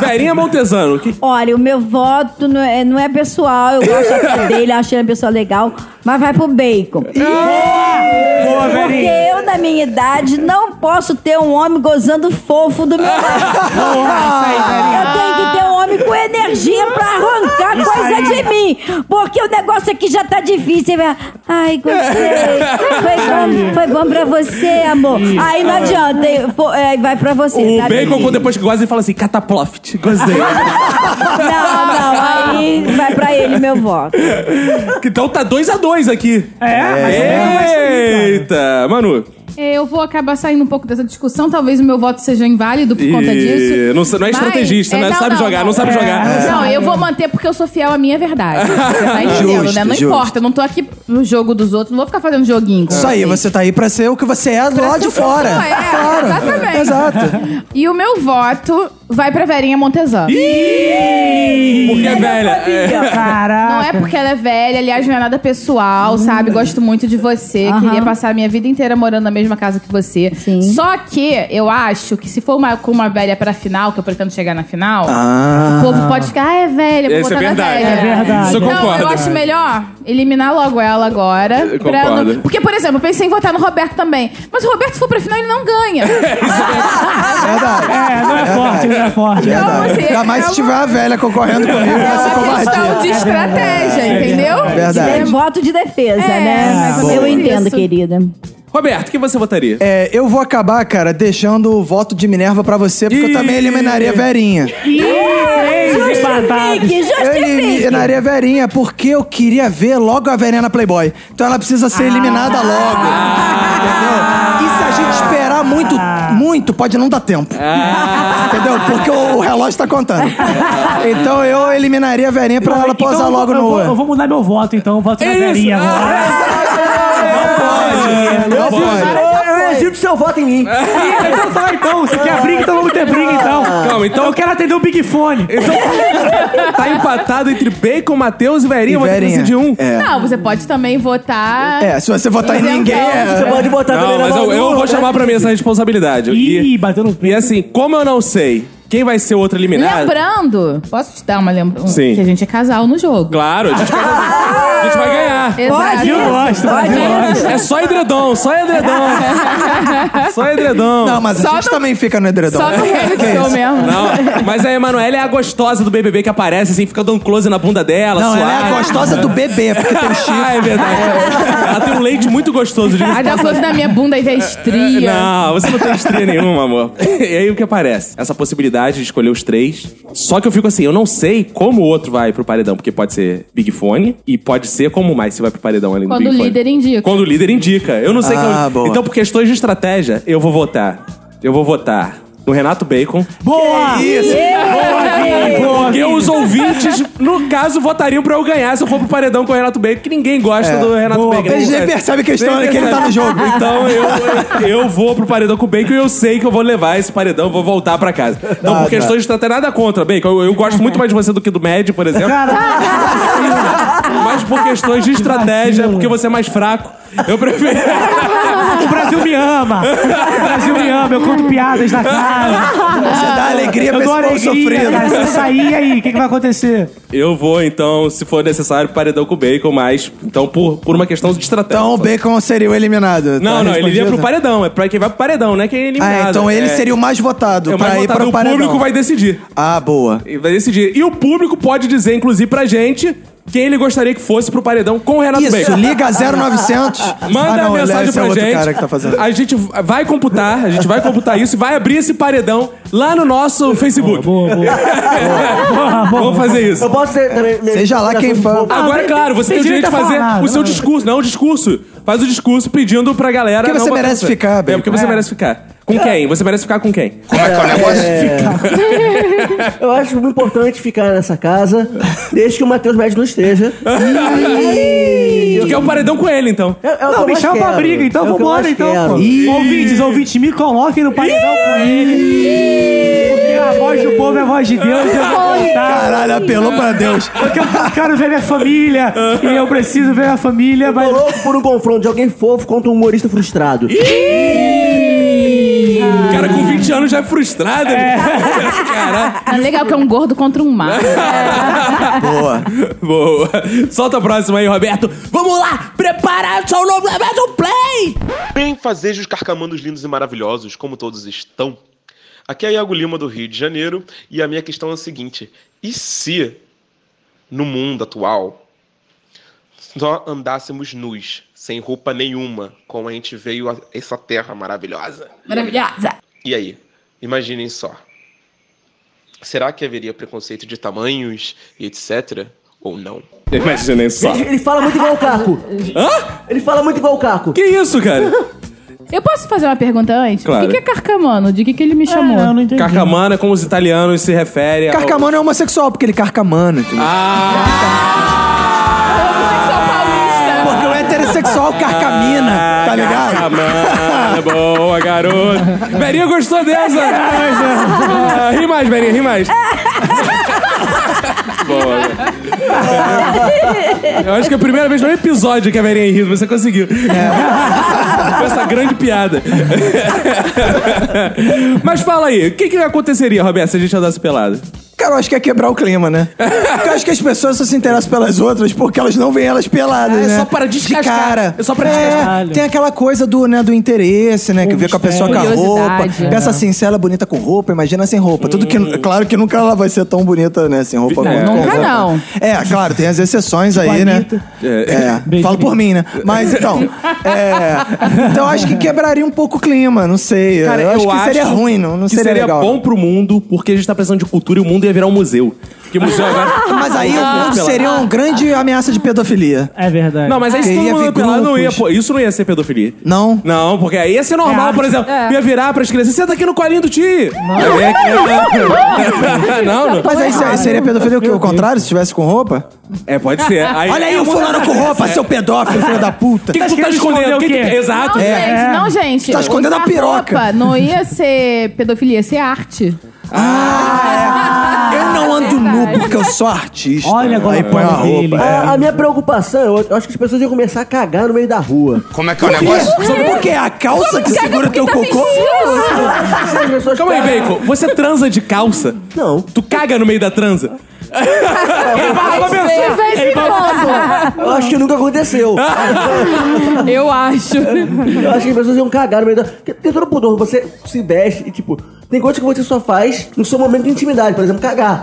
Speaker 1: Verinha Montesano. Que...
Speaker 5: Olha, o meu voto não é, não é pessoal. Eu gosto
Speaker 4: (laughs)
Speaker 5: até dele, acho ele uma pessoa legal. Mas vai pro bacon.
Speaker 11: Boa,
Speaker 5: Porque
Speaker 11: velhinha.
Speaker 5: eu, na minha idade, não posso ter um homem gozando fofo do meu lado. eu tenho que ter um homem com energia pra arrancar
Speaker 11: Isso
Speaker 5: coisa
Speaker 11: aí.
Speaker 5: de mim. Porque o negócio aqui já tá difícil. Vai, Ai, gostei. Foi bom, foi bom pra você, amor. Aí não adianta. hein? Fo- é, Vai pra você.
Speaker 1: O
Speaker 5: tá
Speaker 1: Bacon,
Speaker 5: bem?
Speaker 1: quando depois que goza, ele fala assim, cataploft. Gozei.
Speaker 5: Não, não. Aí vai pra ele meu voto.
Speaker 1: (laughs) então tá dois a dois aqui.
Speaker 11: É.
Speaker 1: Eita. Manu.
Speaker 3: Eu vou acabar saindo um pouco dessa discussão. Talvez o meu voto seja inválido por conta
Speaker 1: Ih,
Speaker 3: disso.
Speaker 1: não sa- não é estrategista, né? Sabe jogar, não sabe jogar.
Speaker 3: É. Não, eu vou manter porque eu sou fiel à minha verdade. Você tá entendendo,
Speaker 2: Justo,
Speaker 1: (laughs)
Speaker 3: né? Não
Speaker 2: justo.
Speaker 3: importa. Eu não tô aqui no jogo dos outros. Não vou ficar fazendo joguinho. com
Speaker 2: Isso aí,
Speaker 3: vocês.
Speaker 2: você tá aí pra ser o que você é
Speaker 3: Pra
Speaker 2: lá
Speaker 3: ser
Speaker 2: de
Speaker 3: o que eu
Speaker 2: fora.
Speaker 3: sou, é,
Speaker 2: Claro.
Speaker 3: exatamente.
Speaker 2: Exato.
Speaker 3: E o meu voto vai pra Verinha Montesano.
Speaker 1: Porque é velha. (laughs) É.
Speaker 11: Caraca.
Speaker 3: Não é porque ela é velha, aliás, não é nada pessoal, sabe? Gosto muito de você. Queria passar a minha vida inteira morando na mesma mesma casa que você. Sim. Só que eu acho que se for uma, com uma velha pra final, que eu pretendo chegar na final,
Speaker 2: Ah.
Speaker 3: o povo pode ficar, ah, é velha, vou
Speaker 2: Isso é
Speaker 3: botar na
Speaker 2: verdade.
Speaker 3: velha.
Speaker 2: É verdade. Isso eu
Speaker 3: então,
Speaker 2: concordo.
Speaker 3: eu acho melhor eliminar logo ela agora.
Speaker 2: Eu
Speaker 3: pra eu
Speaker 2: concordo.
Speaker 3: não- Porque, por exemplo, eu pensei em votar no Roberto também. Mas o Roberto, se for pra final, ele
Speaker 2: (laughs)
Speaker 3: não ganha.
Speaker 11: É, não é forte, não é forte.
Speaker 2: Verdade.
Speaker 3: assim, é
Speaker 2: Ainda mais se tiver a velha concorrendo comigo, vai ser É covardia.
Speaker 3: questão de estratégia, entendeu?
Speaker 2: Verdade.
Speaker 5: Tá É voto de defesa, né?
Speaker 2: mais ou
Speaker 5: eu
Speaker 2: menos
Speaker 5: entendo,
Speaker 2: isso.
Speaker 5: querida.
Speaker 1: Roberto, o que você votaria?
Speaker 2: É, eu vou acabar, cara, deixando o voto de Minerva pra você, É porque eu também eliminaria a Verinha.
Speaker 11: Ih, três empatados.
Speaker 2: Eu eliminaria a Verinha porque eu queria ver logo a Verinha na Playboy. Então ela precisa ser
Speaker 11: Ah!
Speaker 2: eliminada logo. Entendeu? E se a gente esperar muito, muito, pode não dar tempo.
Speaker 11: Ah!
Speaker 2: Entendeu? Porque o, o relógio tá contando. Então eu eliminaria a Verinha pra ela posar
Speaker 11: Então,
Speaker 2: logo
Speaker 11: eu
Speaker 2: no.
Speaker 11: vou- Eu vou mudar meu voto, então. Eu voto na
Speaker 2: Isso.
Speaker 11: velhinha agora.
Speaker 2: (laughs) Não
Speaker 7: pode. Eu exibo seu voto em mim.
Speaker 1: É.
Speaker 11: Então tá, então. Você quer briga, então vamos ter briga, então.
Speaker 1: Calma, então-
Speaker 11: Eu quero atender o Big Fone. (laughs)
Speaker 1: tá empatado entre Bacon, Matheus e Verinha.
Speaker 11: E
Speaker 1: Eu vou ter que
Speaker 11: Verinha.
Speaker 1: decidir um.
Speaker 2: É.
Speaker 3: Não, você pode também É, votar.
Speaker 2: um
Speaker 3: Isentão.
Speaker 1: Não, mas eu, eu vou
Speaker 2: né?
Speaker 1: chamar pra mim essa responsabilidade. Ih, e,
Speaker 11: bateu no
Speaker 1: E assim, como eu não sei quem vai ser o outro eliminado...
Speaker 3: Lembrando, posso te dar uma lembrança?
Speaker 1: Sim.
Speaker 3: Que a gente é casal no jogo.
Speaker 1: Claro, a gente
Speaker 3: (laughs)
Speaker 1: vai, a gente vai ganhar.
Speaker 3: Exato. Brasil gosta, Pode. Brasil gosta.
Speaker 1: É só edredom, só edredom. Só edredom.
Speaker 2: Não, mas a gente também fica no edredom. É, Que isso?
Speaker 1: é? Não, mas a Emanuele é a gostosa do BBB que aparece, assim, fica dando close na bunda dela,
Speaker 2: Não, ela é
Speaker 1: suave.
Speaker 2: a gostosa do bebê, porque
Speaker 1: (laughs)
Speaker 2: tem chifre.
Speaker 1: Ah, é verdade. Ela tem um leite muito gostoso. diga-se
Speaker 3: Aí
Speaker 1: de
Speaker 3: dá
Speaker 1: passagem.
Speaker 3: close na minha bunda e vê estria.
Speaker 1: Não, você não tem estreia nenhuma, amor. (laughs) E aí o que aparece? Essa possibilidade de escolher os três. Só que eu fico assim, eu não sei como o outro vai pro paredão, porque pode ser Big Fone e pode ser como mais se vai pro paredão além
Speaker 3: Quando
Speaker 1: do
Speaker 3: o
Speaker 1: Big Fone.
Speaker 3: líder indica.
Speaker 1: Quando o líder indica. Eu não sei
Speaker 2: Ah,
Speaker 1: quem é o-
Speaker 2: boa.
Speaker 1: Então, por questões de estratégia, eu vou votar. Eu vou votar no Renato Bacon.
Speaker 11: Boa!
Speaker 1: Isso!
Speaker 11: Boa, boa,
Speaker 1: Porque os ouvintes, no caso, votariam pra eu ganhar se eu for pro paredão com o Renato Bacon, que ninguém gosta
Speaker 2: É.
Speaker 1: do Renato
Speaker 2: Boa,
Speaker 1: Bacon.
Speaker 2: eles nem percebem que eles estão-
Speaker 1: Nem
Speaker 2: que ele tá no
Speaker 1: percebe.
Speaker 2: jogo.
Speaker 1: Então eu, eu vou pro paredão com o Bacon e eu sei que eu vou levar esse paredão, vou voltar pra casa. Então,
Speaker 2: Tá,
Speaker 1: por questões
Speaker 2: tá.
Speaker 1: de estratégia, nada contra, Bacon. Eu, eu gosto muito mais de você do que do Med, por exemplo. (laughs) Mas por questões de estratégia, porque você é mais fraco, eu prefiro.
Speaker 11: O Brasil me ama. O Brasil me ama. Eu conto piadas na casa.
Speaker 2: Você dá alegria
Speaker 11: eu
Speaker 2: pra esse
Speaker 11: dou
Speaker 2: povo
Speaker 11: alegria,
Speaker 2: sofrido.
Speaker 11: Cara. Se eu sair, e aí? O que, que vai acontecer?
Speaker 1: Eu vou, então, se for necessário, paredão com o Bacon, mas. Então, por, por uma questão de estratégia.
Speaker 2: Então o Bacon seria o eliminado.
Speaker 1: Não,
Speaker 2: Tá
Speaker 1: não, ele iria
Speaker 2: respondido?
Speaker 1: pro paredão. É pra quem vai pro paredão, né? Quem é eliminado.
Speaker 2: Ah, então ele
Speaker 1: É.
Speaker 2: seria o mais votado
Speaker 1: É o mais
Speaker 2: pra ir
Speaker 1: votado,
Speaker 2: pro
Speaker 1: o
Speaker 2: paredão.
Speaker 1: público vai decidir.
Speaker 2: Ah, boa.
Speaker 1: E Vai decidir. E o público pode dizer, inclusive, pra gente quem ele gostaria que fosse pro paredão com o Renato
Speaker 2: Isso,
Speaker 1: Bacon.
Speaker 2: liga 0900.
Speaker 1: (laughs) Manda
Speaker 2: Ah, não,
Speaker 1: a mensagem
Speaker 2: esse é
Speaker 1: pra
Speaker 2: outro
Speaker 1: gente.
Speaker 2: cara que tá fazendo.
Speaker 1: A gente vai computar, a gente vai computar isso e vai abrir esse paredão lá no nosso Facebook. Vamos fazer isso.
Speaker 7: Eu posso ser também.
Speaker 2: Seja lá quem for.
Speaker 1: Agora, claro, você Ah, tem o direito de fazer o seu discurso. Não, né? o discurso. Faz o discurso pedindo pra galera.
Speaker 2: Porque
Speaker 1: não
Speaker 2: você
Speaker 1: botar
Speaker 2: merece
Speaker 1: fé.
Speaker 2: ficar, É.
Speaker 1: É, porque você
Speaker 2: Bacon.
Speaker 1: merece ficar. Com quem? Você merece ficar com quem?
Speaker 4: É.
Speaker 7: Eu acho muito importante ficar nessa casa, desde que o Matheus Médio não esteja. é
Speaker 1: Tu quer um paredão com ele, então.
Speaker 11: Não, me
Speaker 14: é
Speaker 11: chama pra briga, então
Speaker 7: vamos
Speaker 11: vambora, então, pô. Ouvintes, ouvintes, me coloquem no paredão com ele. Porque a voz do povo é a voz de Deus, eu vou contar.
Speaker 2: Caralho, apelou pra Deus.
Speaker 11: Porque eu quero ver minha família. e eu preciso ver a família, mas.
Speaker 7: Tô louco por um confronto de alguém fofo contra um humorista frustrado. Então,
Speaker 1: O cara com 20 anos já é frustrado. Caralho.
Speaker 3: É legal que é um gordo contra
Speaker 1: (laughs)
Speaker 3: um mar.
Speaker 2: Boa.
Speaker 1: Boa. Solta a próxima aí, Roberto. Vamos lá! Prepara o seu novo do play!
Speaker 21: Bem fazejos carcamandos lindos e maravilhosos, como todos estão. Aqui é Iago Lima, do Rio de Janeiro, e a minha questão é a seguinte. E se, no mundo atual, só andássemos nus, sem roupa nenhuma, como a gente veio a essa terra maravilhosa?
Speaker 3: Maravilhosa.
Speaker 21: E aí? Imaginem só. Será que haveria preconceito de tamanhos e etc? Ou não?
Speaker 1: Imaginem só.
Speaker 7: Ele, ele fala muito igual o Caco.
Speaker 1: Hã?
Speaker 7: Ele fala muito igual o Caco.
Speaker 1: Que isso, cara?
Speaker 3: Eu posso fazer uma pergunta antes?
Speaker 1: Claro.
Speaker 3: O que que é carcamano? De que, que ele me chamou? É, eu não entendi.
Speaker 1: Carcamano é como os italianos se referem. ao- Ah,
Speaker 2: Carcamano é homossexual, porque ele carca mano. entendeu? Porque É o heterossexual carcamina, tá ligado?
Speaker 1: Carcamano, boa, garoto. Verinha gostou dessa? Ah, ri mais, Verinha, ri mais. boa. Eu acho que é a primeira vez no episódio que a Verinha riu, você conseguiu. (laughs) Com essa grande piada. Mas fala aí, o que, que aconteceria, Roberto, se a gente andasse pelado?
Speaker 2: Cara, eu acho que é quebrar o clima, né? Porque eu acho que as pessoas só se interessam pelas outras porque elas não veem elas peladas,
Speaker 1: É, é
Speaker 2: né?
Speaker 1: só para descascar.
Speaker 2: De cara.
Speaker 1: É só para descascar.
Speaker 2: Tem aquela coisa do, né, do interesse, né? Que vê com a pessoa com a roupa.
Speaker 1: Curiosidade, né?
Speaker 2: Pensa assim, se ela é bonita com roupa, imagina sem roupa. Tudo que, claro que nunca ela vai ser tão bonita, né? Sem roupa.
Speaker 3: É.
Speaker 2: quanto com
Speaker 3: Nunca
Speaker 2: roupa.
Speaker 3: não.
Speaker 2: É, claro, tem as exceções aí, né? É, falo por mim, né? Mas
Speaker 1: (laughs)
Speaker 2: então, é, (laughs) então eu acho que quebraria um pouco o clima, não sei.
Speaker 1: Cara,
Speaker 2: eu acho que seria ruim, não, não
Speaker 1: que
Speaker 2: seria,
Speaker 1: seria
Speaker 2: legal.
Speaker 1: bom pro mundo, porque a gente tá precisando de cultura e o mundo ia virar um museu. Que museu agora.
Speaker 2: (laughs) Mas aí o mundo
Speaker 1: Pelado.
Speaker 2: seria uma grande ameaça de pedofilia.
Speaker 4: É verdade.
Speaker 1: Não, mas aí se todo mundo pelado, não ia, pô, isso não ia ser pedofilia.
Speaker 2: Não?
Speaker 1: Não, porque aí ia ser normal,
Speaker 4: É
Speaker 1: por
Speaker 4: arte.
Speaker 1: exemplo.
Speaker 4: É.
Speaker 1: Ia virar pras crianças, senta aqui no colinho do tio. Aí vem a criança- (laughs) Não, não.
Speaker 2: Mas aí se- seria pedofilia o quê? O contrário, se tivesse com roupa?
Speaker 1: É, pode ser.
Speaker 2: Olha aí o fulano com roupa, seu pedófilo, filho da puta. É.
Speaker 1: O que, que tu tá escondendo? O que que- Exato.
Speaker 3: Não, gente, É. não, gente.
Speaker 2: Tá escondendo a
Speaker 3: Usar
Speaker 2: piroca.
Speaker 3: roupa não ia ser pedofilia, ia ser arte.
Speaker 2: Ah, é. Eu não ando nu porque eu sou artista. Olha agora aí põe uma roupa.
Speaker 7: A, a minha preocupação, eu, eu acho que as pessoas iam começar a cagar no meio da rua.
Speaker 2: Como é
Speaker 7: que é o negócio?
Speaker 2: Sabe por quê? A calça que segura o teu
Speaker 7: tá
Speaker 2: cocô?
Speaker 1: Calma aí, Bacon. Você transa de calça?
Speaker 7: Não.
Speaker 1: Tu caga no meio da transa? Ele vai
Speaker 14: Vocês
Speaker 1: começar.
Speaker 14: vão se
Speaker 1: Ele vai-
Speaker 14: pondo.
Speaker 7: Eu acho que nunca aconteceu.
Speaker 14: Eu acho.
Speaker 7: Eu acho que as pessoas iam cagar no meio da. Porque Tem todo pudor, você se veste e tipo. Tem coisas que você só faz no seu momento de intimidade, por exemplo, cagar.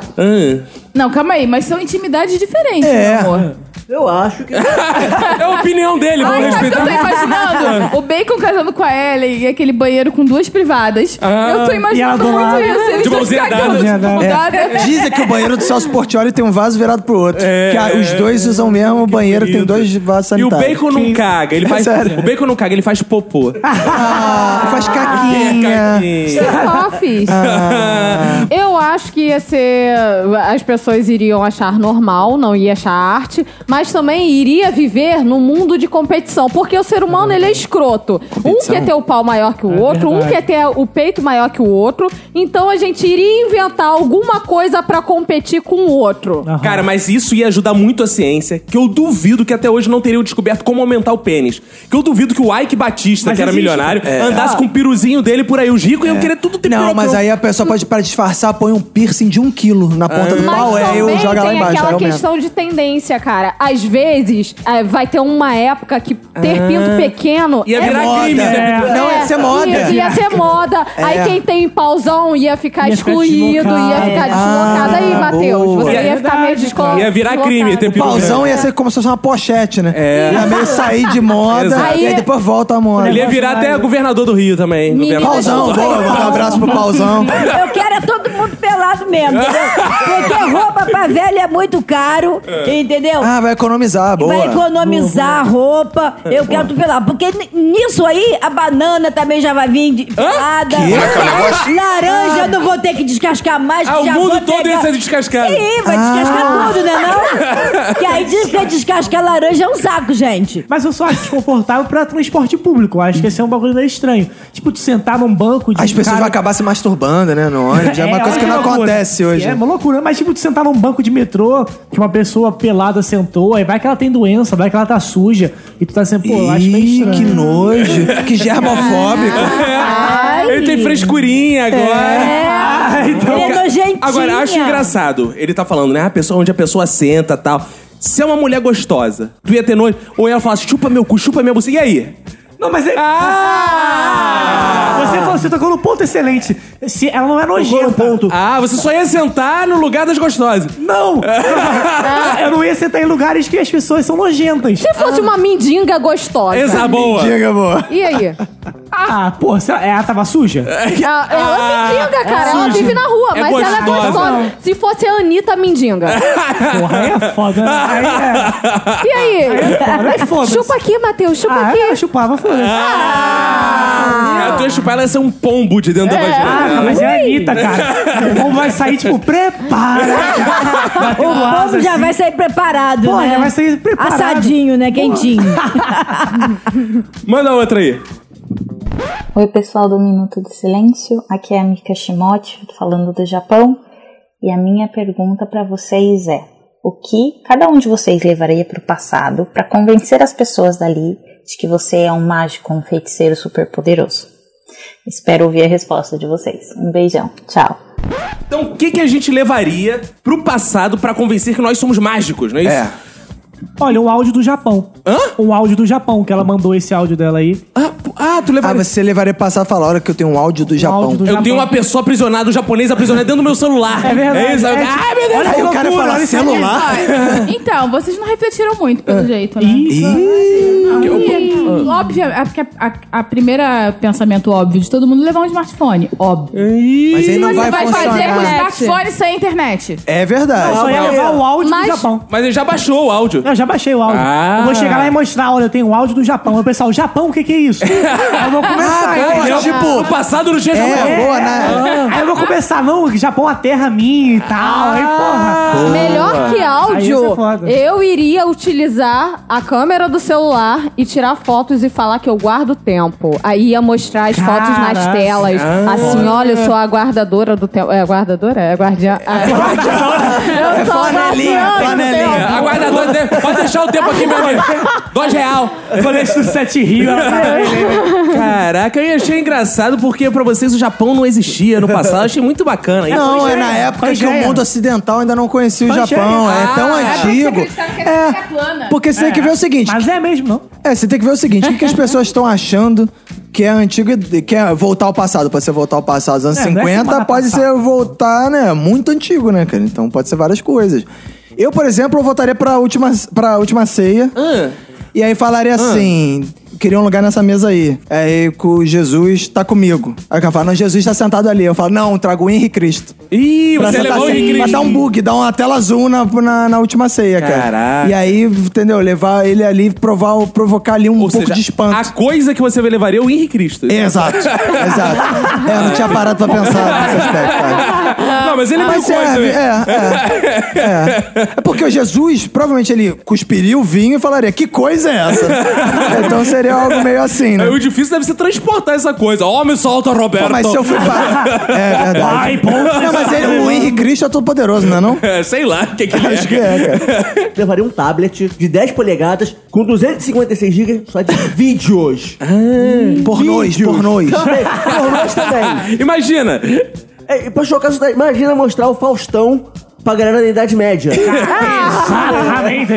Speaker 3: Não, calma aí, mas são intimidades diferentes,
Speaker 2: É. (laughs)
Speaker 3: meu amor.
Speaker 7: É. Eu acho que.
Speaker 1: É a opinião dele, vamos
Speaker 3: Ai, sabe o que
Speaker 1: respeitar.
Speaker 3: eu tô
Speaker 1: (laughs)
Speaker 3: imaginando? O Bacon casando com a Ellen e aquele banheiro com duas privadas.
Speaker 1: Ah,
Speaker 3: eu tô
Speaker 2: e ela
Speaker 3: imaginando
Speaker 2: do
Speaker 3: muito
Speaker 2: lado.
Speaker 3: isso. Eles
Speaker 2: De
Speaker 3: dois
Speaker 2: mãozinha dada.
Speaker 3: cagando, de mão
Speaker 2: É.
Speaker 3: dada.
Speaker 2: Dizem que o banheiro do Celso Portioli tem um vaso virado pro outro. que a- os dois usam mesmo o banheiro, tem dois vasos
Speaker 1: É. E o
Speaker 2: sanitários.
Speaker 1: bacon não caga, ele
Speaker 2: (laughs) É
Speaker 1: faz.
Speaker 2: sério.
Speaker 1: o bacon não caga, ele faz popô.
Speaker 2: Ah, faz
Speaker 1: É,
Speaker 2: caquinha. Ah.
Speaker 1: caquinha.
Speaker 6: Sofis. é Eu acho que ia ser. As pessoas iriam achar normal, não ia achar arte, mas também iria viver num mundo de competição. Porque o ser humano, ele é escroto.
Speaker 2: Competição?
Speaker 6: Um quer ter o pau maior que o outro, um
Speaker 2: É verdade.
Speaker 6: quer ter o peito maior que o outro. Então a gente iria inventar alguma coisa pra competir com o outro.
Speaker 1: Cara, mas isso ia ajudar muito a ciência, que eu duvido que até hoje não teriam descoberto como aumentar o pênis. Que eu duvido que o Ike Batista,
Speaker 2: Mas
Speaker 1: que era
Speaker 2: existe.
Speaker 1: milionário,
Speaker 2: É.
Speaker 1: andasse
Speaker 2: Ah.
Speaker 1: com o piruzinho dele por aí. Os ricos iam querer tudo ter
Speaker 2: É. Não,
Speaker 1: pirocão.
Speaker 2: mas aí a pessoa pode, pra disfarçar, põe um piercing de um quilo na ponta do
Speaker 6: Mas
Speaker 2: pau, é, eu
Speaker 6: também
Speaker 2: joga lá
Speaker 6: tem
Speaker 2: embaixo. aí
Speaker 6: aquela
Speaker 2: aumenta.
Speaker 6: questão de tendência, cara. Às vezes, é, vai ter uma época que ter pinto pequeno
Speaker 2: Ah,
Speaker 6: é
Speaker 2: Ia virar
Speaker 6: moda.
Speaker 2: crime, né? É. Não, ia ser moda.
Speaker 6: Isso, ia ser moda.
Speaker 2: É.
Speaker 6: Aí quem tem pauzão ia ficar
Speaker 2: Ia ficar
Speaker 6: excluído,
Speaker 2: deslocado.
Speaker 6: ia ficar deslocado. aí, Matheus,
Speaker 2: Ah, boa.
Speaker 6: você ia,
Speaker 2: É
Speaker 6: ficar meio descolado.
Speaker 1: Ia virar crime ter
Speaker 2: O
Speaker 1: pirulito.
Speaker 2: pauzão ia ser como se fosse uma pochete, né?
Speaker 1: É.
Speaker 2: Ia meio sair de moda,
Speaker 1: Exato.
Speaker 2: e aí depois volta a moda.
Speaker 1: Ele ia virar até governador do Rio também. Governador.
Speaker 2: Pauzão, boa, manda um abraço pro pauzão.
Speaker 5: (laughs) Eu quero é todo mundo pelado mesmo, entendeu? Porque roupa pra velha é muito caro, entendeu?
Speaker 2: Ah, vai economizar, boa.
Speaker 5: Vai economizar roupa. Eu quero tu pelado. Porque n- nisso aí, a banana também já vai vir de pelada.
Speaker 2: Como é que é o negócio?
Speaker 5: Laranja, eu não vou ter que descascar mais.
Speaker 1: Ah,
Speaker 5: que
Speaker 1: o
Speaker 5: já
Speaker 1: mundo
Speaker 5: vou
Speaker 1: todo
Speaker 5: pegar.
Speaker 1: ia ser descascado.
Speaker 5: Sim, vai descascar
Speaker 2: Ah.
Speaker 5: tudo, né não? Que aí diz que descascar laranja é um saco, gente.
Speaker 4: Mas eu só acho desconfortável pra transporte público. Eu acho que esse é um bagulho meio estranho. Tipo, te sentar num banco de.
Speaker 2: As
Speaker 4: um
Speaker 2: pessoas
Speaker 4: cara-
Speaker 2: vão acabar se masturbando, né? No ônibus. É, uma
Speaker 4: olha
Speaker 2: coisa que não
Speaker 4: loucura.
Speaker 2: acontece hoje.
Speaker 4: É uma loucura. Mas, tipo, de sentar num banco de metrô que uma pessoa pelada sentou, aí vai que ela tem doença, vai que ela tá suja. E tu tá sempre, pô, eu acho meio
Speaker 2: Ih,
Speaker 4: estranho.
Speaker 2: que nojo.
Speaker 4: (laughs)
Speaker 2: Que germofóbico.
Speaker 1: Ele tem frescurinha agora. Ah,
Speaker 5: É.
Speaker 4: então-
Speaker 5: Ele é
Speaker 1: cara,
Speaker 5: nojentinha.
Speaker 1: Agora, acho engraçado. Ele tá falando, né? A pessoa onde a pessoa senta e tal. Se é uma mulher gostosa, tu ia ter nojo. Ou ela falasse, chupa meu cu, chupa minha buceta. E aí?
Speaker 4: Não, mas é...
Speaker 2: Ah!
Speaker 4: Você, falou- você tocou no ponto excelente. Se ela não é nojenta. ponto.
Speaker 1: Ah, você só ia sentar no lugar das gostosas.
Speaker 4: Não! (laughs) eu não ia sentar em lugares que as pessoas são nojentas.
Speaker 6: Se fosse uma mindinga gostosa.
Speaker 1: Exa boa.
Speaker 2: Diga, amor.
Speaker 6: E aí?
Speaker 4: Ah, pô, se ela,
Speaker 11: é,
Speaker 4: ela tava suja?
Speaker 6: Ah, ela é mindinga, cara.
Speaker 4: é
Speaker 6: ela
Speaker 4: suja.
Speaker 6: vive na rua,
Speaker 4: É
Speaker 6: mas ela é
Speaker 4: gostosa.
Speaker 6: gostosa. Se fosse a Anitta
Speaker 5: (laughs)
Speaker 6: Mindinga.
Speaker 4: Porra, aí é foda. né? Aí é...
Speaker 6: E aí?
Speaker 4: Aí é foda.
Speaker 6: Chupa aqui, Matheus, chupa
Speaker 4: Ah,
Speaker 6: aqui.
Speaker 4: eu chupava, foda-se.
Speaker 5: Ah.
Speaker 1: Cara, tu ia chupar ela ia ser um pombo de dentro da vagina.
Speaker 4: Ah,
Speaker 1: dela.
Speaker 4: mas é a Anitta, cara. O povo vai sair, tipo, prepara.
Speaker 5: O povo já vai sair preparado,
Speaker 4: assim. Pô,
Speaker 5: né?
Speaker 4: já vai sair preparado.
Speaker 5: Assadinho, né? Quentinho.
Speaker 1: Manda outra aí.
Speaker 22: Oi, pessoal do Minuto de Silêncio. Aqui é a Mika Shimote, falando do Japão. E a minha pergunta para vocês é: O que cada um de vocês levaria para o passado para convencer as pessoas dali de que você é um mágico, um feiticeiro superpoderoso? Espero ouvir a resposta de vocês. Um beijão. Tchau.
Speaker 1: Então, o que, que a gente levaria pro passado pra convencer que nós somos mágicos, não é isso? É.
Speaker 11: Olha, um áudio do Japão. Hã? Um áudio do Japão, que ela mandou esse áudio dela aí.
Speaker 1: Ah, tu levaria...
Speaker 2: Ah, você levaria passar e falar, olha que eu tenho um áudio do Japão.
Speaker 1: eu tenho uma pessoa aprisionada, um japonês aprisionado dentro do meu celular.
Speaker 11: É verdade.
Speaker 1: isso?
Speaker 11: É, tipo,
Speaker 1: Ai, meu Deus,
Speaker 11: olha
Speaker 1: que
Speaker 11: aí o cara
Speaker 1: loucura,
Speaker 11: falar
Speaker 1: olha isso aí.
Speaker 3: (laughs) Então, vocês não refletiram muito, pelo jeito, né? Não, Óbvio, é porque a, a, a primeira pensamento óbvio de todo mundo é levar um smartphone, óbvio.
Speaker 2: Mas aí não
Speaker 3: Você
Speaker 2: vai
Speaker 3: vai fazer
Speaker 2: funcionar.
Speaker 3: com o smartphone sem internet.
Speaker 2: É verdade.
Speaker 11: Não, só ia levar o áudio
Speaker 3: Mas-
Speaker 11: do Japão.
Speaker 1: Mas ele já baixou o áudio.
Speaker 11: Eu já baixei o áudio.
Speaker 1: Ah.
Speaker 11: Eu vou chegar lá e mostrar, olha, eu tenho um áudio do Japão. Aí O pessoal, Japão, o que que é
Speaker 1: (laughs)
Speaker 11: isso? Aí eu vou começar,
Speaker 1: Ah, boa.
Speaker 11: entendeu?
Speaker 1: Tipo, no passado não tinha Japão.
Speaker 11: É,
Speaker 1: Boa,
Speaker 11: né? Aí eu vou começar, não, Japão a terra minha e tal. Aí, porra.
Speaker 6: Melhor que
Speaker 11: Ah, Aí isso
Speaker 6: áudio,
Speaker 11: é foda.
Speaker 6: eu iria utilizar a câmera do celular e tirar fotos e falar que eu guardo tempo. Aí ia mostrar as fotos nas telas.
Speaker 14: Ah.
Speaker 6: assim, olha, eu sou a guardadora do tempo. É, guardadora? É, guardiã. Ah, eu sou a
Speaker 1: É Panelinha,
Speaker 6: guardiã.
Speaker 1: panelinha. Aguardador, de- pode deixar o tempo aqui, meu amigo. Dois real.
Speaker 11: Colete do Sete né? Rio.
Speaker 1: (laughs) Caraca, eu achei engraçado porque pra vocês o Japão não existia no passado. Eu achei muito bacana.
Speaker 2: Não, é na época que o mundo assim, ocidental ainda não conhecia o
Speaker 1: Pangeia.
Speaker 2: Japão. É tão
Speaker 1: Ah, é porque você
Speaker 2: antigo. Porque você tem que ver o seguinte.
Speaker 11: Mas é mesmo, não?
Speaker 2: É, você tem que ver o seguinte: o que, que as pessoas estão achando que é antigo e que é voltar ao passado? Pode ser voltar ao passado dos anos
Speaker 11: É, não é
Speaker 2: 50,
Speaker 11: semana
Speaker 2: pode ser voltar, né? Muito antigo, né, cara? Então pode ser várias coisas. Eu, por exemplo, eu voltaria pra última, pra última ceia. E aí falaria
Speaker 11: Ah.
Speaker 2: assim: queria um lugar nessa mesa aí. Aí com Jesus tá comigo. Aí o cara fala: não, Jesus tá sentado ali. Eu falo: não, trago o Henrique Cristo.
Speaker 1: Ih,
Speaker 2: Pra
Speaker 1: você
Speaker 2: sentar
Speaker 1: levou o
Speaker 2: assim,
Speaker 1: Henrique
Speaker 2: Pra
Speaker 1: Cristo.
Speaker 2: dar um bug, dar uma tela azul na, na, na última ceia, cara.
Speaker 1: Caraca.
Speaker 2: E aí, entendeu? Levar ele ali, provar, provocar ali um pouco
Speaker 1: seja,
Speaker 2: de espanto.
Speaker 1: A coisa que você levaria é o Henrique Cristo. (laughs)
Speaker 2: Exato, exato. É, eu não tinha parado pra pensar nesse aspecto. cara. (laughs)
Speaker 1: Não, mas ele é meio coisa,
Speaker 2: serve,
Speaker 1: né?
Speaker 2: é, é,
Speaker 1: (laughs)
Speaker 2: é. É porque o Jesus, provavelmente ele cuspiria o vinho e falaria, que coisa é
Speaker 1: (laughs)
Speaker 2: essa? então seria algo meio assim, né?
Speaker 1: É, O difícil deve ser transportar essa coisa. Ó, me solta, Roberto.
Speaker 2: Pô, mas se eu fui pra...
Speaker 1: (laughs)
Speaker 2: É verdade.
Speaker 1: Vai, pô,
Speaker 2: Não, mas ele, o Henrique Cristo é todo poderoso, não é não?
Speaker 1: É, Sei lá o que, que é.
Speaker 2: Acho que é, cara.
Speaker 7: (laughs) Levaria um tablet de 10 polegadas com 256 GB só de (laughs) vídeos.
Speaker 2: Ah, Pornôs, pornôs.
Speaker 7: (laughs) Também, pornôs também.
Speaker 1: (laughs) Imagina.
Speaker 7: É, e pra chocar, isso daí, imagina mostrar o Faustão pra galera da Idade
Speaker 2: (laughs)
Speaker 7: Média.
Speaker 11: Exatamente.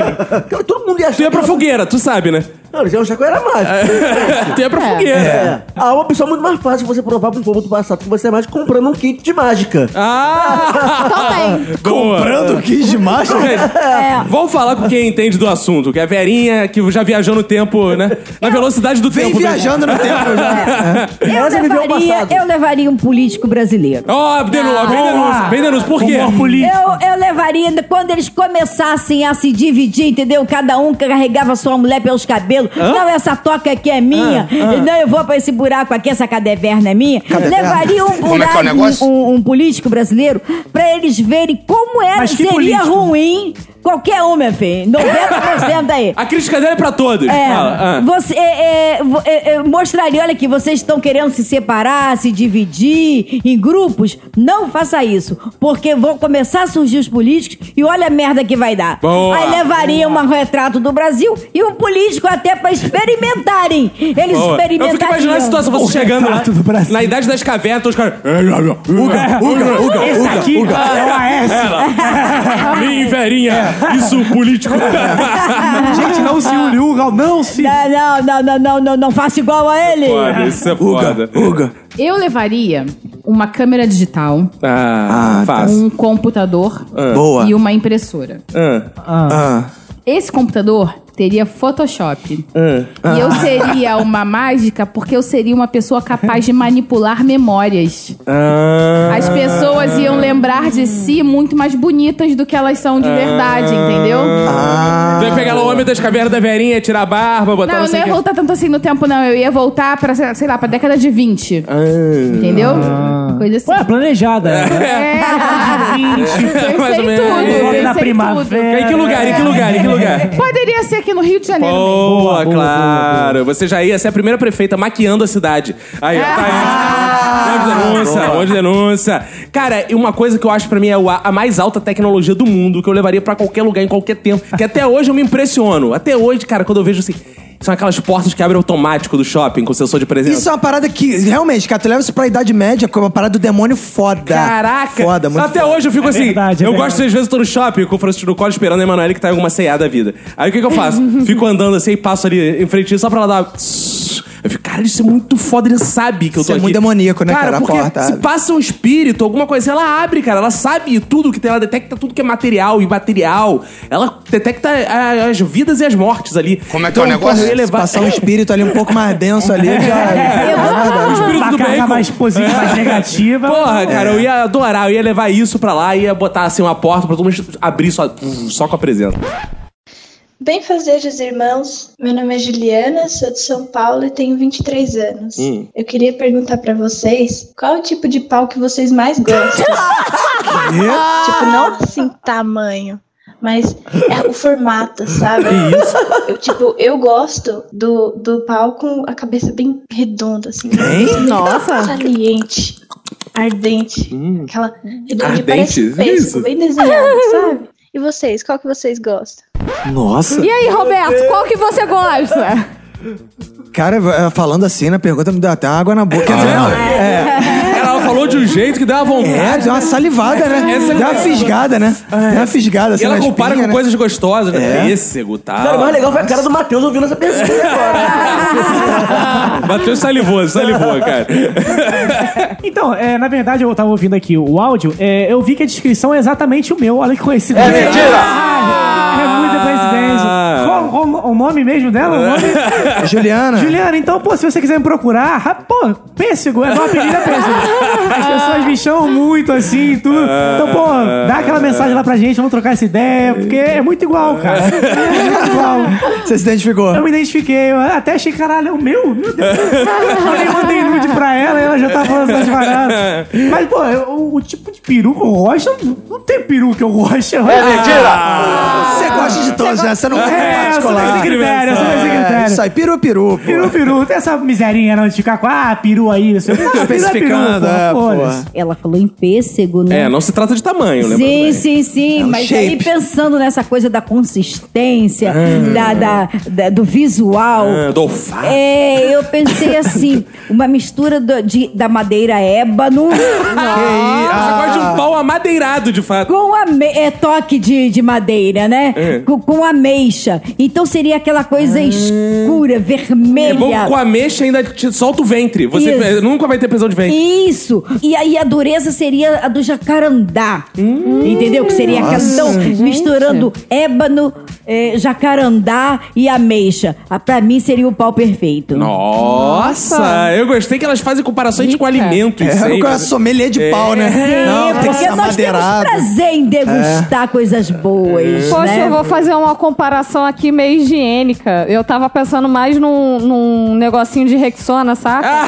Speaker 7: Cara, Todo mundo ia achar.
Speaker 1: Tu ia pra fogueira, tu sabe, né?
Speaker 7: Não, eles iam achar que eu era
Speaker 2: É,
Speaker 7: mágico.
Speaker 1: Tu ia pra fogueira.
Speaker 7: É. Ah, uma pessoa muito mais fácil você provar pro povo do passado que você é mágico comprando um kit de mágica.
Speaker 1: Ah! Comprando
Speaker 2: um kit de
Speaker 7: é?
Speaker 2: mágica?
Speaker 7: (laughs)
Speaker 3: É,
Speaker 1: Vamos falar com quem entende do assunto, que é a Verinha, que já viajou no tempo, né? Na velocidade do tempo. mesmo. (laughs)
Speaker 7: né?
Speaker 5: Eu
Speaker 7: Essa viveu o
Speaker 5: levaria,
Speaker 7: passado.
Speaker 5: eu levaria um político brasileiro. Ah,
Speaker 1: Ó, oh, denúncia, vem denúncia, vem denúncia. Por quê?
Speaker 5: Eu, eu levaria quando eles começassem a se dividir, entendeu? Cada um carregava sua mulher pelos cabelos. Não, essa toca aqui é minha. Não, eu vou pra esse buraco aqui, essa cadeverna é minha.
Speaker 2: Cadeverna.
Speaker 5: Levaria um
Speaker 2: Como é que é
Speaker 5: buraco,
Speaker 2: o negócio?
Speaker 5: um, um político brasileiro, pra eles verem como era,
Speaker 11: Mas que
Speaker 5: seria
Speaker 11: político?
Speaker 5: ruim qualquer um, minha filha. 90% aí.
Speaker 1: A crítica dela é pra todos.
Speaker 5: É,
Speaker 1: Fala, ah.
Speaker 5: você, é, é, vo- é, é, mostraria, olha aqui, vocês estão querendo se separar, se dividir em grupos. Não faça isso, porque vão começar a surgir os políticos e olha a merda que vai dar.
Speaker 14: Boa.
Speaker 5: Aí levaria um retrato do Brasil e um político até pra experimentarem. Eles
Speaker 1: Boa. Eu fico
Speaker 5: experimentariam.
Speaker 1: imaginando a situação, você chegando lá,
Speaker 11: retrato do Brasil.
Speaker 1: na idade das cavernas, os caras... "É, Uga,
Speaker 11: uga, uga, Esse uga, aqui uga. é o Aécio.
Speaker 1: Ela. Minha Verinha, isso político.
Speaker 11: Gente, não se une, Ugal, não se...
Speaker 5: Não, não, não, não, não, não, não faça igual a ele.
Speaker 1: Foda, isso é foda.
Speaker 3: Eu levaria uma câmera digital,
Speaker 1: Ah, fácil.
Speaker 3: um computador
Speaker 1: Ah.
Speaker 2: Boa.
Speaker 3: e uma impressora.
Speaker 1: então.
Speaker 2: Ah.
Speaker 3: Esse computador teria Photoshop.
Speaker 2: Ah.
Speaker 3: E eu seria uma mágica porque eu seria uma pessoa capaz de manipular memórias.
Speaker 1: Ah.
Speaker 3: As pessoas iam lembrar de si muito mais bonitas do que elas são de verdade, entendeu?
Speaker 1: Tu ia pegar lá o homem das cavernas da Verinha, tirar a barba, botar
Speaker 3: Não,
Speaker 1: não
Speaker 3: eu não
Speaker 1: sei
Speaker 5: é
Speaker 3: ia
Speaker 1: o quê.
Speaker 2: Ah.
Speaker 3: voltar tanto assim no tempo, não. Eu ia voltar pra, sei sei lá, pra década de 20. Entendeu?
Speaker 11: uma.
Speaker 3: Coisa assim.
Speaker 11: Ah.
Speaker 3: É.
Speaker 11: Ué, planejada. né?
Speaker 3: (laughs)
Speaker 14: Mais ou menos.
Speaker 11: Logo na primavera.
Speaker 1: Em que lugar, em que lugar, em que lugar?
Speaker 14: Poderia ser aqui no Rio de Janeiro.
Speaker 1: Boa, claro. Você já ia ser a primeira prefeita maquiando a cidade. Aí, ó, tá aí. Um monte de denúncia, um monte de denúncia. Cara, e uma coisa que eu acho pra mim é o- a mais alta tecnologia do mundo, que eu levaria pra qualquer lugar, em qualquer tempo. Que até hoje eu me impressiono. Até hoje, cara, quando eu vejo assim. São aquelas portas que abrem automático do shopping com sensor de presença.
Speaker 2: Isso é uma parada que, realmente, cara, tu leva isso pra Idade Média como uma parada do demônio foda.
Speaker 1: Caraca!
Speaker 2: Foda, muito
Speaker 1: Até
Speaker 2: foda.
Speaker 1: hoje eu fico assim.
Speaker 2: verdade, é
Speaker 1: eu
Speaker 2: verdade.
Speaker 1: gosto, às vezes, eu tô no shopping com o Francisco no colo esperando a Emanuele que tá em alguma ceia da vida. Aí o que, que
Speaker 2: (laughs)
Speaker 1: eu faço? fico andando assim e passo ali em frente só pra ela dar. uma tss. Eu fico, cara, isso é muito foda, ele sabe que eu tô
Speaker 2: Isso é
Speaker 1: aqui.
Speaker 2: muito demoníaco, né, cara? A
Speaker 1: porque
Speaker 2: porta
Speaker 1: se
Speaker 2: abre.
Speaker 1: passa um espírito, alguma coisa, ela abre, cara. Ela sabe tudo que tem, ela detecta tudo que é material, imaterial. Ela detecta a- as vidas e as mortes ali. Como
Speaker 2: Então, porra, se Passar
Speaker 1: (laughs)
Speaker 2: um espírito ali um pouco mais denso ali, já.
Speaker 1: O É espírito do bacon. mais
Speaker 11: positiva, mais negativa.
Speaker 1: Porra, cara,
Speaker 2: É.
Speaker 1: eu ia adorar. Eu ia levar isso pra lá, ia botar assim uma porta pra todo mundo abrir só, só com a presença.
Speaker 23: Bem-fazeres, irmãos. Meu nome é Juliana, sou de São Paulo e tenho 23 anos.
Speaker 1: Hum.
Speaker 23: Eu queria perguntar pra vocês qual é o tipo de pau que vocês mais
Speaker 6: (laughs)
Speaker 23: gostam. tipo, não assim, tamanho. Mas é o formato, sabe? Eu, tipo, eu gosto do, do pau com a cabeça bem redonda, assim.
Speaker 1: Hein?
Speaker 23: Nossa! Saliente, ardente. Aquela redondinha,
Speaker 1: Hum. Ardente?
Speaker 23: parece um
Speaker 1: Isso.
Speaker 23: pêssego, bem desenhado, sabe? E vocês, qual que vocês gostam?
Speaker 2: Nossa.
Speaker 6: E aí, Roberto, qual que você gosta?
Speaker 2: Cara, eh, falando assim, na pergunta me deu até uma água na boca. né? Quer dizer, Ah, não,
Speaker 1: Ela falou de um jeito que dá vontade.
Speaker 2: É, deu uma salivada, né?
Speaker 1: Essa- é-
Speaker 2: Deu uma fisgada, né? Deu uma fisgada.
Speaker 1: E
Speaker 7: é
Speaker 2: assim,
Speaker 1: ela
Speaker 2: na
Speaker 1: compara
Speaker 2: espinha,
Speaker 1: com
Speaker 2: né?
Speaker 1: coisas gostosas, né?
Speaker 2: É.
Speaker 1: Pêssego e tal.
Speaker 7: Cara, o mais legal foi a cara do Matheus ouvindo essa pergunta
Speaker 5: (laughs)
Speaker 7: agora.
Speaker 1: Bateu salivou, salivou, cara.
Speaker 11: (laughs) Então, é, na verdade, eu tava ouvindo aqui o áudio, é, eu vi que a descrição é exatamente o meu. Olha que coincidência.
Speaker 4: É mentira!
Speaker 11: Ah, é muita coincidência. Qual, qual o nome mesmo dela? O nome?
Speaker 2: Juliana.
Speaker 11: Juliana, então, pô, se você quiser me procurar, ra- pô, pêssego, é meu apelido é pêssego. As pessoas me chamam muito assim e tudo. Então, pô, dá aquela mensagem lá pra gente, vamos trocar essa ideia, porque é muito igual, cara. É muito igual.
Speaker 2: Você se identificou?
Speaker 11: Eu me identifiquei, eu até achei, caralho, é o meu? Meu
Speaker 2: (laughs)
Speaker 11: Deus. Eu nem mandei nude pra ela e ela já tá falando essas paradas. Mas, pô, eu- o tipo de peru que eu gosto, não tem peru que eu gosto. É
Speaker 2: Você gosta de todos, né? Você não quer
Speaker 11: é,
Speaker 2: particular.
Speaker 11: Eu sou desse critério, eu sou desse
Speaker 2: É,
Speaker 11: critério.
Speaker 2: isso aí, peru, peru, pô.
Speaker 11: Peru, é peru. Não tem essa miserinha não de ficar com, ah, peru aí, não sei o
Speaker 2: Tá
Speaker 11: que. Ah, peru é peru,
Speaker 1: Especificando,
Speaker 11: pô,
Speaker 1: é,
Speaker 11: foda-se.
Speaker 5: Ela falou em pêssego, né?
Speaker 1: É, não se trata de tamanho, lembra?
Speaker 5: Sim, sim, sim.
Speaker 1: É um
Speaker 5: mas
Speaker 1: shape.
Speaker 5: aí pensando nessa coisa da consistência,
Speaker 1: Ah.
Speaker 5: da, da- da- do visual.
Speaker 1: Ah, do olfato.
Speaker 5: É, eu pensei
Speaker 1: (laughs)
Speaker 5: assim, uma mistura do- de- da madeira ébano.
Speaker 1: Você gosta de um pau amadeirado, de fato.
Speaker 5: Com ame é, toque de, de madeira, né?
Speaker 1: É. Ah.
Speaker 5: Com, com ameixa. Então seria aquela coisa escura, vermelha.
Speaker 1: É bom que com a mexa ainda te solta o ventre. Você
Speaker 5: Isso.
Speaker 1: nunca vai ter prisão de ventre.
Speaker 5: Isso! E aí a dureza seria a do jacarandá.
Speaker 2: Hum.
Speaker 5: Entendeu? Que seria
Speaker 1: Nossa,
Speaker 5: aquela. Então,
Speaker 1: gente.
Speaker 5: misturando ébano, eh, jacarandá e ameixa. Ah, pra mim seria o pau perfeito.
Speaker 1: Nossa,
Speaker 5: Nossa.
Speaker 1: eu gostei que elas fazem comparações com alimentos.
Speaker 2: É,
Speaker 1: sempre.
Speaker 2: com a sommelier de pau,
Speaker 1: É.
Speaker 2: né?
Speaker 5: É, Sim,
Speaker 2: Não, tem que
Speaker 5: porque
Speaker 2: ser É.
Speaker 5: nós temos
Speaker 2: amadeirado.
Speaker 5: prazer em degustar coisas
Speaker 11: É.
Speaker 5: boas.
Speaker 6: Poxa,
Speaker 5: né?
Speaker 6: eu vou fazer uma comparação aqui meio higiênica. Eu tava pensando mais num, num negocinho de
Speaker 11: (laughs)
Speaker 6: Rexona, saca?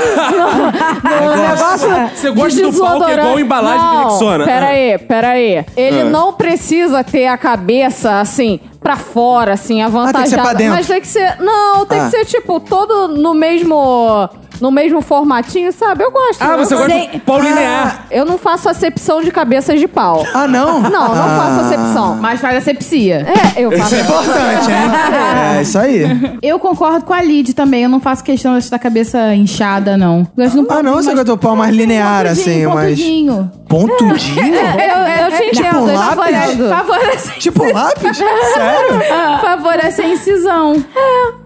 Speaker 6: no, no negócio
Speaker 1: Você gosta
Speaker 6: de
Speaker 1: do pau que é igual
Speaker 6: desodorante.
Speaker 1: embalagem de
Speaker 6: não,
Speaker 1: Rexona.
Speaker 6: Pera aí, pera aí. Ele
Speaker 1: Ah.
Speaker 6: não precisa ter a cabeça assim. Pra fora, assim,
Speaker 2: tem
Speaker 1: Ah,
Speaker 2: que ser
Speaker 6: avantajada.
Speaker 2: pra dentro.
Speaker 6: Mas tem que ser. Não, tem
Speaker 2: Ah.
Speaker 6: que ser, tipo, todo no mesmo. No mesmo formatinho, sabe? Eu gosto.
Speaker 1: Ah,
Speaker 6: eu
Speaker 1: você gosta
Speaker 6: sei.
Speaker 1: do pau linear.
Speaker 6: Eu não faço acepção de cabeças de pau.
Speaker 2: Ah, não?
Speaker 6: Não, não
Speaker 2: Ah.
Speaker 6: faço acepção.
Speaker 14: Mas faz asepsia.
Speaker 6: É, eu
Speaker 2: Isso
Speaker 6: faço.
Speaker 2: é importante, hein? É, isso aí.
Speaker 3: Eu concordo com a Lid também. Eu não faço questão dessa cabeça inchada, não. um Gosto de um
Speaker 2: Ah, não, você gosta do pau mais linear, assim, mais...
Speaker 3: pontudinho.
Speaker 2: Pontudinho?
Speaker 3: (laughs) Eu- eu te entendo,
Speaker 2: Tipo
Speaker 3: eu
Speaker 2: lápis?
Speaker 3: favorece- favorece-
Speaker 2: Tipo
Speaker 3: (laughs)
Speaker 2: lápis? Sério?
Speaker 3: Favorece a é incisão.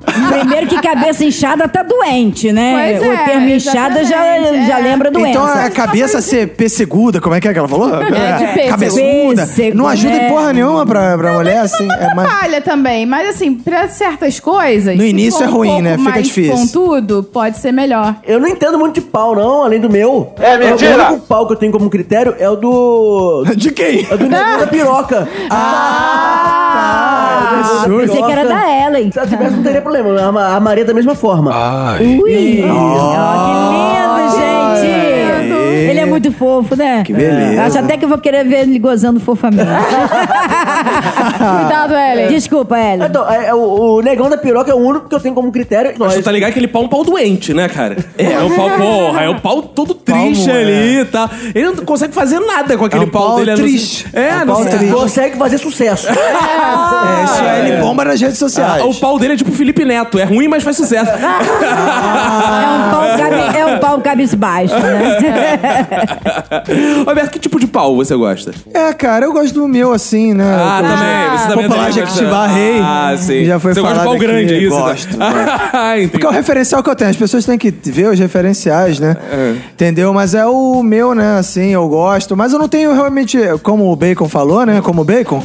Speaker 5: É. Primeiro que cabeça inchada tá doente, né?
Speaker 3: Pois
Speaker 5: o
Speaker 3: é,
Speaker 5: termo inchada já,
Speaker 3: exatamente,
Speaker 5: já
Speaker 3: é.
Speaker 5: lembra doença.
Speaker 2: Então a cabeça ser pesseguda, como é que é que ela falou? É,
Speaker 3: de pêssego.
Speaker 2: Cabeçuda.
Speaker 3: Pêssego,
Speaker 2: não ajuda
Speaker 3: é.
Speaker 2: em porra nenhuma pra, pra mulher, assim. É mais...
Speaker 3: Atrapalha também, mas assim, pra certas coisas.
Speaker 2: No
Speaker 3: se
Speaker 2: início
Speaker 3: for
Speaker 2: é ruim,
Speaker 3: pouco
Speaker 2: né? Fica
Speaker 3: mais
Speaker 2: difícil.
Speaker 3: Pontudo, pode ser melhor.
Speaker 7: Eu não entendo muito de pau, não, além do meu.
Speaker 3: É mentira!
Speaker 7: O único pau que eu tenho como critério é
Speaker 5: (laughs)
Speaker 7: o do.
Speaker 2: De quem?
Speaker 7: É do negão da piroca. Ah!
Speaker 5: Ah, pensei que era da Ellen.
Speaker 7: Se ela tivesse, não teria problema. A, a Maria da mesma forma. Ai. Ui!
Speaker 5: Ó, que lindo, gente! Ele é muito muito fofo, né? Que
Speaker 2: beleza.
Speaker 5: Acho até que eu vou querer ver ele gozando
Speaker 1: (laughs)
Speaker 5: fofamente. Cuidado, Ellen. Desculpa, Ellen.
Speaker 7: Então, é, é, o, o negão da piroca é o único que eu tenho como critério.
Speaker 1: Mas tu tá ligado que ele pau é um pau doente, né, cara? É, é um pau, porra, é um pau todo triste ali e tal. Ele não consegue fazer nada com
Speaker 2: É
Speaker 1: aquele
Speaker 7: um
Speaker 1: pau,
Speaker 7: pau
Speaker 1: dele.
Speaker 7: triste.
Speaker 1: É,
Speaker 7: É um
Speaker 1: não
Speaker 7: pau
Speaker 1: sei-
Speaker 7: triste. Consegue
Speaker 1: (laughs)
Speaker 7: fazer sucesso.
Speaker 2: É, isso é, ele bomba nas redes sociais.
Speaker 1: Ah, o pau dele é tipo Felipe Neto, é ruim, mas faz sucesso. (laughs)
Speaker 5: Pau cabe- É um pau cabisbaixo, né?
Speaker 1: Roberto, que tipo de pau você gosta?
Speaker 2: É, cara, eu gosto do meu assim, né?
Speaker 1: Ah,
Speaker 2: Eu-
Speaker 1: também. Você também
Speaker 2: Popular
Speaker 1: tem bastante.
Speaker 2: Jequitibá Rei.
Speaker 1: Ah, sim.
Speaker 2: Já foi
Speaker 1: Você gosta de
Speaker 2: falado
Speaker 1: pau
Speaker 2: aqui.
Speaker 1: grande, é isso?
Speaker 2: Gosto.
Speaker 1: (laughs) Ah, entendi.
Speaker 2: Porque é o referencial que eu tenho. As pessoas têm que ver os referenciais, né? Entendeu? Mas é o meu, né? Assim, eu gosto. Mas eu não tenho realmente, como o Bacon falou, né? Como o Bacon,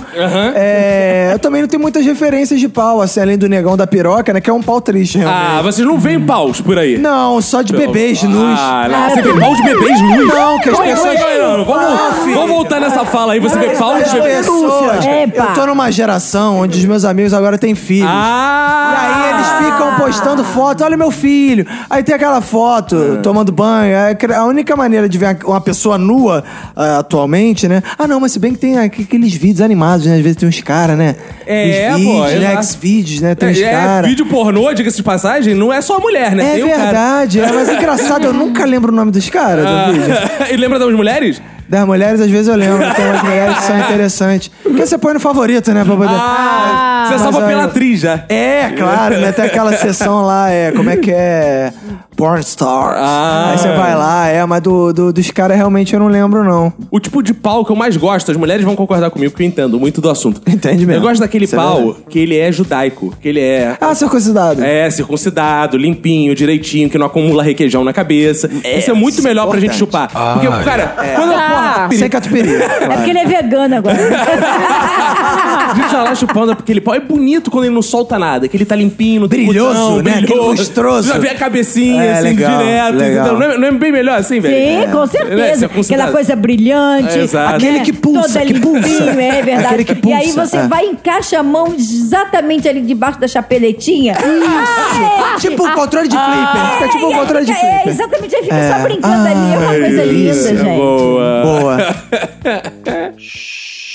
Speaker 2: é, eu também não tenho muitas referências de pau, assim, além do negão da piroca, né? Que é um pau triste, realmente.
Speaker 1: Ah, vocês não veem paus por aí?
Speaker 2: Não, só de bebês nus.
Speaker 1: Ah, não. Você vê pau de bebês nus?
Speaker 2: Não, que as
Speaker 1: Não, não,
Speaker 2: pessoas-
Speaker 1: não, não. Vamos,
Speaker 2: Ah, é, filho.
Speaker 1: vamos voltar nessa fala aí. Você vê pau de
Speaker 2: As
Speaker 1: bebês
Speaker 2: pessoas. Eu tô numa geração onde os meus amigos agora têm filhos.
Speaker 1: Ah!
Speaker 2: E aí eles ficam postando foto, olha meu filho. Aí tem aquela foto, tomando banho. É cre- A única maneira de ver uma pessoa nua ah, atualmente, né? Ah, não, mas se bem que tem aqu- aqueles vídeos animados, né? Às vezes tem uns caras, né?
Speaker 1: É,
Speaker 2: Os
Speaker 1: pô,
Speaker 2: vídeos, né?
Speaker 1: exato.
Speaker 2: X-vídeos, né? Tem uns
Speaker 1: É, é,
Speaker 2: caras.
Speaker 1: vídeo pornô, diga-se de passagem, não é só a mulher, né?
Speaker 2: É
Speaker 1: Tem o cara.
Speaker 2: verdade,
Speaker 1: (laughs)
Speaker 2: é, mas engraçado, eu nunca lembro o nome dos caras do vídeo.
Speaker 1: Ah, e lembra das (laughs) mulheres?
Speaker 2: Das mulheres, às vezes eu lembro, tem umas mulheres que são
Speaker 1: (laughs)
Speaker 2: interessantes. Porque você põe no favorito, né? Pra poder...
Speaker 1: Ah, você
Speaker 2: Mas
Speaker 1: salva
Speaker 2: olha-
Speaker 1: pela atriz já.
Speaker 2: É, claro, né? Tem aquela sessão lá, é, como é que é? Porn Stars.
Speaker 1: Ah.
Speaker 2: Aí você vai lá, é, mas do, do- dos caras realmente eu não lembro, não.
Speaker 1: (laughs) O tipo de pau que eu mais gosto, as mulheres vão concordar comigo, porque eu entendo muito do assunto.
Speaker 2: Entende mesmo.
Speaker 1: Eu gosto daquele
Speaker 2: Isso é
Speaker 1: pau
Speaker 2: verdade.
Speaker 1: que ele é judaico, que ele é.
Speaker 2: Ah, circuncidado.
Speaker 1: É, circuncidado, limpinho, direitinho, que não acumula requeijão na cabeça. Isso é muito melhor pra gente chupar. porque, cara, (laughs) quando eu porra,
Speaker 2: Sem catupiry.
Speaker 5: Tá. É porque ele é vegano agora.
Speaker 1: A gente tá lá chupando aquele pau. É bonito quando ele não solta nada, que ele tá limpinho, não tem
Speaker 2: Brilhoso,
Speaker 1: botão,
Speaker 2: né? Aquele lustroso.
Speaker 1: Já vê a cabecinha,
Speaker 2: É,
Speaker 1: assim,
Speaker 2: legal,
Speaker 1: direto.
Speaker 2: legal.
Speaker 1: entendeu? Não, é, não é bem melhor assim, velho?
Speaker 5: Sim, com certeza. Aquela coisa brilhante.
Speaker 1: É, exato.
Speaker 5: né?
Speaker 1: Aquele que pulsa,
Speaker 5: Toda
Speaker 1: que
Speaker 5: limpinho,
Speaker 1: pulsa.
Speaker 5: é verdade.
Speaker 1: Aquele que pulsa,
Speaker 5: E aí você
Speaker 1: é.
Speaker 5: vai e encaixa a mão exatamente ali debaixo da chapeletinha. Isso.
Speaker 2: tipo um controle de flipper.
Speaker 1: É
Speaker 2: Fica tipo um controle de flipper.
Speaker 5: É, exatamente. Aí fica
Speaker 2: É.
Speaker 5: só brincando ali. É uma coisa linda, gente.
Speaker 1: Boa.
Speaker 2: Boa.
Speaker 1: (laughs)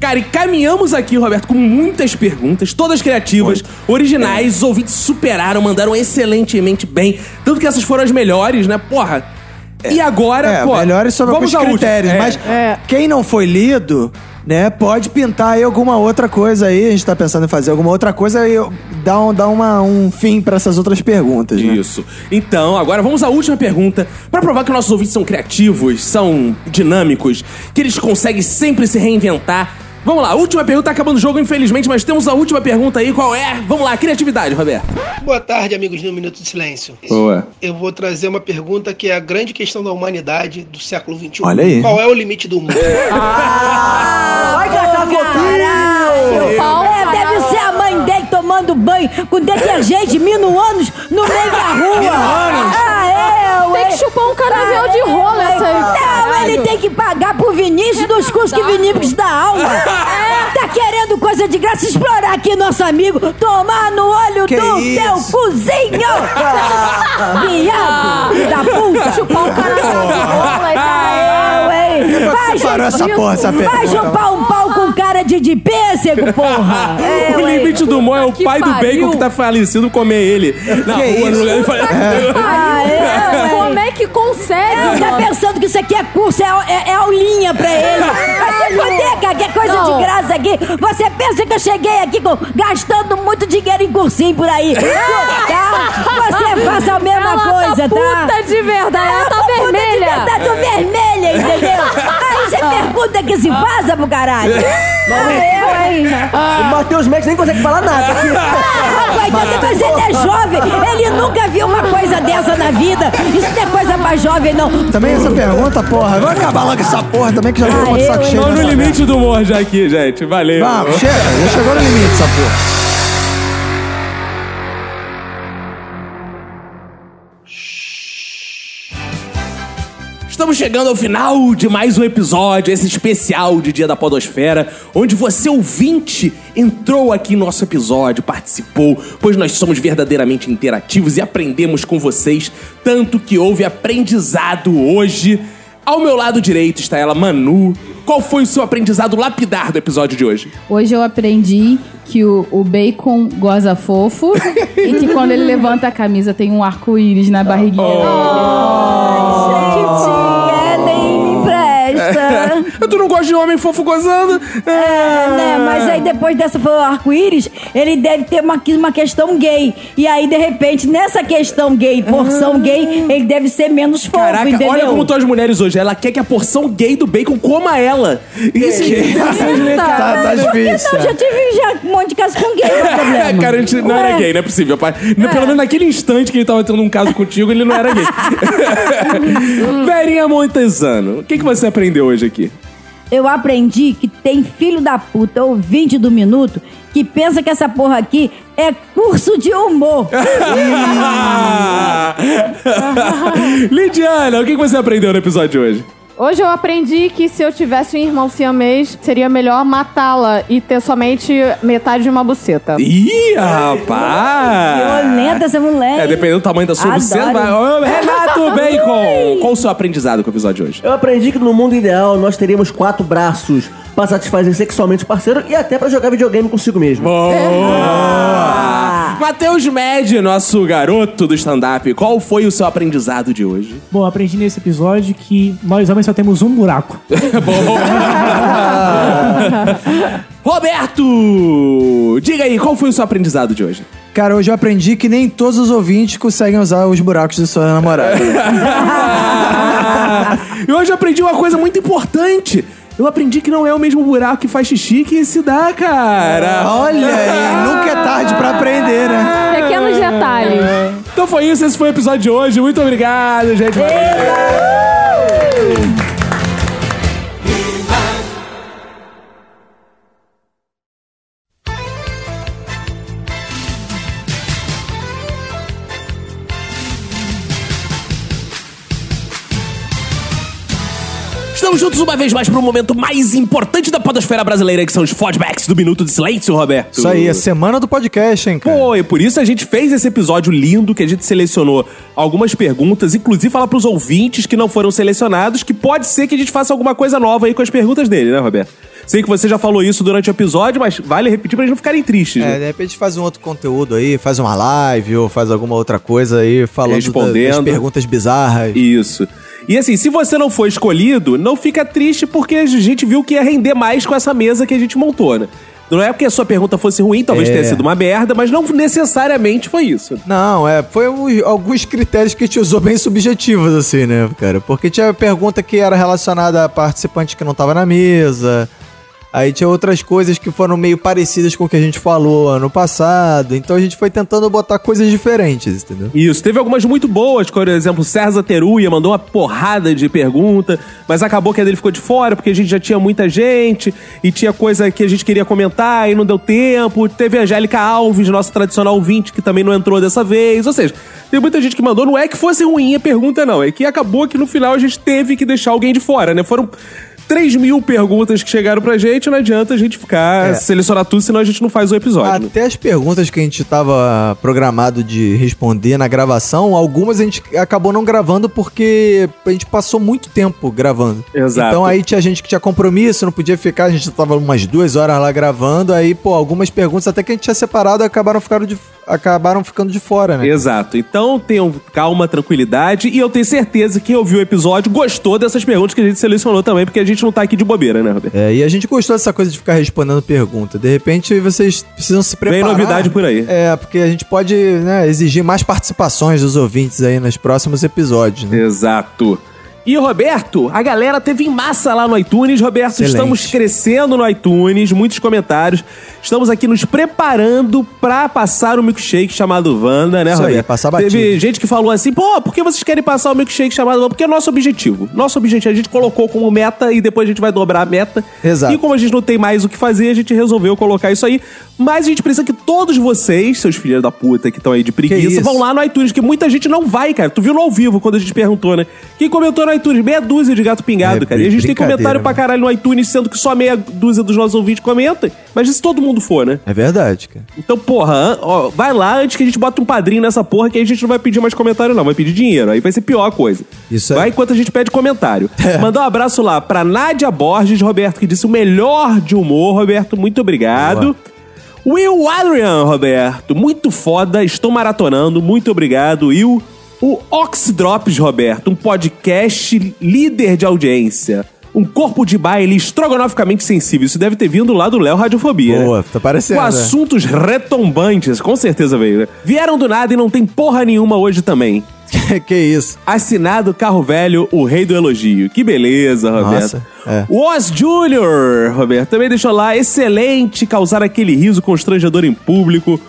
Speaker 1: Cara, e caminhamos aqui, Roberto, com muitas perguntas, todas criativas, originais. Os
Speaker 2: É.
Speaker 1: ouvintes superaram, mandaram excelentemente bem. Tanto que essas foram as melhores, né? Porra. E agora,
Speaker 2: É,
Speaker 1: pô.
Speaker 2: melhores sobre
Speaker 1: vamos
Speaker 2: alguns
Speaker 1: à última.
Speaker 2: critérios,
Speaker 1: É.
Speaker 2: mas quem não foi lido, né, pode pintar aí alguma outra coisa aí. A gente tá pensando em fazer alguma outra coisa e dar um, dá uma- um fim pra essas outras perguntas, né?
Speaker 1: Isso. Então, agora vamos à última pergunta. Pra provar que nossos ouvintes são criativos, são dinâmicos, que eles conseguem sempre se reinventar. Vamos lá, última pergunta, tá acabando o jogo, infelizmente, mas temos a última pergunta aí, qual é? Vamos lá, criatividade, Roberto.
Speaker 9: Boa tarde, amigos do Minuto de Silêncio.
Speaker 1: Boa.
Speaker 9: Eu vou trazer uma pergunta que é a grande questão da humanidade do século XXI.
Speaker 2: Olha aí.
Speaker 9: Qual é o limite
Speaker 11: (laughs)
Speaker 9: do humor?
Speaker 11: Ah,
Speaker 5: Vai catar
Speaker 9: Meu pau
Speaker 5: É, deve ser a mãe dele tomando banho com detergente minuanos no meio da rua.
Speaker 6: Minuanos?
Speaker 5: Ah, é, ué.
Speaker 6: Tem que chupar um canavial de rola essa aí.
Speaker 5: Não, ele tem que pagar pro Vinícius dos cursos que Vinícius dá aula. Tá querendo coisa de graça explorar aqui nosso amigo. Tomar no olho
Speaker 2: Que
Speaker 5: do
Speaker 2: isso?
Speaker 5: teu cozinho. Viado da puta. é, Chupar um canavial de rola.
Speaker 2: Por que
Speaker 5: Vai,
Speaker 2: você parou essa
Speaker 5: chupar-
Speaker 2: porra, essa
Speaker 5: Vai
Speaker 2: pergunta?
Speaker 5: chupar um pau com cara de, de pêssego,
Speaker 6: (laughs)
Speaker 5: porra. (laughs) É,
Speaker 1: o
Speaker 5: ué.
Speaker 1: limite do humor é o
Speaker 5: que
Speaker 1: pai do
Speaker 5: pariu.
Speaker 1: bacon que tá falecido comer ele. Na
Speaker 5: Que
Speaker 1: rua, no
Speaker 5: isso?
Speaker 1: lugar. Ele fala...
Speaker 5: (laughs)
Speaker 6: Ah,
Speaker 5: Ah, Como é que consegue? Não, é, tá pensando que isso aqui é curso, é, é, é aulinha pra ele. Vai se fuder, cara, que é coisa
Speaker 6: Não.
Speaker 5: de graça aqui. Você pensa que eu cheguei aqui com- gastando muito dinheiro em cursinho por aí. tá? Você faça a mesma
Speaker 6: É. Ela tá
Speaker 5: coisa, tá?
Speaker 6: puta de verdade, ela tá
Speaker 5: tô puta
Speaker 6: vermelha.
Speaker 5: de verdade, tô vermelha, entendeu? Aí você pergunta que se vaza pro caralho.
Speaker 6: É.
Speaker 5: Ah, eu,
Speaker 1: é,
Speaker 5: hein?
Speaker 7: O Matheus Mendes nem consegue falar nada.
Speaker 5: (laughs) Rapaz, mas ele é jovem, ele nunca viu uma coisa dessa na vida. Isso não é coisa pra jovem, não.
Speaker 2: Também essa pergunta, porra. Vamos acabar logo essa porra também, que já tô com o saco cheio.
Speaker 1: Tô no
Speaker 2: dessa merda.
Speaker 1: limite do humor já aqui, gente. Valeu.
Speaker 2: Vamos, chega. Já chegou no limite essa porra.
Speaker 1: Estamos chegando ao final de mais um episódio, esse especial de Dia da Podosfera, onde você, ouvinte, entrou aqui em nosso episódio, participou, pois nós somos verdadeiramente interativos e aprendemos com vocês, tanto que houve aprendizado hoje. Ao meu lado direito está ela, Manu. Qual foi o seu aprendizado lapidar do episódio de hoje?
Speaker 3: Hoje eu aprendi que o, o bacon goza fofo e que quando ele levanta a camisa tem um arco-íris na barriguinha. Oh.
Speaker 5: É,
Speaker 1: É. Eu tu não gosta de homem fofo gozando?
Speaker 5: É, né? Mas aí depois dessa falou arco-íris, ele deve ter uma, uma questão gay. E aí, de repente, nessa questão gay, porção gay, ele deve ser menos fofo,
Speaker 1: Ah. Caraca,
Speaker 5: entendeu?
Speaker 1: olha como estão as mulheres hoje. Ela quer que a porção gay do bacon coma ela. Isso que... (laughs)
Speaker 5: Tá, Não, já tive já um monte de caso com gay, não é problema.
Speaker 1: (laughs)
Speaker 5: né?
Speaker 1: Cara, a gente não era
Speaker 5: Ué.
Speaker 1: gay, não é possível, pai. No- Pelo menos naquele instante que ele tava tendo um caso contigo, ele não
Speaker 5: (laughs)
Speaker 1: era gay. Verinha Montesano, o que, que você aprendeu hoje aqui?
Speaker 5: Eu aprendi que tem filho da puta, ouvinte do minuto, que pensa que essa porra aqui é curso de humor. (laughs)
Speaker 1: Ah! Lidiana, o que, que você aprendeu no episódio de hoje?
Speaker 6: Hoje eu aprendi que se eu tivesse um irmão siamês, seria melhor matá-la e ter somente metade de uma buceta.
Speaker 1: Ih, rapaz!
Speaker 5: Violenta essa mulher.
Speaker 1: É,
Speaker 5: hein?
Speaker 1: dependendo do tamanho da sua
Speaker 5: Adoro.
Speaker 1: buceta, vai... Ô,
Speaker 5: (laughs)
Speaker 1: Renato Bacon! Qual o seu aprendizado com o episódio de hoje?
Speaker 7: Eu aprendi que no mundo ideal nós teríamos quatro braços pra satisfazer sexualmente o parceiro e até pra jogar videogame consigo mesmo.
Speaker 1: É. Matheus Med, nosso garoto do stand-up, qual foi o seu aprendizado de hoje?
Speaker 11: Bom, aprendi nesse episódio que nós homens só temos um buraco.
Speaker 1: Roberto! Diga aí, qual foi o seu aprendizado de hoje?
Speaker 2: Cara, hoje eu aprendi que nem todos os ouvintes conseguem usar os buracos de sua namorada.
Speaker 1: É. (laughs) E hoje eu aprendi uma coisa muito importante. Eu aprendi que não é o mesmo buraco que faz xixi que se dá, cara.
Speaker 2: Olha aí, nunca é tarde pra aprender, né?
Speaker 6: Pequenos detalhes.
Speaker 1: Então foi isso, esse foi o episódio de hoje. Muito obrigado, gente. Estamos juntos uma vez mais para o momento mais importante da podosfera brasileira, que são os fodbacks do Minuto de Silêncio, Roberto.
Speaker 2: Isso aí, a semana do podcast, hein, cara?
Speaker 1: Pô, e por isso a gente fez esse episódio lindo que a gente selecionou algumas perguntas, inclusive falar pros ouvintes que não foram selecionados que pode ser que a gente faça alguma coisa nova aí com as perguntas dele, né, Roberto? Sei que você já falou isso durante o episódio, mas vale repetir pra eles não ficarem tristes,
Speaker 8: É,
Speaker 1: né?
Speaker 8: de repente faz um outro conteúdo aí, faz uma live ou faz alguma outra coisa aí falando
Speaker 1: Respondendo.
Speaker 8: da- das perguntas É, bizarras.
Speaker 1: Isso. E assim, se você não for escolhido, não fica triste porque a gente viu que ia render mais com essa mesa que a gente montou, né? Não é porque a sua pergunta fosse ruim, talvez
Speaker 8: É.
Speaker 1: tenha sido uma merda, mas não necessariamente foi isso.
Speaker 8: Não, é, foi uns- alguns critérios que a gente usou bem subjetivos, assim, né, cara? Porque tinha pergunta que era relacionada a participante que não tava na mesa. Aí tinha outras coisas que foram meio parecidas com o que a gente falou ano passado. Então a gente foi tentando botar coisas diferentes, entendeu?
Speaker 1: Isso, teve algumas muito boas, por exemplo, o César Teruia mandou uma porrada de pergunta, mas acabou que a dele ficou de fora, porque a gente já tinha muita gente, e tinha coisa que a gente queria comentar e não deu tempo. Teve a Angélica Alves, nossa tradicional ouvinte, que também não entrou dessa vez. Ou seja, tem muita gente que mandou, não é que fosse ruim a pergunta, não. É que acabou que no final a gente teve que deixar alguém de fora, né? Foram 3 mil perguntas que chegaram pra gente, não adianta a gente ficar
Speaker 8: É.
Speaker 1: selecionar tudo, senão a gente não faz o episódio. né?
Speaker 8: Até as perguntas que a gente tava programado de responder na gravação, algumas a gente acabou não gravando porque a gente passou muito tempo gravando.
Speaker 1: Exato.
Speaker 8: Então aí tinha gente que tinha compromisso, não podia ficar, a gente tava umas duas horas lá gravando, aí, pô, algumas perguntas até que a gente tinha separado acabaram, ficaram de- acabaram ficando de fora, né?
Speaker 1: Exato. Então tenham calma, tranquilidade. E eu tenho certeza que quem ouviu o episódio gostou dessas perguntas que a gente selecionou também, porque a gente não tá aqui de bobeira, né, Roberto?
Speaker 8: É, e a gente gostou dessa coisa de ficar respondendo pergunta. De repente vocês precisam se
Speaker 1: Vem
Speaker 8: preparar.
Speaker 1: novidade por aí.
Speaker 8: É, porque a gente pode né, exigir mais participações dos ouvintes aí nos próximos episódios, né?
Speaker 1: Exato. E, Roberto, a galera teve em massa lá no iTunes. Roberto,
Speaker 8: Excelente.
Speaker 1: estamos crescendo no iTunes, muitos comentários. Estamos aqui nos preparando pra passar o milkshake chamado Wanda, né,
Speaker 8: Isso aí,
Speaker 1: Roberto?
Speaker 8: passar batido.
Speaker 1: teve gente que falou assim, pô, por que vocês querem passar o milkshake chamado Wanda? Porque é nosso objetivo. Nosso objetivo, a gente colocou como meta e depois a gente vai dobrar a meta. Exato. E como a gente não tem mais o que fazer, a gente resolveu colocar isso aí. Mas a gente precisa que todos vocês, seus filhos da puta que estão aí de preguiça,
Speaker 8: isso?
Speaker 1: vão lá no iTunes, que muita gente não vai, cara. Tu viu no ao vivo quando a gente perguntou, né? Quem comentou no iTunes, meia dúzia de gato pingado, cara. E a gente tem
Speaker 2: brincadeira,
Speaker 1: comentário pra
Speaker 2: mano.
Speaker 1: caralho no iTunes, sendo que só meia dúzia dos nossos ouvintes comentam. Mas e se todo mundo for, né?
Speaker 2: É verdade, cara.
Speaker 1: Então, porra, ó, vai lá antes que a gente bota um padrinho nessa porra, que aí a gente não vai pedir mais comentário, não. Vai pedir dinheiro. Aí vai ser pior a coisa. Isso aí. Vai enquanto a gente
Speaker 2: (laughs)
Speaker 1: pede comentário.
Speaker 2: É.
Speaker 1: Mandar um abraço lá pra Nádia Borges, Roberto, que disse o melhor de humor. Roberto, muito obrigado. Will Adrian, Roberto, muito foda, estou maratonando, muito obrigado, Will. O Ox Drops, Roberto, um podcast líder de audiência. Um corpo de baile estrogonoficamente sensível. Isso deve ter vindo lá do Léo Radiofobia.
Speaker 2: Boa,
Speaker 1: né?
Speaker 2: tá parecendo,
Speaker 1: Com
Speaker 2: né?
Speaker 1: assuntos retombantes, com certeza veio, né? Vieram do nada e não tem porra nenhuma hoje também.
Speaker 2: (laughs) que isso.
Speaker 1: Assinado Carro Velho, o rei do elogio. Que beleza, Roberto.
Speaker 2: Nossa, é.
Speaker 1: Was Jr., Roberto, também deixou lá. Excelente causar aquele riso constrangedor em público.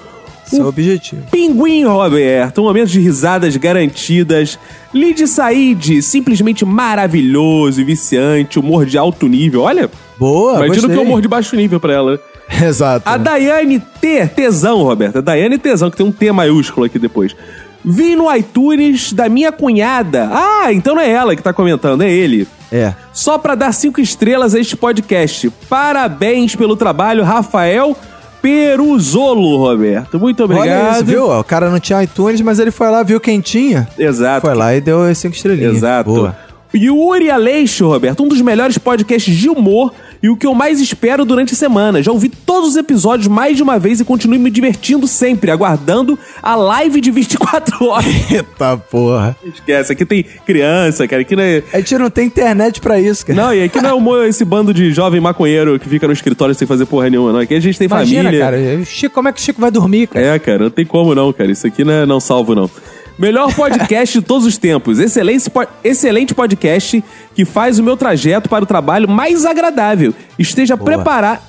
Speaker 2: Seu objetivo.
Speaker 1: Pinguim, Roberto. Um momento de risadas garantidas. Lid Said, simplesmente maravilhoso e viciante. Humor de alto nível. Olha.
Speaker 2: Boa,
Speaker 1: Imagino
Speaker 2: gostei.
Speaker 1: que é humor de baixo nível pra ela. né?
Speaker 2: (laughs) Exato.
Speaker 1: A Daiane T, tesão, Roberto. A Daiane tesão, que tem um T maiúsculo aqui depois. Vi no iTunes da minha cunhada. Ah, então não é ela que tá comentando, é ele.
Speaker 2: É.
Speaker 1: Só pra dar cinco estrelas a este podcast. Parabéns pelo trabalho, Rafael Peruzolo, Roberto. Muito obrigado.
Speaker 2: Olha isso, viu? O cara não tinha iTunes, mas ele foi lá, viu quem tinha.
Speaker 1: Exato.
Speaker 2: Foi lá e deu as cinco estrelinhas.
Speaker 1: Exato.
Speaker 2: Boa.
Speaker 1: Yuri Aleixo, Roberto, um dos melhores podcasts de humor e o que eu mais espero durante a semana. Já ouvi todos os episódios mais de uma vez e continuo me divertindo sempre, aguardando a live de 24 (laughs) horas.
Speaker 2: Eita porra.
Speaker 1: Esquece, aqui tem criança, cara, aqui não é...
Speaker 2: A gente não tem internet pra isso, cara.
Speaker 1: Não, e aqui não é humor esse bando de jovem maconheiro que fica no escritório sem fazer porra nenhuma, não. Aqui a gente tem
Speaker 2: Imagina,
Speaker 1: família.
Speaker 2: cara. o Chico, como é que o Chico vai dormir, cara?
Speaker 1: É, cara, não tem como não, cara. Isso aqui não, é- não salvo, não. Melhor podcast de todos os tempos. Excelente, po- excelente podcast que faz o meu trajeto para o trabalho mais agradável. Esteja preparado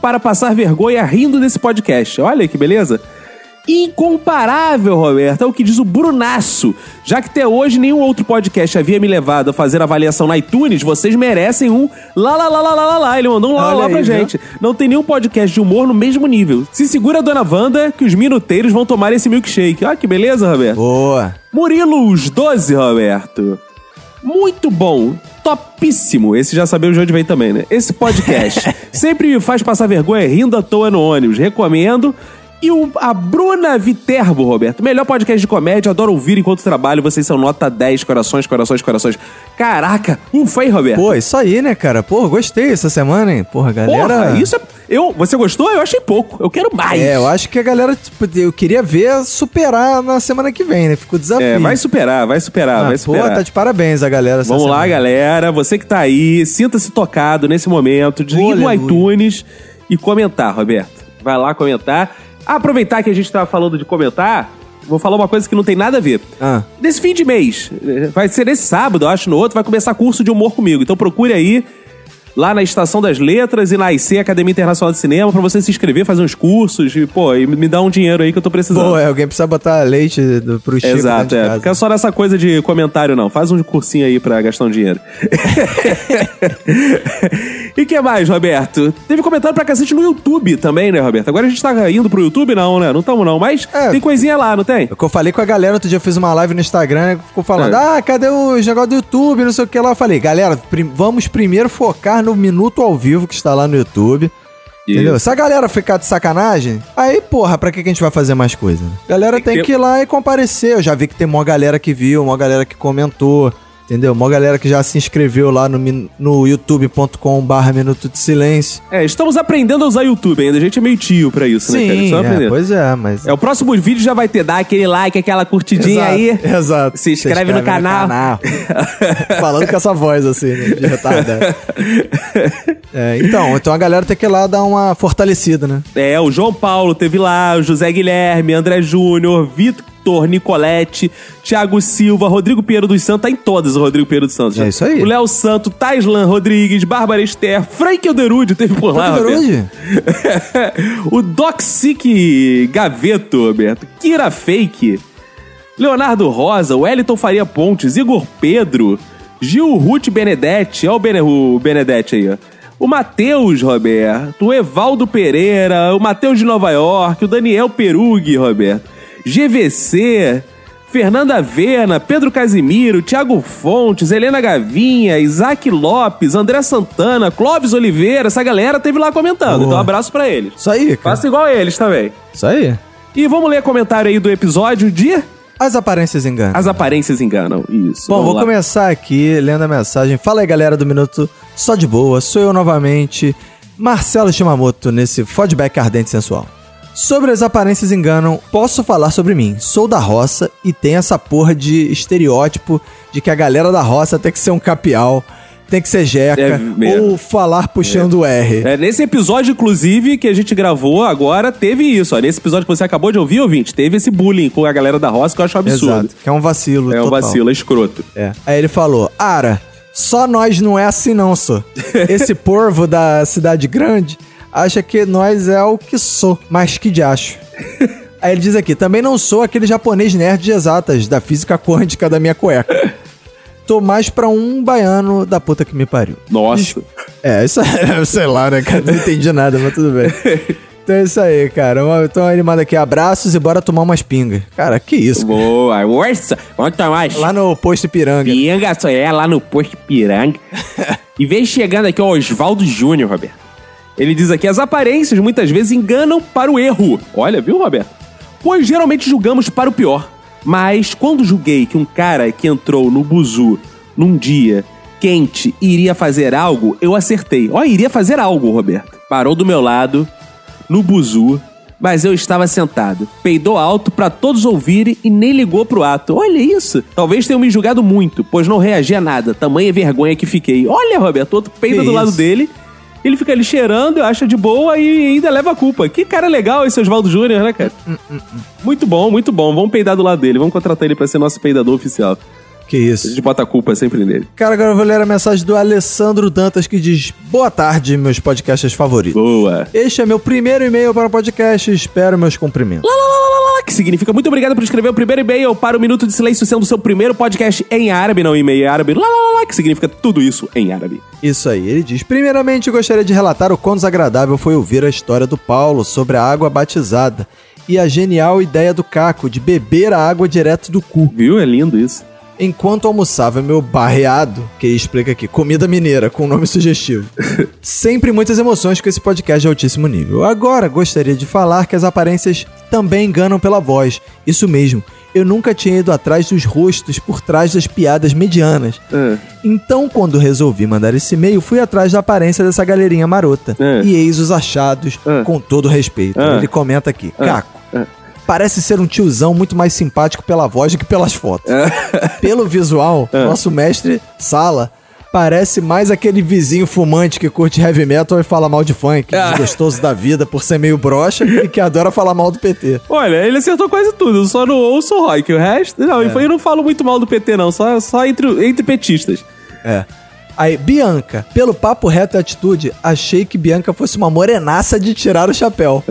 Speaker 1: para passar vergonha rindo desse podcast. Olha que beleza. Incomparável, Roberto, é o que diz o Brunaço. Já que até hoje nenhum outro podcast havia me levado a fazer avaliação na iTunes, vocês merecem um lá, lá, lá, lá, lá, lá, lá. Ele mandou um lá, lá,
Speaker 2: Olha
Speaker 1: lá pra
Speaker 2: aí, viu?
Speaker 1: gente. Não tem nenhum podcast de humor no mesmo nível. Se segura, dona Wanda, que os minuteiros vão tomar esse milkshake. Olha que beleza, Roberto.
Speaker 2: Boa.
Speaker 1: Murilo, os 12, Roberto. Muito bom. Topíssimo. Esse já sabemos de onde vem também, né?
Speaker 2: (laughs)
Speaker 1: Esse podcast sempre me faz passar vergonha rindo à toa no ônibus. Recomendo. E o- a Bruna Viterbo, Roberto. Melhor podcast de comédia. Adoro ouvir enquanto trabalho. Vocês são nota 10. Corações, corações, corações. Caraca. Ufa, hein, Roberto?
Speaker 2: Pô, isso aí, né, cara? Pô, gostei essa semana, hein? Porra, galera.
Speaker 1: Porra, isso é... Eu, você gostou? Eu achei pouco. Eu quero mais.
Speaker 2: É, eu acho que a galera, tipo, eu queria ver superar na semana que vem, né? Ficou desafio.
Speaker 1: É, vai superar, vai superar, vai
Speaker 2: Pô,
Speaker 1: superar.
Speaker 2: tá de parabéns a galera. essa
Speaker 1: Vamos lá,
Speaker 2: semana.
Speaker 1: galera. Você que tá aí, sinta-se tocado nesse momento. Desliga o
Speaker 2: Aleluia.
Speaker 1: iTunes e comentar, Roberto. Vai lá comentar. Aproveitar que a gente tá falando de comentar, vou falar uma coisa que não tem nada a ver. Nesse fim de mês, eh, vai ser nesse sábado, eu acho, no outro, vai começar curso de humor comigo. Então procure aí, lá na Estação das Letras e na IC, Academia Internacional de Cinema, pra você se inscrever, fazer uns cursos e, pô, e me dá um dinheiro aí que eu tô precisando.
Speaker 2: Pô, é, alguém precisa botar leite do, pro Chico.
Speaker 1: Exato,
Speaker 2: dentro de
Speaker 1: é.
Speaker 2: casa.
Speaker 1: Fica só nessa coisa de comentário, não. Faz um cursinho aí pra gastar um dinheiro. (laughs) e que mais, Roberto? Teve comentário pra cacete no YouTube também, né, Roberto? Agora a gente tá indo pro YouTube, não, né? Não tamo, não. Mas
Speaker 2: É.
Speaker 1: tem coisinha lá, não tem? É.
Speaker 2: Eu falei com a galera, outro dia eu fiz uma live no Instagram, né, ficou falando, ah, cadê o negócio do YouTube, não sei o que lá. Eu falei, galera, prim- vamos primeiro focar no Minuto ao Vivo que está lá no YouTube. Entendeu? Se a galera ficar de sacanagem, aí, porra, pra que, que a gente vai fazer mais coisa? né? Galera tem, que ir lá e comparecer. Eu já vi que tem mó galera que viu, mó galera que comentou, entendeu? Mó galera que já se inscreveu lá no, min- no youtube.com barra Minuto de Silêncio.
Speaker 1: É, estamos aprendendo a usar YouTube ainda. A gente é meio tio pra isso, né, cara? Só
Speaker 2: Sim, é,
Speaker 1: aprender.
Speaker 2: pois é, mas...
Speaker 1: É, o próximo vídeo já vai ter, dá aquele like, aquela curtidinha
Speaker 2: Exato,
Speaker 1: aí.
Speaker 2: (laughs) Exato.
Speaker 1: Se inscreve, no canal. (laughs)
Speaker 2: Falando com essa voz assim, né? De retardado. (laughs) É, então, então a galera tem que ir lá dar uma fortalecida, né?
Speaker 1: É, o João Paulo teve lá, o José Guilherme, André Júnior, Victor Nicolete, Thiago Silva, Rodrigo Pinheiro dos Santos, tá em todas o Rodrigo Pinheiro dos Santos. É isso aí. O Léo Santo, Taislan Rodrigues, Bárbara Esther, Frank Elderud teve por lá.
Speaker 2: Frank
Speaker 1: Ah, Roberto.
Speaker 2: Elderud?
Speaker 1: (laughs) o Doxic Gaveto, Roberto, Kira Fake, Leonardo Rosa, Wellington Faria Pontes, Igor Pedro, Gil Ruth Benedetti, olha o, Bene, o Benedetti aí, ó. O Matheus, Roberto, o Evaldo Pereira, o Matheus de Nova York, o Daniel Perugui, Roberto, GVC, Fernanda Verna, Pedro Casimiro, Thiago Fontes, Helena Gavinha, Isaac Lopes, André Santana, Clóvis Oliveira, essa galera teve lá comentando. Então, abraço pra eles.
Speaker 2: Isso aí, cara.
Speaker 1: Faça igual a eles também.
Speaker 2: Isso aí.
Speaker 1: E vamos ler comentário aí do episódio de
Speaker 2: As Aparências Enganam.
Speaker 1: As Aparências Enganam, isso.
Speaker 2: Bom,
Speaker 1: Vamos
Speaker 2: vou
Speaker 1: lá.
Speaker 2: começar aqui lendo a mensagem. Fala aí, galera do Minuto Só de Boa. Sou eu novamente, Marcelo Shimamoto, nesse feedback ardente e sensual. Sobre as aparências enganam, posso falar sobre mim. Sou da roça e tem essa porra de estereótipo de que a galera da roça tem que ser um capial, tem que ser jeca
Speaker 1: É mesmo.
Speaker 2: ou falar puxando o R.
Speaker 1: É, nesse episódio, inclusive, que a gente gravou agora, teve isso. Ó. Nesse episódio que você acabou de ouvir, ouvinte, teve esse bullying com a galera da roça que eu acho um absurdo.
Speaker 2: Exato, que é um vacilo.
Speaker 1: É um
Speaker 2: total.
Speaker 1: vacilo, é escroto.
Speaker 2: É. Aí ele falou: Ara, só nós não é assim, não, só. Esse porvo da cidade grande acha que nós é o que sou, mas que de acho. Aí ele diz aqui: também não sou aquele japonês nerd de exatas, da física quântica da minha cueca. Tô mais pra um baiano da puta que me pariu.
Speaker 1: Nossa.
Speaker 2: É, isso é, (laughs) sei lá, né, cara? Não entendi nada, mas tudo bem. Então é isso aí, cara. Então ele manda aqui abraços e bora tomar umas pingas. Cara, que isso, cara.
Speaker 1: Boa, ursa, vamos tomar.
Speaker 2: Lá no posto Piranga.
Speaker 1: Piranga, só é lá no posto
Speaker 2: (laughs)
Speaker 1: Piranga. e vem chegando aqui o Oswaldo Júnior, Roberto. Ele diz aqui: as aparências muitas vezes enganam para o erro. Olha, viu, Roberto? Pois geralmente julgamos para o pior. Mas quando julguei que um cara que entrou no buzu num dia quente iria fazer algo, eu acertei. Ó, iria fazer algo, Roberto. Parou do meu lado, no buzu, mas eu estava sentado. Peidou alto para todos ouvirem e nem ligou pro ato. Olha isso! Talvez tenham me julgado muito, pois não reagi a nada. Tamanha vergonha que fiquei. Olha, Roberto, outro peida
Speaker 2: Que
Speaker 1: do lado
Speaker 2: isso?
Speaker 1: dele. Ele fica ali cheirando, acha de boa e ainda leva a culpa. Que cara legal esse Oswaldo Júnior, né, cara?
Speaker 10: Hum,
Speaker 1: Muito bom, muito bom. Vamos peidar do lado dele. Vamos contratar ele pra ser nosso peidador oficial.
Speaker 2: Que isso.
Speaker 1: A gente bota a culpa sempre nele.
Speaker 2: Cara, agora eu vou ler a mensagem do Alessandro Dantas que diz: Boa tarde, meus podcasts favoritos.
Speaker 1: Boa.
Speaker 2: Este é meu primeiro e-mail para o podcast, espero meus cumprimentos.
Speaker 1: Ah, Que significa muito obrigado por escrever o primeiro e-mail para o Minuto de Silêncio, sendo o seu primeiro podcast em árabe, não e-mail em árabe. Lá, lá, lá, lá, que significa tudo isso em árabe.
Speaker 2: Isso aí, ele diz: Primeiramente, gostaria de relatar o quão desagradável foi ouvir a história do Paulo sobre a água batizada e a genial ideia do Caco de beber a água direto do cu.
Speaker 1: Viu? É lindo isso.
Speaker 2: Enquanto almoçava meu barreado, que ele explica aqui, comida mineira, com nome
Speaker 1: (laughs)
Speaker 2: sugestivo. Sempre muitas emoções com esse podcast de altíssimo nível. Agora, gostaria de falar que as aparências também enganam pela voz. Isso mesmo, eu nunca tinha ido atrás dos rostos por trás das piadas medianas. Então, quando resolvi mandar esse e-mail, fui atrás da aparência dessa galerinha marota. E eis os achados, com todo respeito.
Speaker 1: É.
Speaker 2: Ele comenta aqui, Caco. Parece ser um tiozão muito mais simpático pela voz do que pelas fotos. Pelo visual, nosso mestre Sala parece mais aquele vizinho fumante que curte heavy metal e fala mal de funk, desgostoso da vida por ser meio broxa e que adora falar mal do PT.
Speaker 1: Olha, ele acertou quase tudo, eu só não ouço o rock. O resto. Não,
Speaker 2: É.
Speaker 1: e foi- eu não falo muito mal do PT, não, só, só entre, entre petistas.
Speaker 2: É. Aí, Bianca, pelo papo reto e atitude, achei que Bianca fosse uma morenaça de tirar o chapéu.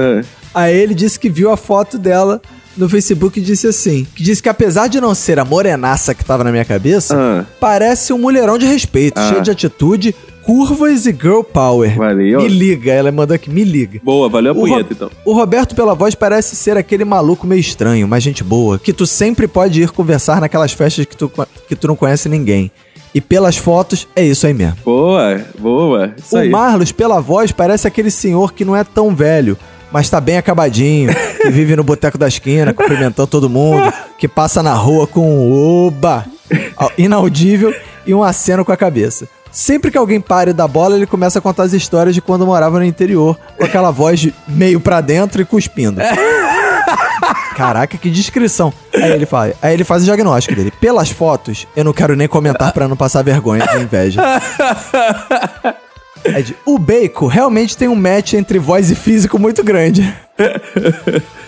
Speaker 2: Aí ele disse que viu a foto dela no Facebook e disse assim: que disse que apesar de não ser a morenaça que tava na minha cabeça, parece um mulherão de respeito,
Speaker 1: Ah.
Speaker 2: cheio de atitude, curvas e girl power.
Speaker 1: Valeu.
Speaker 2: Me liga, ela mandou aqui, me liga.
Speaker 1: Boa, valeu a
Speaker 2: O
Speaker 1: punheta,
Speaker 2: Ro-
Speaker 1: então.
Speaker 2: O Roberto, pela voz, parece ser aquele maluco meio estranho, mas gente boa, que tu sempre pode ir conversar naquelas festas que tu, que tu não conhece ninguém. E pelas fotos, é isso aí mesmo.
Speaker 1: Boa, boa. Isso aí.
Speaker 2: O Marlos, pela voz, parece aquele senhor que não é tão velho, mas tá bem acabadinho, que vive no boteco da esquina, cumprimentando todo mundo, que passa na rua com um oba, ao- inaudível e um aceno com a cabeça. Sempre que alguém pare da bola, ele começa a contar as histórias de quando morava no interior, com aquela voz de meio pra dentro e cuspindo. Caraca, que descrição. Aí ele fala, aí ele faz o diagnóstico dele. Pelas fotos, eu não quero nem comentar pra não passar vergonha de inveja. É de, o Bacon realmente tem um match entre voz e físico muito grande.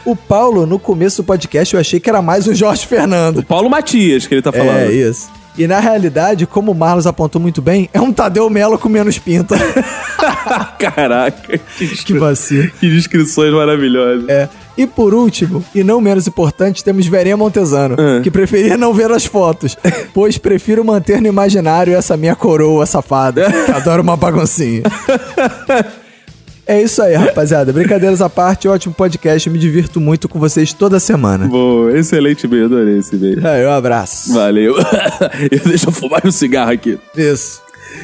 Speaker 2: O Paulo, no começo do podcast, eu achei que era mais o Jorge Fernando.
Speaker 1: Paulo Matias, que ele tá falando.
Speaker 2: É, isso. E na realidade, como o Marlos apontou muito bem, é um Tadeu Melo com menos pinta. (laughs)
Speaker 1: Caraca, que,
Speaker 2: que vacilo.
Speaker 1: Que descrições maravilhosas.
Speaker 2: É. E por último, e não menos importante, temos Verinha Montesano, que preferia não ver as fotos, pois prefiro manter no imaginário essa minha coroa safada, que adora uma baguncinha. É isso aí, rapaziada. Brincadeiras à parte, ótimo podcast. Eu me divirto muito com vocês toda semana.
Speaker 1: Boa, excelente beijo, adorei esse beijo.
Speaker 2: Aí, um abraço.
Speaker 1: Valeu. (laughs) Eu deixo eu fumar um cigarro aqui.
Speaker 2: Isso.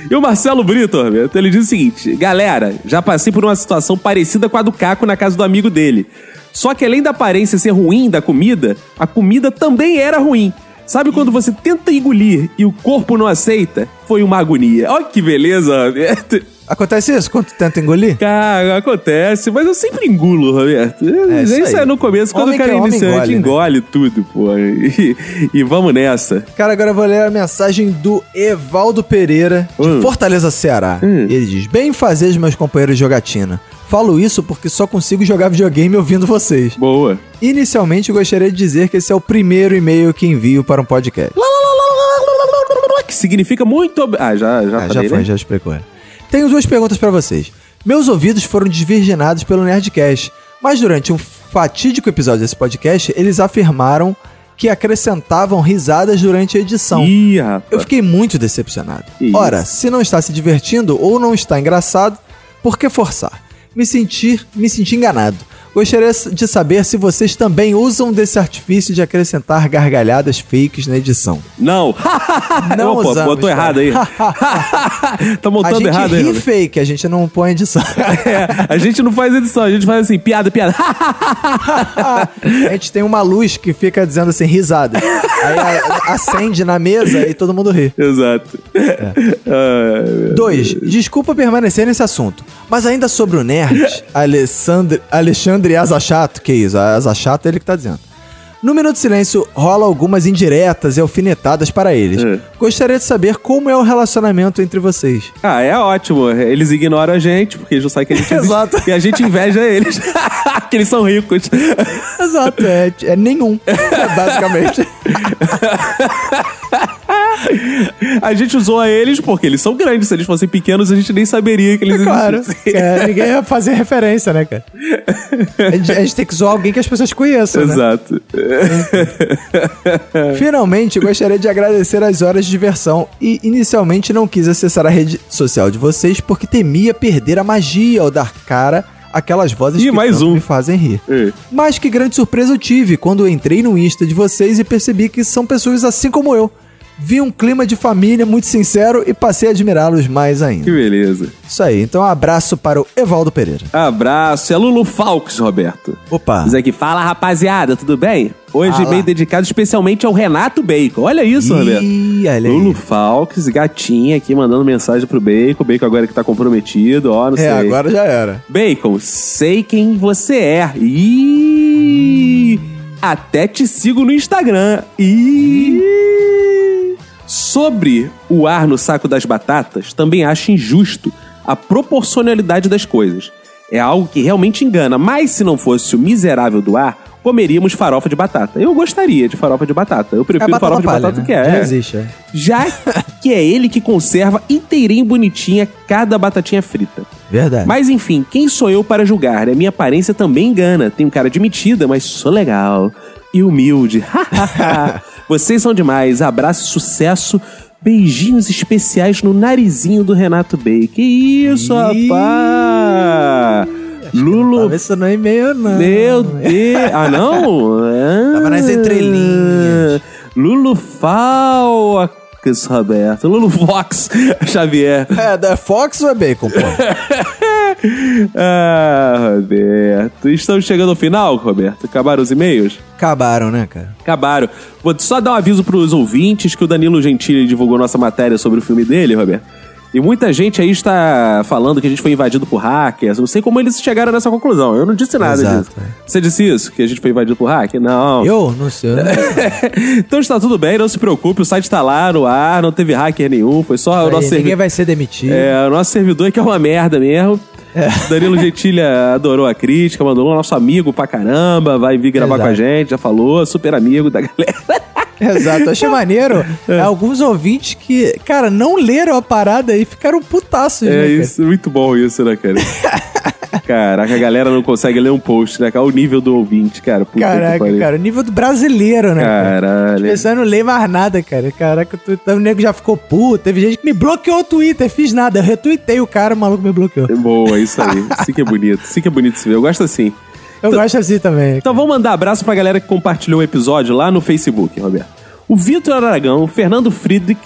Speaker 1: E o Marcelo Brito, Roberto, ele diz o seguinte: galera, já passei por uma situação parecida com a do Caco na casa do amigo dele. Só que além da aparência ser ruim da comida, a comida também era ruim. Sabe quando você tenta engolir e o corpo não aceita? Foi uma agonia. Olha que beleza, Roberto.
Speaker 2: Acontece isso quando tu tenta engolir?
Speaker 1: Cara, acontece, mas eu sempre engulo, Roberto. É isso,
Speaker 2: isso
Speaker 1: é
Speaker 2: aí.
Speaker 1: no começo, quando
Speaker 2: Homem
Speaker 1: o cara
Speaker 2: que
Speaker 1: é
Speaker 2: é homem
Speaker 1: iniciante, engole,
Speaker 2: engole,
Speaker 1: tudo, pô. E, e vamos nessa.
Speaker 2: Cara, agora eu vou ler a mensagem do Evaldo Pereira, de Fortaleza, Ceará. Ele diz: Bem fazer os meus companheiros de jogatina. Falo isso porque só consigo jogar videogame ouvindo vocês.
Speaker 1: Boa.
Speaker 2: Inicialmente, gostaria de dizer que esse é o primeiro e-mail que envio para um podcast.
Speaker 1: é Que significa muito. ob- Ah, já, já,
Speaker 2: já foi, já explicou. é. Tenho duas perguntas pra vocês. Meus ouvidos foram desvirginados pelo Nerdcast, mas durante um fatídico episódio desse podcast, eles afirmaram que acrescentavam risadas durante a edição.
Speaker 1: Ih, rapaz.
Speaker 2: Eu fiquei muito decepcionado. Ora, se não está se divertindo ou não está engraçado, por que forçar? Me sentir, me senti enganado. Gostaria de saber se vocês também usam desse artifício de acrescentar gargalhadas fakes na edição.
Speaker 1: Não.
Speaker 2: Não
Speaker 1: Não, pô,
Speaker 2: usamos,
Speaker 1: botou errado
Speaker 2: (laughs)
Speaker 1: aí. tá montando
Speaker 2: a gente
Speaker 1: errado aí.
Speaker 2: ri
Speaker 1: Roberto.
Speaker 2: fake, a gente não põe edição.
Speaker 1: (laughs) É, a gente não faz edição, a gente faz assim, piada,
Speaker 2: (laughs)
Speaker 1: piada.
Speaker 2: a gente tem uma luz que fica dizendo assim, risada. Aí a- acende na mesa e todo mundo ri.
Speaker 1: Exato.
Speaker 2: É. Dois, desculpa permanecer nesse assunto, mas ainda sobre o
Speaker 1: (laughs)
Speaker 2: nerd, Alessandre, Alexandre Azachato, que isso, Azachato é ele que tá dizendo. No Minuto de Silêncio rola algumas indiretas e alfinetadas para eles.
Speaker 1: É.
Speaker 2: Gostaria de saber como é o relacionamento entre
Speaker 1: (laughs)
Speaker 2: vocês.
Speaker 1: Ah, é ótimo. Eles ignoram a gente, porque eles não sabem que a gente existe. Exato. E a gente inveja eles. (laughs) que eles são ricos.
Speaker 2: Exato, é, é nenhum, (laughs) basicamente.
Speaker 1: (laughs) A gente usou a eles porque eles são grandes. Se eles fossem pequenos, a gente nem saberia que eles
Speaker 2: É Claro,
Speaker 1: existissem.
Speaker 2: é, ninguém ia fazer referência, né, cara? A gente, a gente tem que zoar alguém que as pessoas conheçam, né?
Speaker 1: Exato.
Speaker 2: Finalmente, gostaria de agradecer as horas de diversão e inicialmente não quis acessar a rede social de vocês porque temia perder a magia ao dar cara àquelas vozes que tanto me fazem rir. Mas que grande surpresa eu tive quando eu entrei no Insta de vocês e percebi que são pessoas assim como eu. Vi um clima de família muito sincero e passei a admirá-los mais ainda.
Speaker 1: (laughs) Que beleza.
Speaker 2: Isso aí, então um abraço para o Evaldo Pereira.
Speaker 1: Abraço. É Lulu Falques, Roberto.
Speaker 2: Opa.
Speaker 1: Diz aqui, fala rapaziada, tudo bem? Hoje
Speaker 2: Fala.
Speaker 1: bem dedicado especialmente ao Renato Bacon. Olha isso,
Speaker 2: Ih,
Speaker 1: Roberto.
Speaker 2: olha aí.
Speaker 1: Lulu Falques, gatinha aqui mandando mensagem pro Bacon. O Bacon agora que tá comprometido, ó, não
Speaker 2: É,
Speaker 1: sei.
Speaker 2: agora já era.
Speaker 1: Bacon, sei quem você é. Ih, até te sigo no Instagram. Ih. Sobre o ar no saco das batatas, também acho injusto a proporcionalidade das coisas. É algo que realmente engana, mas se não fosse o miserável do ar, comeríamos farofa de batata. Eu gostaria de farofa de batata. Eu prefiro
Speaker 2: batata
Speaker 1: farofa de
Speaker 2: palha,
Speaker 1: batata
Speaker 2: né?
Speaker 1: do que é.
Speaker 2: Já existe, é.
Speaker 1: Já que é ele que conserva inteirinho bonitinha cada batatinha frita.
Speaker 2: Verdade.
Speaker 1: Mas enfim, quem sou eu para julgar? né? Minha aparência também engana. Tenho cara de metida, mas sou legal e humilde. (laughs) Vocês são demais. Abraço, sucesso. Beijinhos especiais no narizinho do Renato Bey. Que isso, rapaz! Lulu.
Speaker 2: Isso não é e-mail, não. Tá
Speaker 1: Meu Deus! Ah,
Speaker 2: (laughs)
Speaker 1: não? Tava
Speaker 2: nas Ah,
Speaker 1: entrelinhas. Lulu Falques, Roberto. Lulu Fox, (laughs) Xavier.
Speaker 2: É, da Fox ou é Bacon, pô?
Speaker 1: (laughs) Ah, Roberto. Estamos chegando ao final, Roberto? Acabaram os e-mails?
Speaker 2: Acabaram, né, cara?
Speaker 1: Acabaram. Vou só dar um aviso pros ouvintes que o Danilo Gentili divulgou nossa matéria sobre o filme dele, Roberto. E muita gente aí está falando que a gente foi invadido por hackers. Não sei como eles chegaram nessa conclusão. Eu não disse nada
Speaker 2: Exato, é.
Speaker 1: disso. Você disse isso? Que a gente foi invadido por hacker? Não.
Speaker 2: Eu? Não sei. eu não-
Speaker 1: (laughs) Então está tudo bem, não se preocupe. O site está lá no ar, não teve hacker nenhum. Foi só o
Speaker 2: Aí, É,
Speaker 1: nosso
Speaker 2: ninguém
Speaker 1: servidor.
Speaker 2: vai ser demitido. É.
Speaker 1: É, o nosso servidor que é uma merda mesmo. Danilo Gentilia adorou a crítica, mandou um nosso amigo pra caramba, vai vir gravar com a gente, já falou, super amigo da galera.
Speaker 2: (laughs) Exato, achei maneiro. Alguns ouvintes que, cara, não leram a parada e ficaram putaços, né,
Speaker 1: É
Speaker 2: cara? (laughs)
Speaker 1: isso, muito bom isso, né, cara? Caraca, a galera não consegue ler um post, né? Olha o nível do ouvinte, cara. Puta que
Speaker 2: Caraca,
Speaker 1: pariu.
Speaker 2: cara, o nível do brasileiro, né? As
Speaker 1: Caralho. é
Speaker 2: pessoas não lê mais nada, cara. Caraca, o Twitter- o nego já ficou puto. Teve gente que me bloqueou o Twitter, fiz nada. Eu retuitei o cara, o maluco me bloqueou.
Speaker 1: Boa, isso aí. Isso que é bonito. Isso que é bonito de se ver. Eu gosto assim.
Speaker 2: Eu gosto assim também.
Speaker 1: Então vamos mandar abraço pra galera que compartilhou o episódio lá no Facebook, Roberto. O Vitor Aragão, Fernando Friedrich,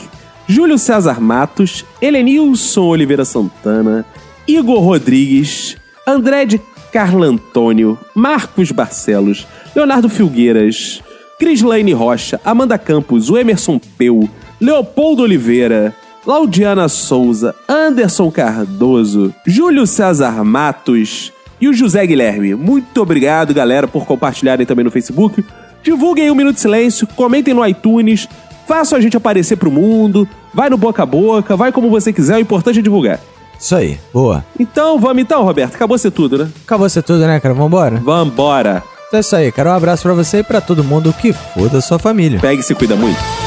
Speaker 1: Júlio César Matos, Helenilson Oliveira Santana, Igor Rodrigues, André de Carlo Antônio, Marcos Barcelos, Leonardo Filgueiras, Crislaine Rocha, Amanda Campos, o Emerson Peu, Leopoldo Oliveira, Laudiana Souza, Anderson Cardoso, Júlio César Matos e o José Guilherme. Muito obrigado, galera, por compartilharem também no Facebook. Divulguem o Minuto de Silêncio, comentem no iTunes, façam a gente aparecer pro mundo, vai no boca a boca, vai como você quiser, o importante é divulgar.
Speaker 2: Isso aí, boa.
Speaker 1: Então, vamos então, Roberto. Acabou ser tudo, né?
Speaker 2: Acabou ser tudo, né, cara? Vambora?
Speaker 1: Vambora.
Speaker 2: Então é isso aí, cara. Um abraço pra você e pra todo mundo que foda a sua família.
Speaker 1: Pega e se cuida muito.